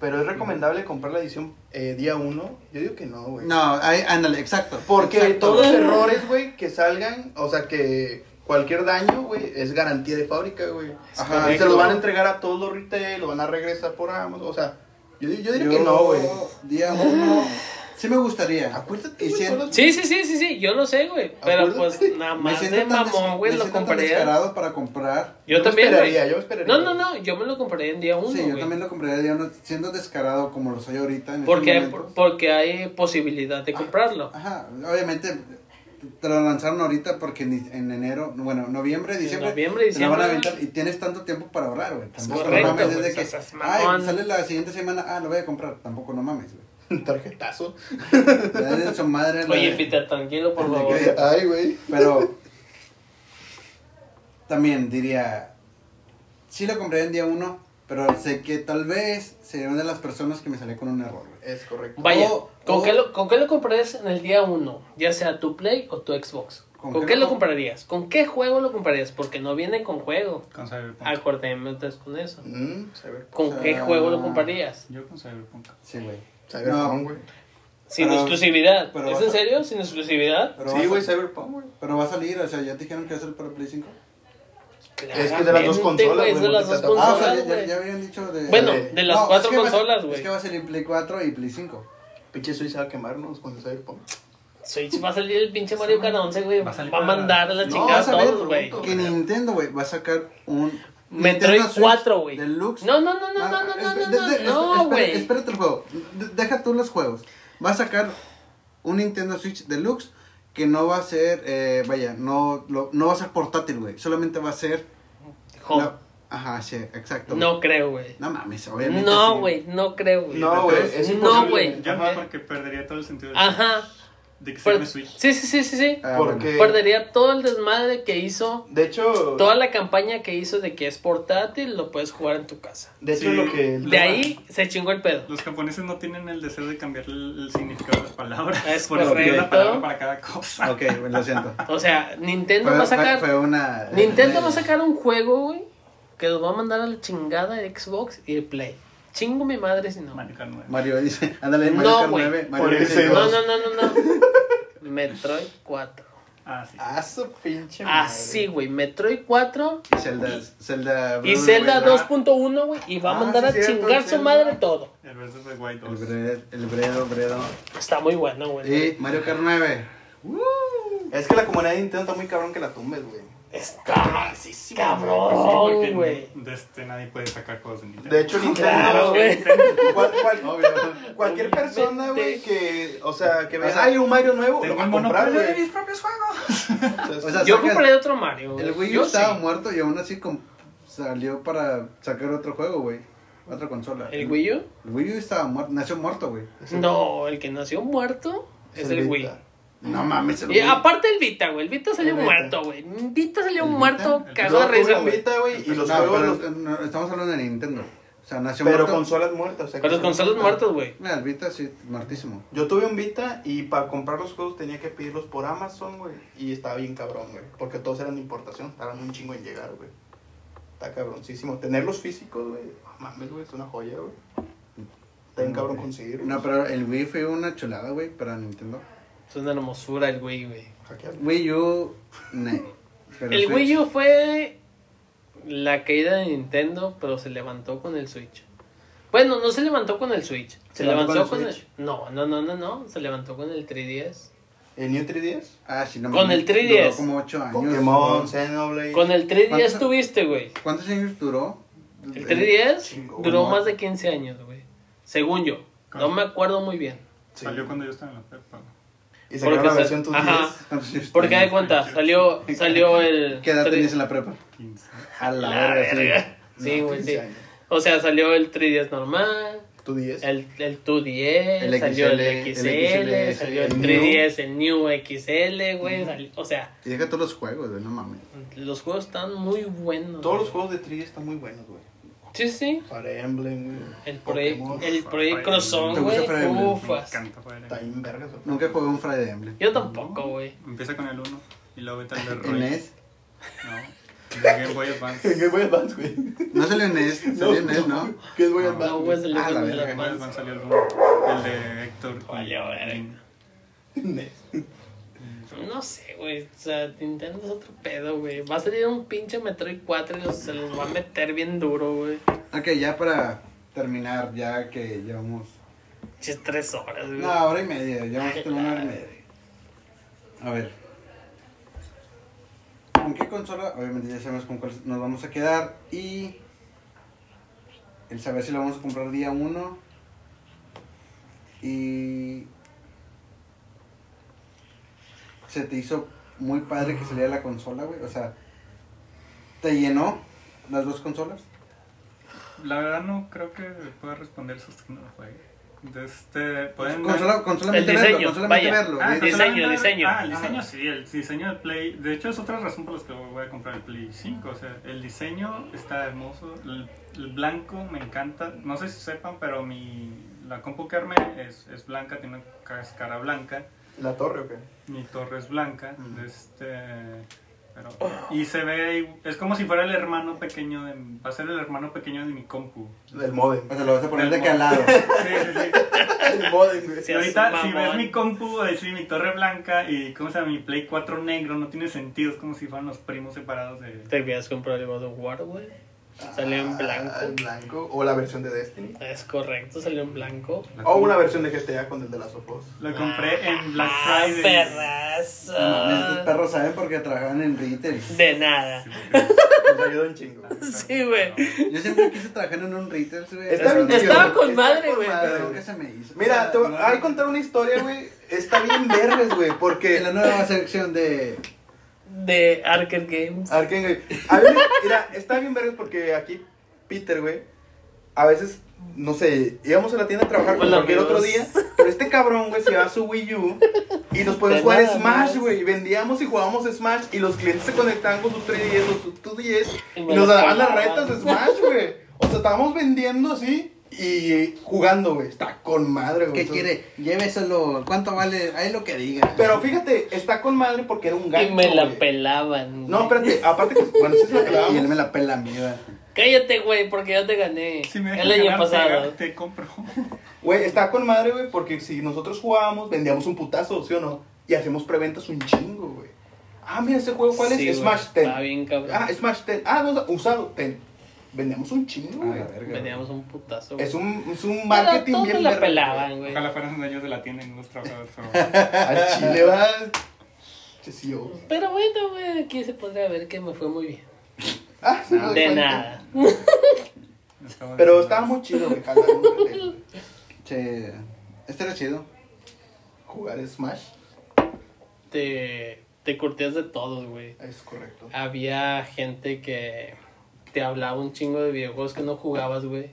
Pero es recomendable comprar la edición eh, día 1. Yo digo que no, güey. No, ahí, ándale, exacto. Porque Exacto. todos los errores, güey, que salgan, o sea, que cualquier daño, güey, es garantía de fábrica, güey. Ajá, correcto. se lo van a entregar a todos los retail, lo van a regresar por Amazon, o sea, yo, di- yo diría Yo que no, güey. Día 1, Sí me gustaría. Acuérdate, Y güey, si- son las- Sí, sí, sí, sí, sí, yo lo sé, güey. Pero Acuérdate. pues nada más de tan des- mamón, güey, me lo siento tan compré. descarado para comprar. Yo me también, güey. esperaría, yo me esperaría. No, no, no, yo me lo compré en día uno, sí, yo güey. también lo compraría de uno, siendo descarado como los hay ahorita. En este Porque, estos hay- momentos. Ah, porque hay posibilidad de comprarlo. Ajá, obviamente te lo lanzaron ahorita porque en, di- en enero, bueno, noviembre, diciembre, noviembre, te la van a diciembre. aventar y tienes tanto tiempo para ahorrar, güey. Tampoco correcto, no mames güey, desde que seas ay, mamón. sale la siguiente semana, ah, lo voy a comprar, tampoco no mames, güey. Tarjetazo. Le dan en su madre la- Oye, Peter, tranquilo, por favor. Ay, güey. Pero también diría, sí lo compré en día uno, pero sé que tal vez sería una de las personas que me salió con un error, güey. Es correcto. Vaya, O- ¿con, o- qué lo, ¿con qué lo comprarías en el día uno? Ya sea tu Play o tu Xbox. ¿Con, qué, lo comprarías? ¿Con qué juego lo comprarías? Porque no viene con juego. Ah, Con Cyberpunk. Acordémonos con eso. Mm, saber, ¿Con Ah. qué juego lo comprarías? Yo con Cyberpunk. Sí, güey. saber No. con, güey. Sin Pero- exclusividad. pero ¿Es vas en a- serio? ¿Sin exclusividad? Pero va Sí, a güey, sal- Cyberpunk, güey. Pero va a salir, o sea, ya te dijeron que va a ser para Play 5. Es que de las dos Claramente, consolas, güey, Es de güey, las dos multiplataforma. Ah, o sea, ya- consolas, ya, güey. ya habían dicho de... Bueno, Eh, de las No, es cuatro que va a ser- consolas, güey. Es que va a salir Play 4 y Play 5. Pinche Switch va a quemarnos con el Cyberpunk. Switch va a salir el pinche Mario Kart 11, güey. Va Va a salir a para- mandar a la No, chingada a vas a ver, todos, güey. Que Nintendo, güey, va a sacar un... Metroid Nintendo Switch 4, güey. Deluxe. No, no, no, no, Ah, no, no, no, espe- no, de- no, de- no, espera- güey. Espérate el juego. De- Deja tú los juegos. Va a sacar un Nintendo Switch Deluxe que no va a ser, eh, vaya, no, lo- no va a ser portátil, güey. Solamente va a ser... Jo, la- Ajá, sí, exacto. güey. No creo, güey. No mames, obviamente. No, sí. güey, no creo, güey. No, güey. Es No, imposible. güey. Ya no, porque perdería todo el sentido del- Ajá. de que se Per- llame sí, Switch. sí, sí, sí, sí. Ah, bueno. Porque. Perdería todo el desmadre que hizo, De hecho. toda la campaña que hizo de que es portátil, lo puedes jugar en tu casa. De hecho, Sí. lo que. De ahí se chingó el pedo. Los japoneses no tienen el deseo de cambiar el, el significado de las palabras. Es por eso tienen una correcto. palabra para cada cosa. Ok, güey, lo siento. O sea, Nintendo Fue- va a fue- sacar. fue una... eh, Nintendo va a sacar un juego, güey, que los va a mandar a la chingada de Xbox y de Play. Chingo mi madre si no. Mario Kart nueve. Mario dice, ándale, Mario No, Kart güey. 9, Por Mario el Kart C2. No, 9. no, no, no, no. Metroid 4. Ah, sí. Ah, su pinche. madre. Así, güey. Metroid 4 Y Zelda, Zelda y Breath of the Zelda Wild. 2.1, güey. Y va a Ah, mandar sí, a cierto, chingar su Zelda. madre todo. El versus de White El 2. Bredo, el Bredo, Bredo. Está muy bueno, güey. Y Mario Kart 9. Es que la comunidad de Nintendo está muy cabrón que la tumbes, güey. Está Sí, porque cabrón, Oh, güey. de este, nadie puede sacar cosas de Nintendo. De hecho, Claro, Nintendo. güey. cual- cual- cualquier persona, güey, que. O sea, que vea. ay, un Mario nuevo. Lo tengo va el a comprar, monopolio de güey. mis propios juegos. O sea, Yo sacas- compré otro Mario, güey. El Wii U Yo estaba sí. muerto y aún así com- salió para sacar otro juego, güey. Otra consola. ¿El Wii U? El Wii U estaba muerto, nació muerto, güey. No, el que nació muerto es el Wii. Vita. No mames, el Mm. Y Wii. Eh, aparte el Vita, güey. El Vita salió El Vita. muerto, güey. El Vita salió El Vita, muerto, el cagó de Yo tuve risa, un güey. Vita, güey, y los No, juegos. pero, los- eh, no, estamos hablando de Nintendo. O sea, nació Pero muerto. consolas muertas. o sea, Pero los que- consolas muertos, güey. Mira, el Vita sí, muertísimo. Yo tuve un Vita y para comprar los juegos tenía que pedirlos por Amazon, güey. Y estaba bien cabrón, güey. Porque todos eran de importación, tardan un chingo en llegar, güey. Está cabroncísimo. Tenerlos físicos, güey. no mames, güey, es una joya, güey. Está bien cabrón conseguirlos. No, pero el Wii fue una chulada, güey, para Nintendo. Es una hermosura el Wii, güey. Hackearlo. Wii U, ne. Pero El Switch- Wii U fue la caída de Nintendo, pero se levantó con el Switch. Bueno, no se levantó con el Switch. Se, levantó levantó con con el el, No, no, no, no, no. Se levantó con el 3DS. ¿El New 3DS? Ah, sí, no Con mames, el 3DS. Duró como 8 años. Pokémon, ¿no? Xenoblade. Con el 3DS ¿Cuántos- tuviste, güey. ¿Cuántos años duró? El 3DS chingón, duró ¿no? más de 15 años, güey. Según yo. No ¿Cuánto? me acuerdo muy bien. Sí. Salió cuando yo estaba en la prepa. güey. Y sacaron la se- versión 3DS. Ajá. ¿Cuántos años Porque tenía? de cuenta, salió, salió el. ¿Qué edad tre- tenías en la prepa? 15. A la, La verga, sí. verga. Sí, güey, sí. 15 años. O sea, salió el 3DS normal, 2DS. el, el 2DS, Pues El salió el XL, XL, el salió el New. 3DS, el New XL, güey. sali- O sea, Y deja todos los juegos, güey, no mames. los juegos están muy buenos. Todos los güey. juegos de 3DS están muy buenos, güey. Sí, sí. Fire Emblem, güey. El Pokémon. Project, el Fire Project Crosson, Emblem. ¿Te gusta Fire güey. Emblem? Ufas. Me encanta Fire Está Emblem. bien vergas, güey. Nunca jugué un Friday Emblem. Yo tampoco, güey. Empieza con el 1 y luego vete al de En NES. No. De Game Boy Advance. ¿Qué voy a Advance, güey? No salió en NES, salió en NES, E ¿no? ¿Qué voy a Advance? No, pues, güey, se le Ah, la quitó verga. la Game Boy mano. Advance salió el 1. El de Héctor. y Vale, verga. Link. No sé, güey. O sea, Nintendo es otro pedo, güey. Va a salir un pinche Metroid 4 y los- se los va a meter bien duro, güey. Ok, ya para terminar, ya que llevamos Chis, tres horas, güey. No, hora y media. Ya vamos con una hora y media. A ver. ¿Con qué consola? Obviamente ya sabemos con cuál nos vamos a quedar. Y el saber si lo vamos a comprar día uno. Y se te hizo muy padre que saliera la consola, güey. O sea, ¿te llenó las dos consolas? La verdad no creo que pueda responder eso hasta que no lo juegue. De Este, pueden ver- Consola, con El solamente verlo, diseño, con solamente vaya. verlo. Ah, güey. el entonces diseño, solamente- el diseño. Ah, el diseño sí, el diseño del Play. De hecho, es otra razón por la que voy a comprar el Play 5. O sea, el diseño está hermoso. El, el blanco me encanta. No sé si sepan, pero mi, la compu que armé es, es blanca, tiene una cáscara blanca. ¿La torre o qué? Mi torre es blanca. de Este, pero, y se ve. igu- Es como si fuera el hermano pequeño de. Va a ser el hermano pequeño de mi compu. Del modem. O sea, lo vas a poner de Del que al lado. Sí, sí, sí. El modem, güey. Y Seas ahorita, si ves mamón. mi compu, es mi torre blanca y cómo se llama mi Play 4 negro, no tiene sentido, es como si fueran los primos separados de. Te habías comprado el God of War, güey. Salió en Ah, el blanco. blanco. O la versión de Destiny. Es correcto, salió en blanco. La O com- Oh, una versión de GTA con el de las Opos. La compré en Black Ah, Friday. perrazo. No mames, Ah. Estos perros saben porque trabajaban en retail. De nada. Nos ayudó un chingo. Sí, güey. Yo siempre quise trabajar en un retail, güey. Está pero bien nunca- Estaba Está con con madre, güey. madre. pero nunca se me hizo. Mira, te voy No, a contar una historia, güey. Está bien verdes, En güey, la porque... nueva sección de. De Arker Games. Arken, güey. A ver, mira, está bien verdes porque aquí Peter, güey, a veces, no sé, íbamos a la tienda a trabajar como Hola, cualquier otro día, amigos. pero este cabrón, güey, se va a su Wii U y nos De podemos jugar nada, Smash, amigos. güey. Vendíamos y jugábamos Smash y los clientes se conectaban con sus 3DS o sus 2DS Y y me nos las daban las pagaban. retas de Smash, güey. O sea, estábamos vendiendo así y jugando, güey. Está con madre, güey. ¿Qué Entonces- quiere? Lléveselo. ¿Cuánto vale? Ahí lo que diga. Pero fíjate, está con madre porque era un Y gancho. me la Ah, güey. pelaban. No, güey. espérate, aparte que. Bueno, sí se la Y él pelábamos. me la pela mierda. Cállate, güey, porque ya te gané. Si me el dejas año ganar, te- pasado. Te compro. Güey, está con madre, güey, porque si nosotros jugábamos, vendíamos un putazo, ¿sí o no? Y hacemos preventas un chingo, güey. Ah, mira ese juego, ¿cuál Sí, es? güey, Smash Está 10. bien, cabrón. Ah, Smash 10. Ah, no, usado 10. Vendíamos un chingo, A güey. la verga. Veníamos un putazo. Ah, güey. Es un, es un Pero marketing todos bien me la verga, pelaban, güey. Ojalá fueran dueños de la tienda y no los trabajadores. pero- güey. Al chile, va. Che, sí, oh. Pero bueno, güey, aquí se podría ver que me fue muy bien. Ah, sí, me doy De cuenta. nada. me estaba Pero diciendo- estaba muy chido, güey, jalar un retail. Che. Este era chido. Jugar Smash Te, te curtías de todos, güey. es correcto. Había gente que te hablaba un chingo de videojuegos que no jugabas, güey.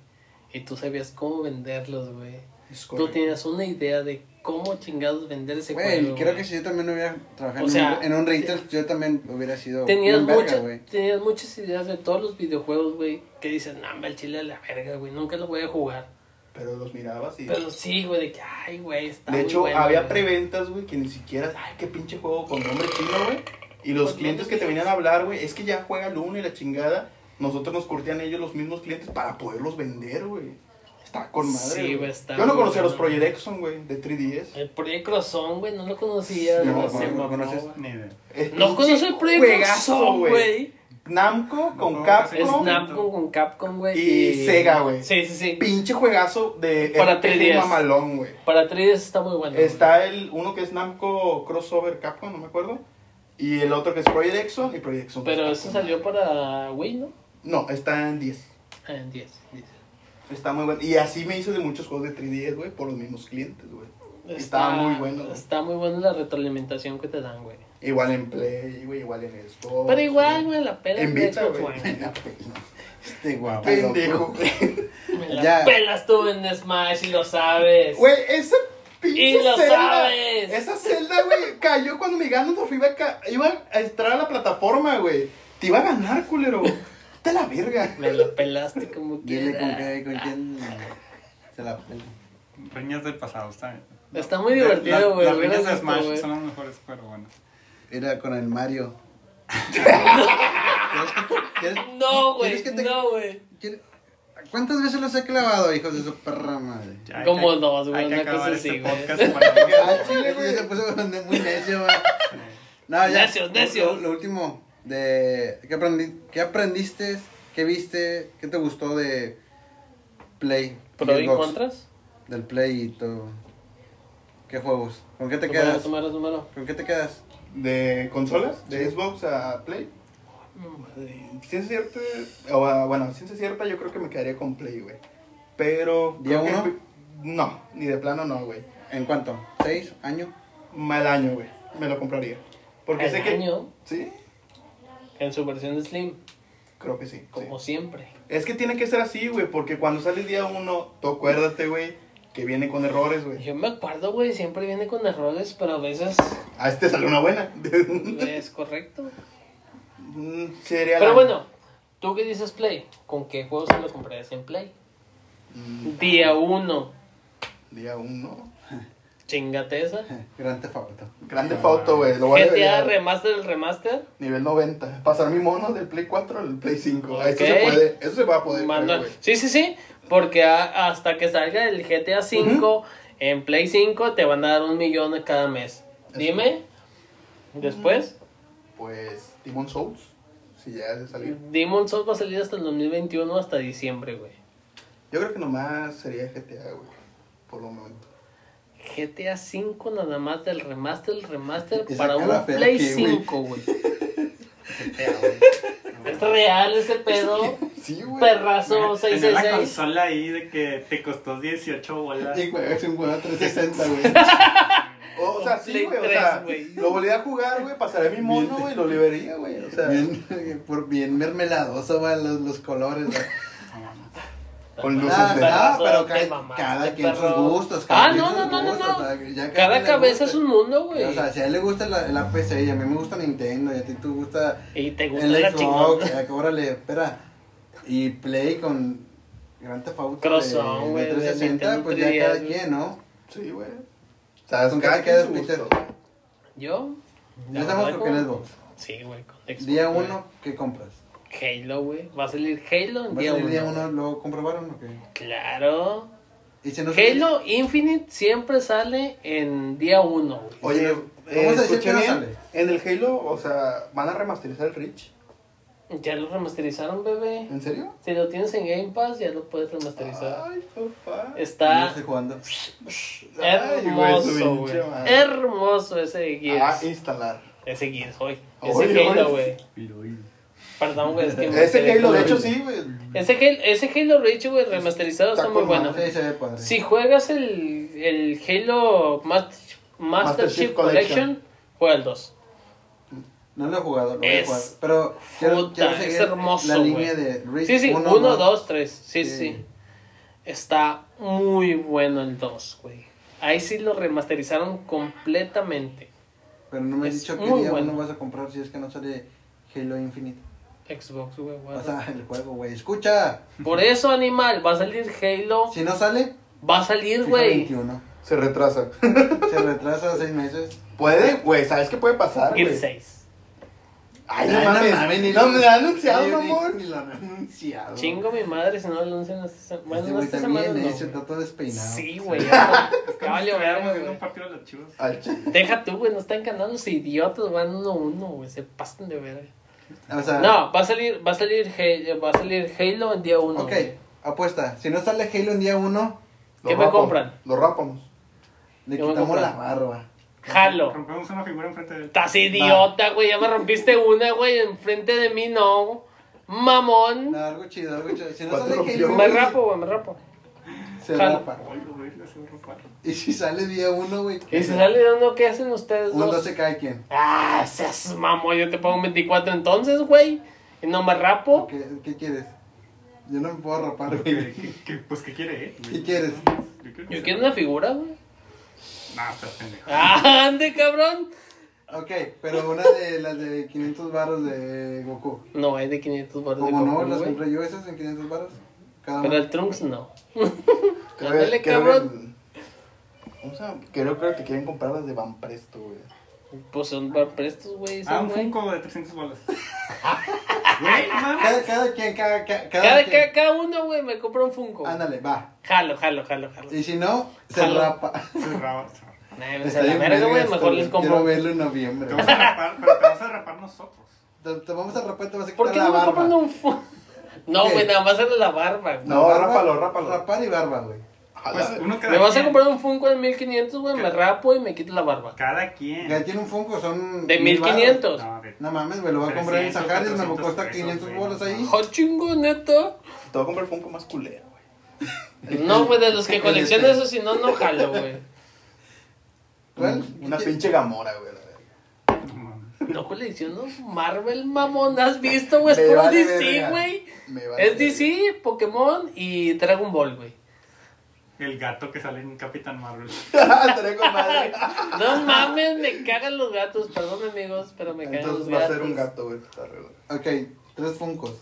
Y tú sabías cómo venderlos, güey. Es Tú correcto. tenías una idea de cómo chingados vender ese Güey, juego. creo güey. que si yo también hubiera trabajado O en sea, un- en un retail, yo también hubiera sido. Tenías, bien verga, muchas- güey. tenías muchas ideas de todos los videojuegos, güey, que dices, no, hombre, el chile de la verga, güey, nunca lo voy a jugar. Pero los mirabas y. Pero sí, güey, de que, ay, güey, está de muy hecho, bueno, había güey". preventas, güey, que ni siquiera. Ay, qué pinche juego con nombre chino, güey. Y los Pues, clientes ¿no? que te venían a hablar, güey, es que ya juega el uno y la chingada. Nosotros nos curtían ellos los mismos clientes para poderlos vender, güey. Está con madre. Sí, güey, güey. está Yo no muy conocía los bueno, Project Exxon, güey, de 3DS. El Project Crozón, güey, no lo conocía. No, güey, no, se no mamó, conoces. güey. Ni idea. Es No pinche conoce el Project juegazo, Crozón, güey. Namco con No, Es Capcom Namco con Capcom, güey. y, Sega, güey. Sí, sí, sí. Pinche juegazo de Para RPG 3DS. mamalón, güey. Para 3DS está muy bueno. güey. Está el uno que es Namco Crossover Capcom, no me acuerdo. Y el otro que es Project Exxon y Project Exxon. Pero pues, eso Capcom. salió para Wii, ¿no? No, está en 10. Ah, En 10. 10. Está muy bueno. Y así me hice de muchos juegos de 3DS, güey, por los mismos clientes, güey. Está, Estaba muy bueno, güey. Está muy buena la retroalimentación que te dan, güey. Igual en Play, güey, igual en Xbox. Pero igual, güey, la pela Oh, En de Vita, Xbox, güey. güey. Este guapo. Pendejo. Me la Ya. pelas tú en Smash y lo sabes. Güey, esa pinche Y lo celda. sabes. Esa celda, güey, cayó cuando mi Ganondorf iba a, ca- iba a entrar a la plataforma, güey. Te iba a ganar, culero. Te la verga. Me la pelaste como Dile con, quieras. qué, con quién se la pela. Reñas del pasado, está bien. Está muy Las- divertido, güey. Las hubieras reñas de visto, Smash güey. son las mejores, pero bueno. Era con el Mario. ¿Quieres que- quieres- No, güey. ¿Quieres que te- No, güey. quieres- ¿Cuántas veces los he clavado, hijos de su perra madre? Ya, hay Como que- dos, güey, hay que una cosa acabar así, este güey. podcast para que- Ah, chile, güey. Se puso muy necio, güey. No, ya. Necios, necios. Lo, lo último de ¿qué, aprendi- qué aprendiste, qué viste, qué te gustó de Play. ¿Pro y Xbox? contras? Del Play y todo. ¿Qué juegos? ¿Con qué te Número, quedas? número, número. ¿Con qué te quedas? ¿De consolas? ¿De Xbox a Play? Ciencia cierta, o, ah, bueno, ciencia cierta yo creo que me quedaría con Play, güey. Pero... ¿Día creo que uno? No, ni de plano no, güey. ¿En cuánto? ¿Seis? ¿Año? Mal año, güey. Me lo compraría. Porque Al sé que... año, ¿Sí? en su versión de Slim, Creo que sí. sí. como siempre. Es que tiene que ser así, güey, porque cuando sale el día uno, tú acuérdate, güey, que viene con errores, güey. Yo me acuerdo, güey, siempre viene con errores, pero a veces Ah, este salió una buena. es correcto. Mm, Sería Pero la- bueno, tú que dices Play, ¿con qué juegos se lo comprarías en Play? Mm, Día 1, Día uno. chingate esa. Gran Auto. Grande foto, güey. Lo voy a GTA deber. Remaster, el remaster, Nivel 90. Pasar mi mono del Play 4 al Play 5. Ah, Eso Ok. se puede. Eso se va a poder. manual. creo, güey. Sí, sí, sí, porque a- hasta que salga el GTA 5 en Play 5 te van a dar un millón cada mes. Dime, después, Pues Demon Souls. Si ya se salió. Demon Souls va a salir hasta el 2021, hasta diciembre, güey. Yo creo que nomás sería GTA, güey. Por lo momento. GTA 5 nada más del remaster, el remaster Esa para cara un fea Play aquí, güey. 5, güey. Es real ese pedo, Sí, güey. perrazo Tener la 666. consola ahí de que te costó 18 bolas. Y güey, es un juego 360, güey. O, o sea, sí, Play güey. O tres, sea, güey. lo volví a jugar, güey. Pasaré mi mono, güey. Lo liberaría, güey. O sea, Bien, por, bien mermeladoso, güey, los, los colores, güey. con Ah, luces Nada, de- nada, Ah, pero te cada, mamaste, cada quien sus perro. gustos. Ah, quien no, sus no, no, no, gustos, no. o sea, ya Cada quien le cabeza gusta. es un mundo, güey. O sea, si a él le gusta la, la PC y a mí me gusta Nintendo y a ti te gusta y te gusta el la Xbox, chingona. eh, órale, espera. Y Play con Gran Auto Cross de- Zone, de güey, de 360, Nintendo pues ya 3DS, cada güey. quien, ¿no? Sí, güey. O sea, ¿Con cada qué te quien quedas, su Peter? gusto. Yo. Ya la estamos verdad, con como- Xbox. Sí, güey, con Xbox. Día güey. 1, ¿qué compras? Halo, güey. Va a salir Halo en ¿Va a día salir día 1. 1? ¿Lo comprobaron o qué? Claro. Y si no- Halo Infinite siempre sale en día 1, güey. Oye, Vamos eh, a decir escuché que no bien, sale. En el Halo, o sea, ¿van a remasterizar el Reach? Ya lo remasterizaron, bebé. ¿En serio? Si lo tienes en Game Pass, ya lo puedes remasterizar. Ay, papá. Yo Está estoy jugando. Ay, güey, su hermoso, güey. pinche madre. Hermoso ese Ah, Gears. instalar. Ese Gears, hoy. Oye, Ese Halo, oye. güey. Perdón, güey, es que me Ese quedé Halo, de con- hecho, sí, güey. Ese Halo, ese Halo Reach, güey, remasterizado está, Está muy con bueno. Sí, se ve padre. Si juegas el, el Halo Mas- Master, Master Chief Chief Collection, juega el 2. No lo he jugado, lo voy Es a jugar. Pero quiero, puta, quiero es seguir hermoso, la güey. línea de Reach Sí, sí, 1, 2, 3. Sí, Sí. sí. Está muy bueno el 2, güey. Ahí sí lo remasterizaron completamente. Pero no me has Es dicho muy qué día bueno. uno vas a comprar si es que no sale Halo Infinite. Xbox, güey. O guarda. sea, el juego, güey. Escucha, Por eso, animal, va a salir Halo. si no sale, Va a salir, FIFA güey. 21. Se retrasa. Se retrasa seis meses. Puede, güey, ¿sabes qué puede pasar? güey? Gears 6. Ay, no Ay, mames. mames, ni No lo- me ha anunciado, ni- ni- mamón. Ni lo han anunciado. Chingo mi madre si no lo anuncian esta semana. Bueno, Este no güey esta también, semana no, eh, se güey. trató despeinado. Sí, güey. Ya, ya valió verga, Estamos viendo güey. un partido de los chivos. Al ch- Deja tú, güey, no están ganando los idiotas, van uno a uno, güey, se pasan de verga. O sea, No, va a salir, va a salir, Halo- va a salir Halo en día uno. ok, güey. apuesta. Si no sale Halo en día uno, lo ¿Qué me rapamos, compran? Lo rapamos. le Yo voy a quitamos la comprar. barba. Halo. Rompemos una figura enfrente de él. Estás idiota, güey, ya me rompiste una, güey, enfrente de mí, no. Mamón. No, algo chido, algo chido. Si no ¿Cuánto sale rompió? Halo, Me rapo, güey, me rapo. se Jalo. rapa. Ay, lo voy a hacer ropar. Y si sale día uno, güey. Y si sale de uno, ¿qué hacen ustedes Un dos? 12 cada quien. Ah, seas mamón, yo te pongo un 24 entonces, güey. Y no me rapo. ¿Qué, qué quieres? Yo no me puedo rapar, ¿Qué, güey. qué, qué- pues, ¿qué quiere, eh? ¿Qué quieres? Yo quiero que Yo sea- quiero una figura, güey. Nah, está pendejo. Ah, ande, cabrón. Ok, pero una de las de 500 baros de Goku. No, hay de 500 baros de Como no, Goku, las güey. compré yo esas en 500 baros. Cada Pero una. el Trunks no. Creo- Ándale, creo cabrón. en- ¿Cómo se llama? Creo, creo que quieren comprar las de Van Presto, güey. Pues son bar prestos, güey. Ah, Son, un güey. Funko de 300 bolas. Güey, no mames. Cada, cada quien, cada, cada, cada Cada, quien. cada, cada uno, güey, me compra un Funko. Ándale, va. Jalo, jalo, jalo, jalo. Y si no, se Jalo. rapa. Cerrado, cerrado. Nah, me Está sale la bien verga, güey. esto, Mejor les compro. Quiero verlo en noviembre. Te vas a rapar, pero te vas a rapar nosotros. Te, te vamos a rapar y te vas a ¿Por quitar la qué no me barba. compran un Funko? No, ¿Qué? güey, nada más sale la barba, güey. No, rápalo, rápalo. Rapar y barba, güey. Pues uno cada Me vas a quien. comprar un Funko de 1500, güey, me rapo y me quito la barba. Cada quien. Ya tiene un Funko, son. De mil varos. 1500. No, a ver. No mames, me lo va a comprar en 300, Saharis, me 400 cuesta pesos, 500 güey. bolas ahí. ¡Oh, chingo, neta! Te voy a comprar el Funko más culero, güey. No, güey, de los que El coleccionan este. eso, si no, no jalo, güey. ¿Cuál? Una pinche gamora, güey. la verga. No colecciono Marvel, mamón, ¿has visto, güey? Es Me puro vale DC, verga. güey. Me vale Es verga. DC, Pokémon y Dragon Ball, güey. El gato que sale en Capitán Marvel. Estaría con madre. No mames, me cagan los gatos, perdón, amigos, pero me cagan los Entonces va a gatos. ser un gato, güey. Está re bueno. Ok, tres Funcos.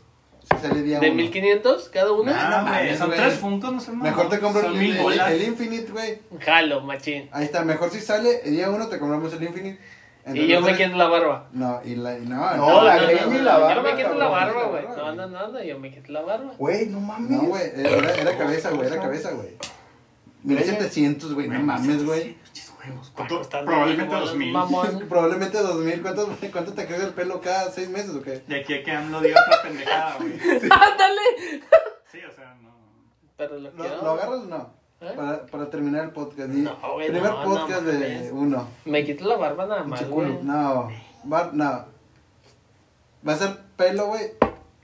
Si sale día ¿De uno. 1500 cada uno? Nah, no güey, mames, son güey. tres funcos, no son Mejor te compro Son el, mil el- bolas. el Infinite, güey. Jalo, machín. Ahí está, mejor si sale el día uno te compramos el Infinite. Y yo me Entonces- quito la barba. No, y la. y No, No, la no, greña y no, la no, barba, Yo me quito la cabrón, barba, güey. barba, No, no, no, no, yo me quito la barba. Güey, no mames. No, güey, era, era cabeza, güey, era cabeza, güey. 1700, güey, no mames, güey. Pinches huevos, Pa' ¿cuánto? costar Pues Probablemente bolas, dos mil. Mamón. Probablemente 2000, ¿cuánto, ¿cuánto te crece el pelo cada seis meses o qué? De aquí a que AMLO diga otra pendejada, güey. ¡Ándale! Sí, o sea, no. Pero lo ¿Lo, quiero. lo agarras o no? ¿Eh? Para, para terminar el podcast. di- No, güey, primer no, no podcast de mames. uno. Me quito la barba nada más, Pinche güey. culo. No, bar- no. Va a ser pelo, güey.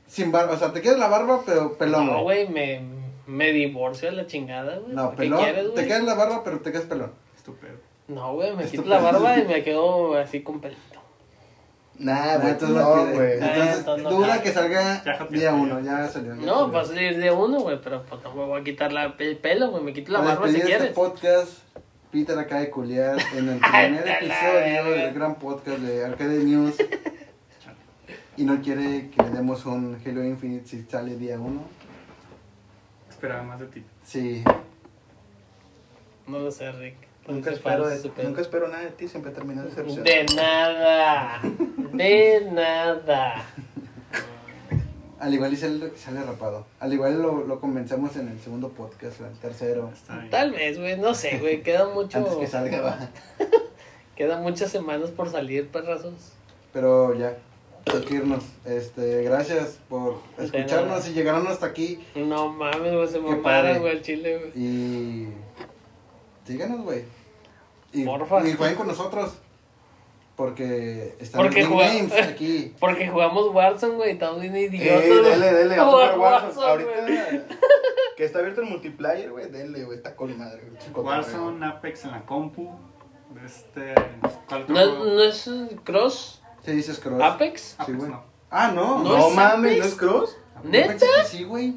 Sin barba, o sea, te quedas la barba, pero pelón. No, güey, me, me divorcio de la chingada, güey. No, ¿Qué pelón. quieres, te güey? quedas la barba, pero te quedas pelón. Estúpido. No, güey, me Es quito tu la pedo. barba y me quedo así con pelito. Nah, Ah, güey. entonces No, quiere. güey. Ah, Entonces, entonces no duda cabe. que salga Ya salió. día uno, ya salió. ya No, pues, salió. va a salir de uno, güey, pero pues no me voy a quitar la, el pelo, güey. Me quito la Para barba si despedir este quieres. podcast, Peter acaba de culiar en el Ay, primer te la episodio verga. del gran podcast de Arcade News. y no quiere que le demos un Halo Infinite si sale día uno. Esperaba más de ti. Sí, No lo sé, Rick. Nunca Entonces, espero, falso, de- su pedo. nunca espero nada de ti, siempre termina decepción. De nada. De nada. al igual y sale, sale rapado. Al igual lo, lo convencemos en el segundo podcast o el tercero. Está bien. Tal vez, güey, no sé, güey. Queda mucho. Antes que salga, va. Quedan muchas semanas por salir, perrazos. Pero ya, tengo que irnos. Este, gracias por escucharnos y llegaron hasta aquí. No mames, güey, se Qué mamaron, padre. güey, al chile, güey. Y síganos, güey. Y, Porfa. y jueguen con nosotros. Porque están Porque los jugamos. games aquí. Porque jugamos Warzone, güey, estamos bien idiotas. Ey, güey. dele, dele, vamos a Jugar jugar Warzone. güey. Ahorita que está abierto el multiplayer, güey, denle, güey, está con madre, güey. chico, Warzone, Apex en la compu. Este. ¿Cuál otro ¿No, es- juego? ¿No es Cross? Se dice Scroll. ¿Apex? Sí, Apex güey. no. Ah, no. ¿No No, es mames, ¿no Apex? es Cross? ¿Neta? Apex Sí, güey.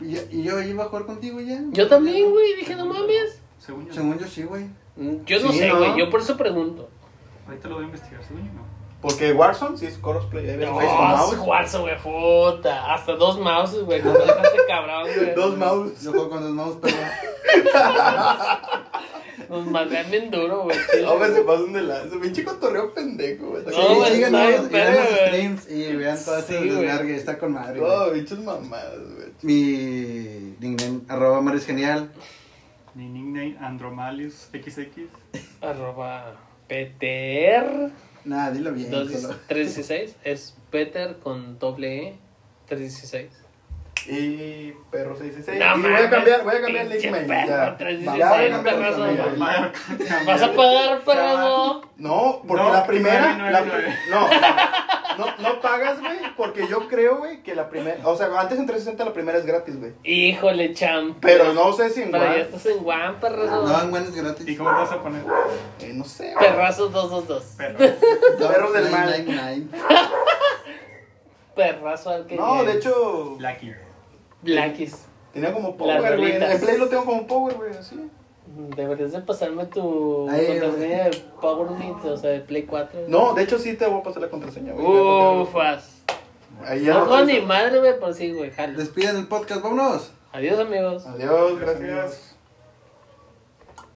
Y, yo- y yo iba a jugar contigo ya. Yo también, güey, dije, no mames. Según yo. Según yo sí, güey. Mm, Yo no Sí, sé, ¿no? güey, yo por eso pregunto. Ahorita lo voy a investigar, según yo no. Porque Warzone sí es crossplay. Ahí ves, No, face con mouse. es Warzone, güey, puta. Hasta dos mouses, güey, no me dejaste cabrón, güey. Dos mouse. Yo juego con dos mouse, pero Nos mandan bien duro, güey. chile, No, güey, se güey. pasan de lanza. Pinche cotorreo pendejo, güey. No, sí, Está güey, síganos está bien y vean los perro, güey. streams y vean todo este Sí, güey. desvergue, está con madre. con- güey. No, pinches mamadas, güey. Mi nickname arroba Mario es genial. Mi nickname Andromalius XX. Arroba Peter. Nada, dilo bien. dos- solo. 316 es Peter con doble E 316. Y perro No 666. y voy a mames, cambiar, voy a cambiar el pinche nickname. perro, Ya. tres Ya voy a dieciséis, cambiar el perrazo, nickname, güey. ya. Vaya, Vas a pagar, perro. No, porque No, la primera. nueve, nueve, la- nueve. no, no, no pagas, güey. Porque yo creo, güey, que la primera. O sea, antes en 360 la primera es gratis, güey. Híjole, champ. Pero no sé si en Pero ya Wal- estás en One, perrazo. No, en buenas gratis. ¿Y cómo te vas a poner? eh, Ah, No sé, güey. Perrazos 222. Pero. Perros del mal. Nine, nine, nine. Perrazo al que. No, de llegues. hecho. Lucky. Blackis. Tenía como power, güey. En rolitas. en Play lo tengo como power, güey, así. Deberías de pasarme tu Ahí, contraseña de Power Meet, o sea, de Play 4. No, de hecho sí te voy a pasar la contraseña, güey. Ufas. Ahí ya pues, No lo juego tienes. ni madre, güey, por sí, güey. jalo. Despiden el podcast, vámonos. Adiós, amigos. Adiós, gracias.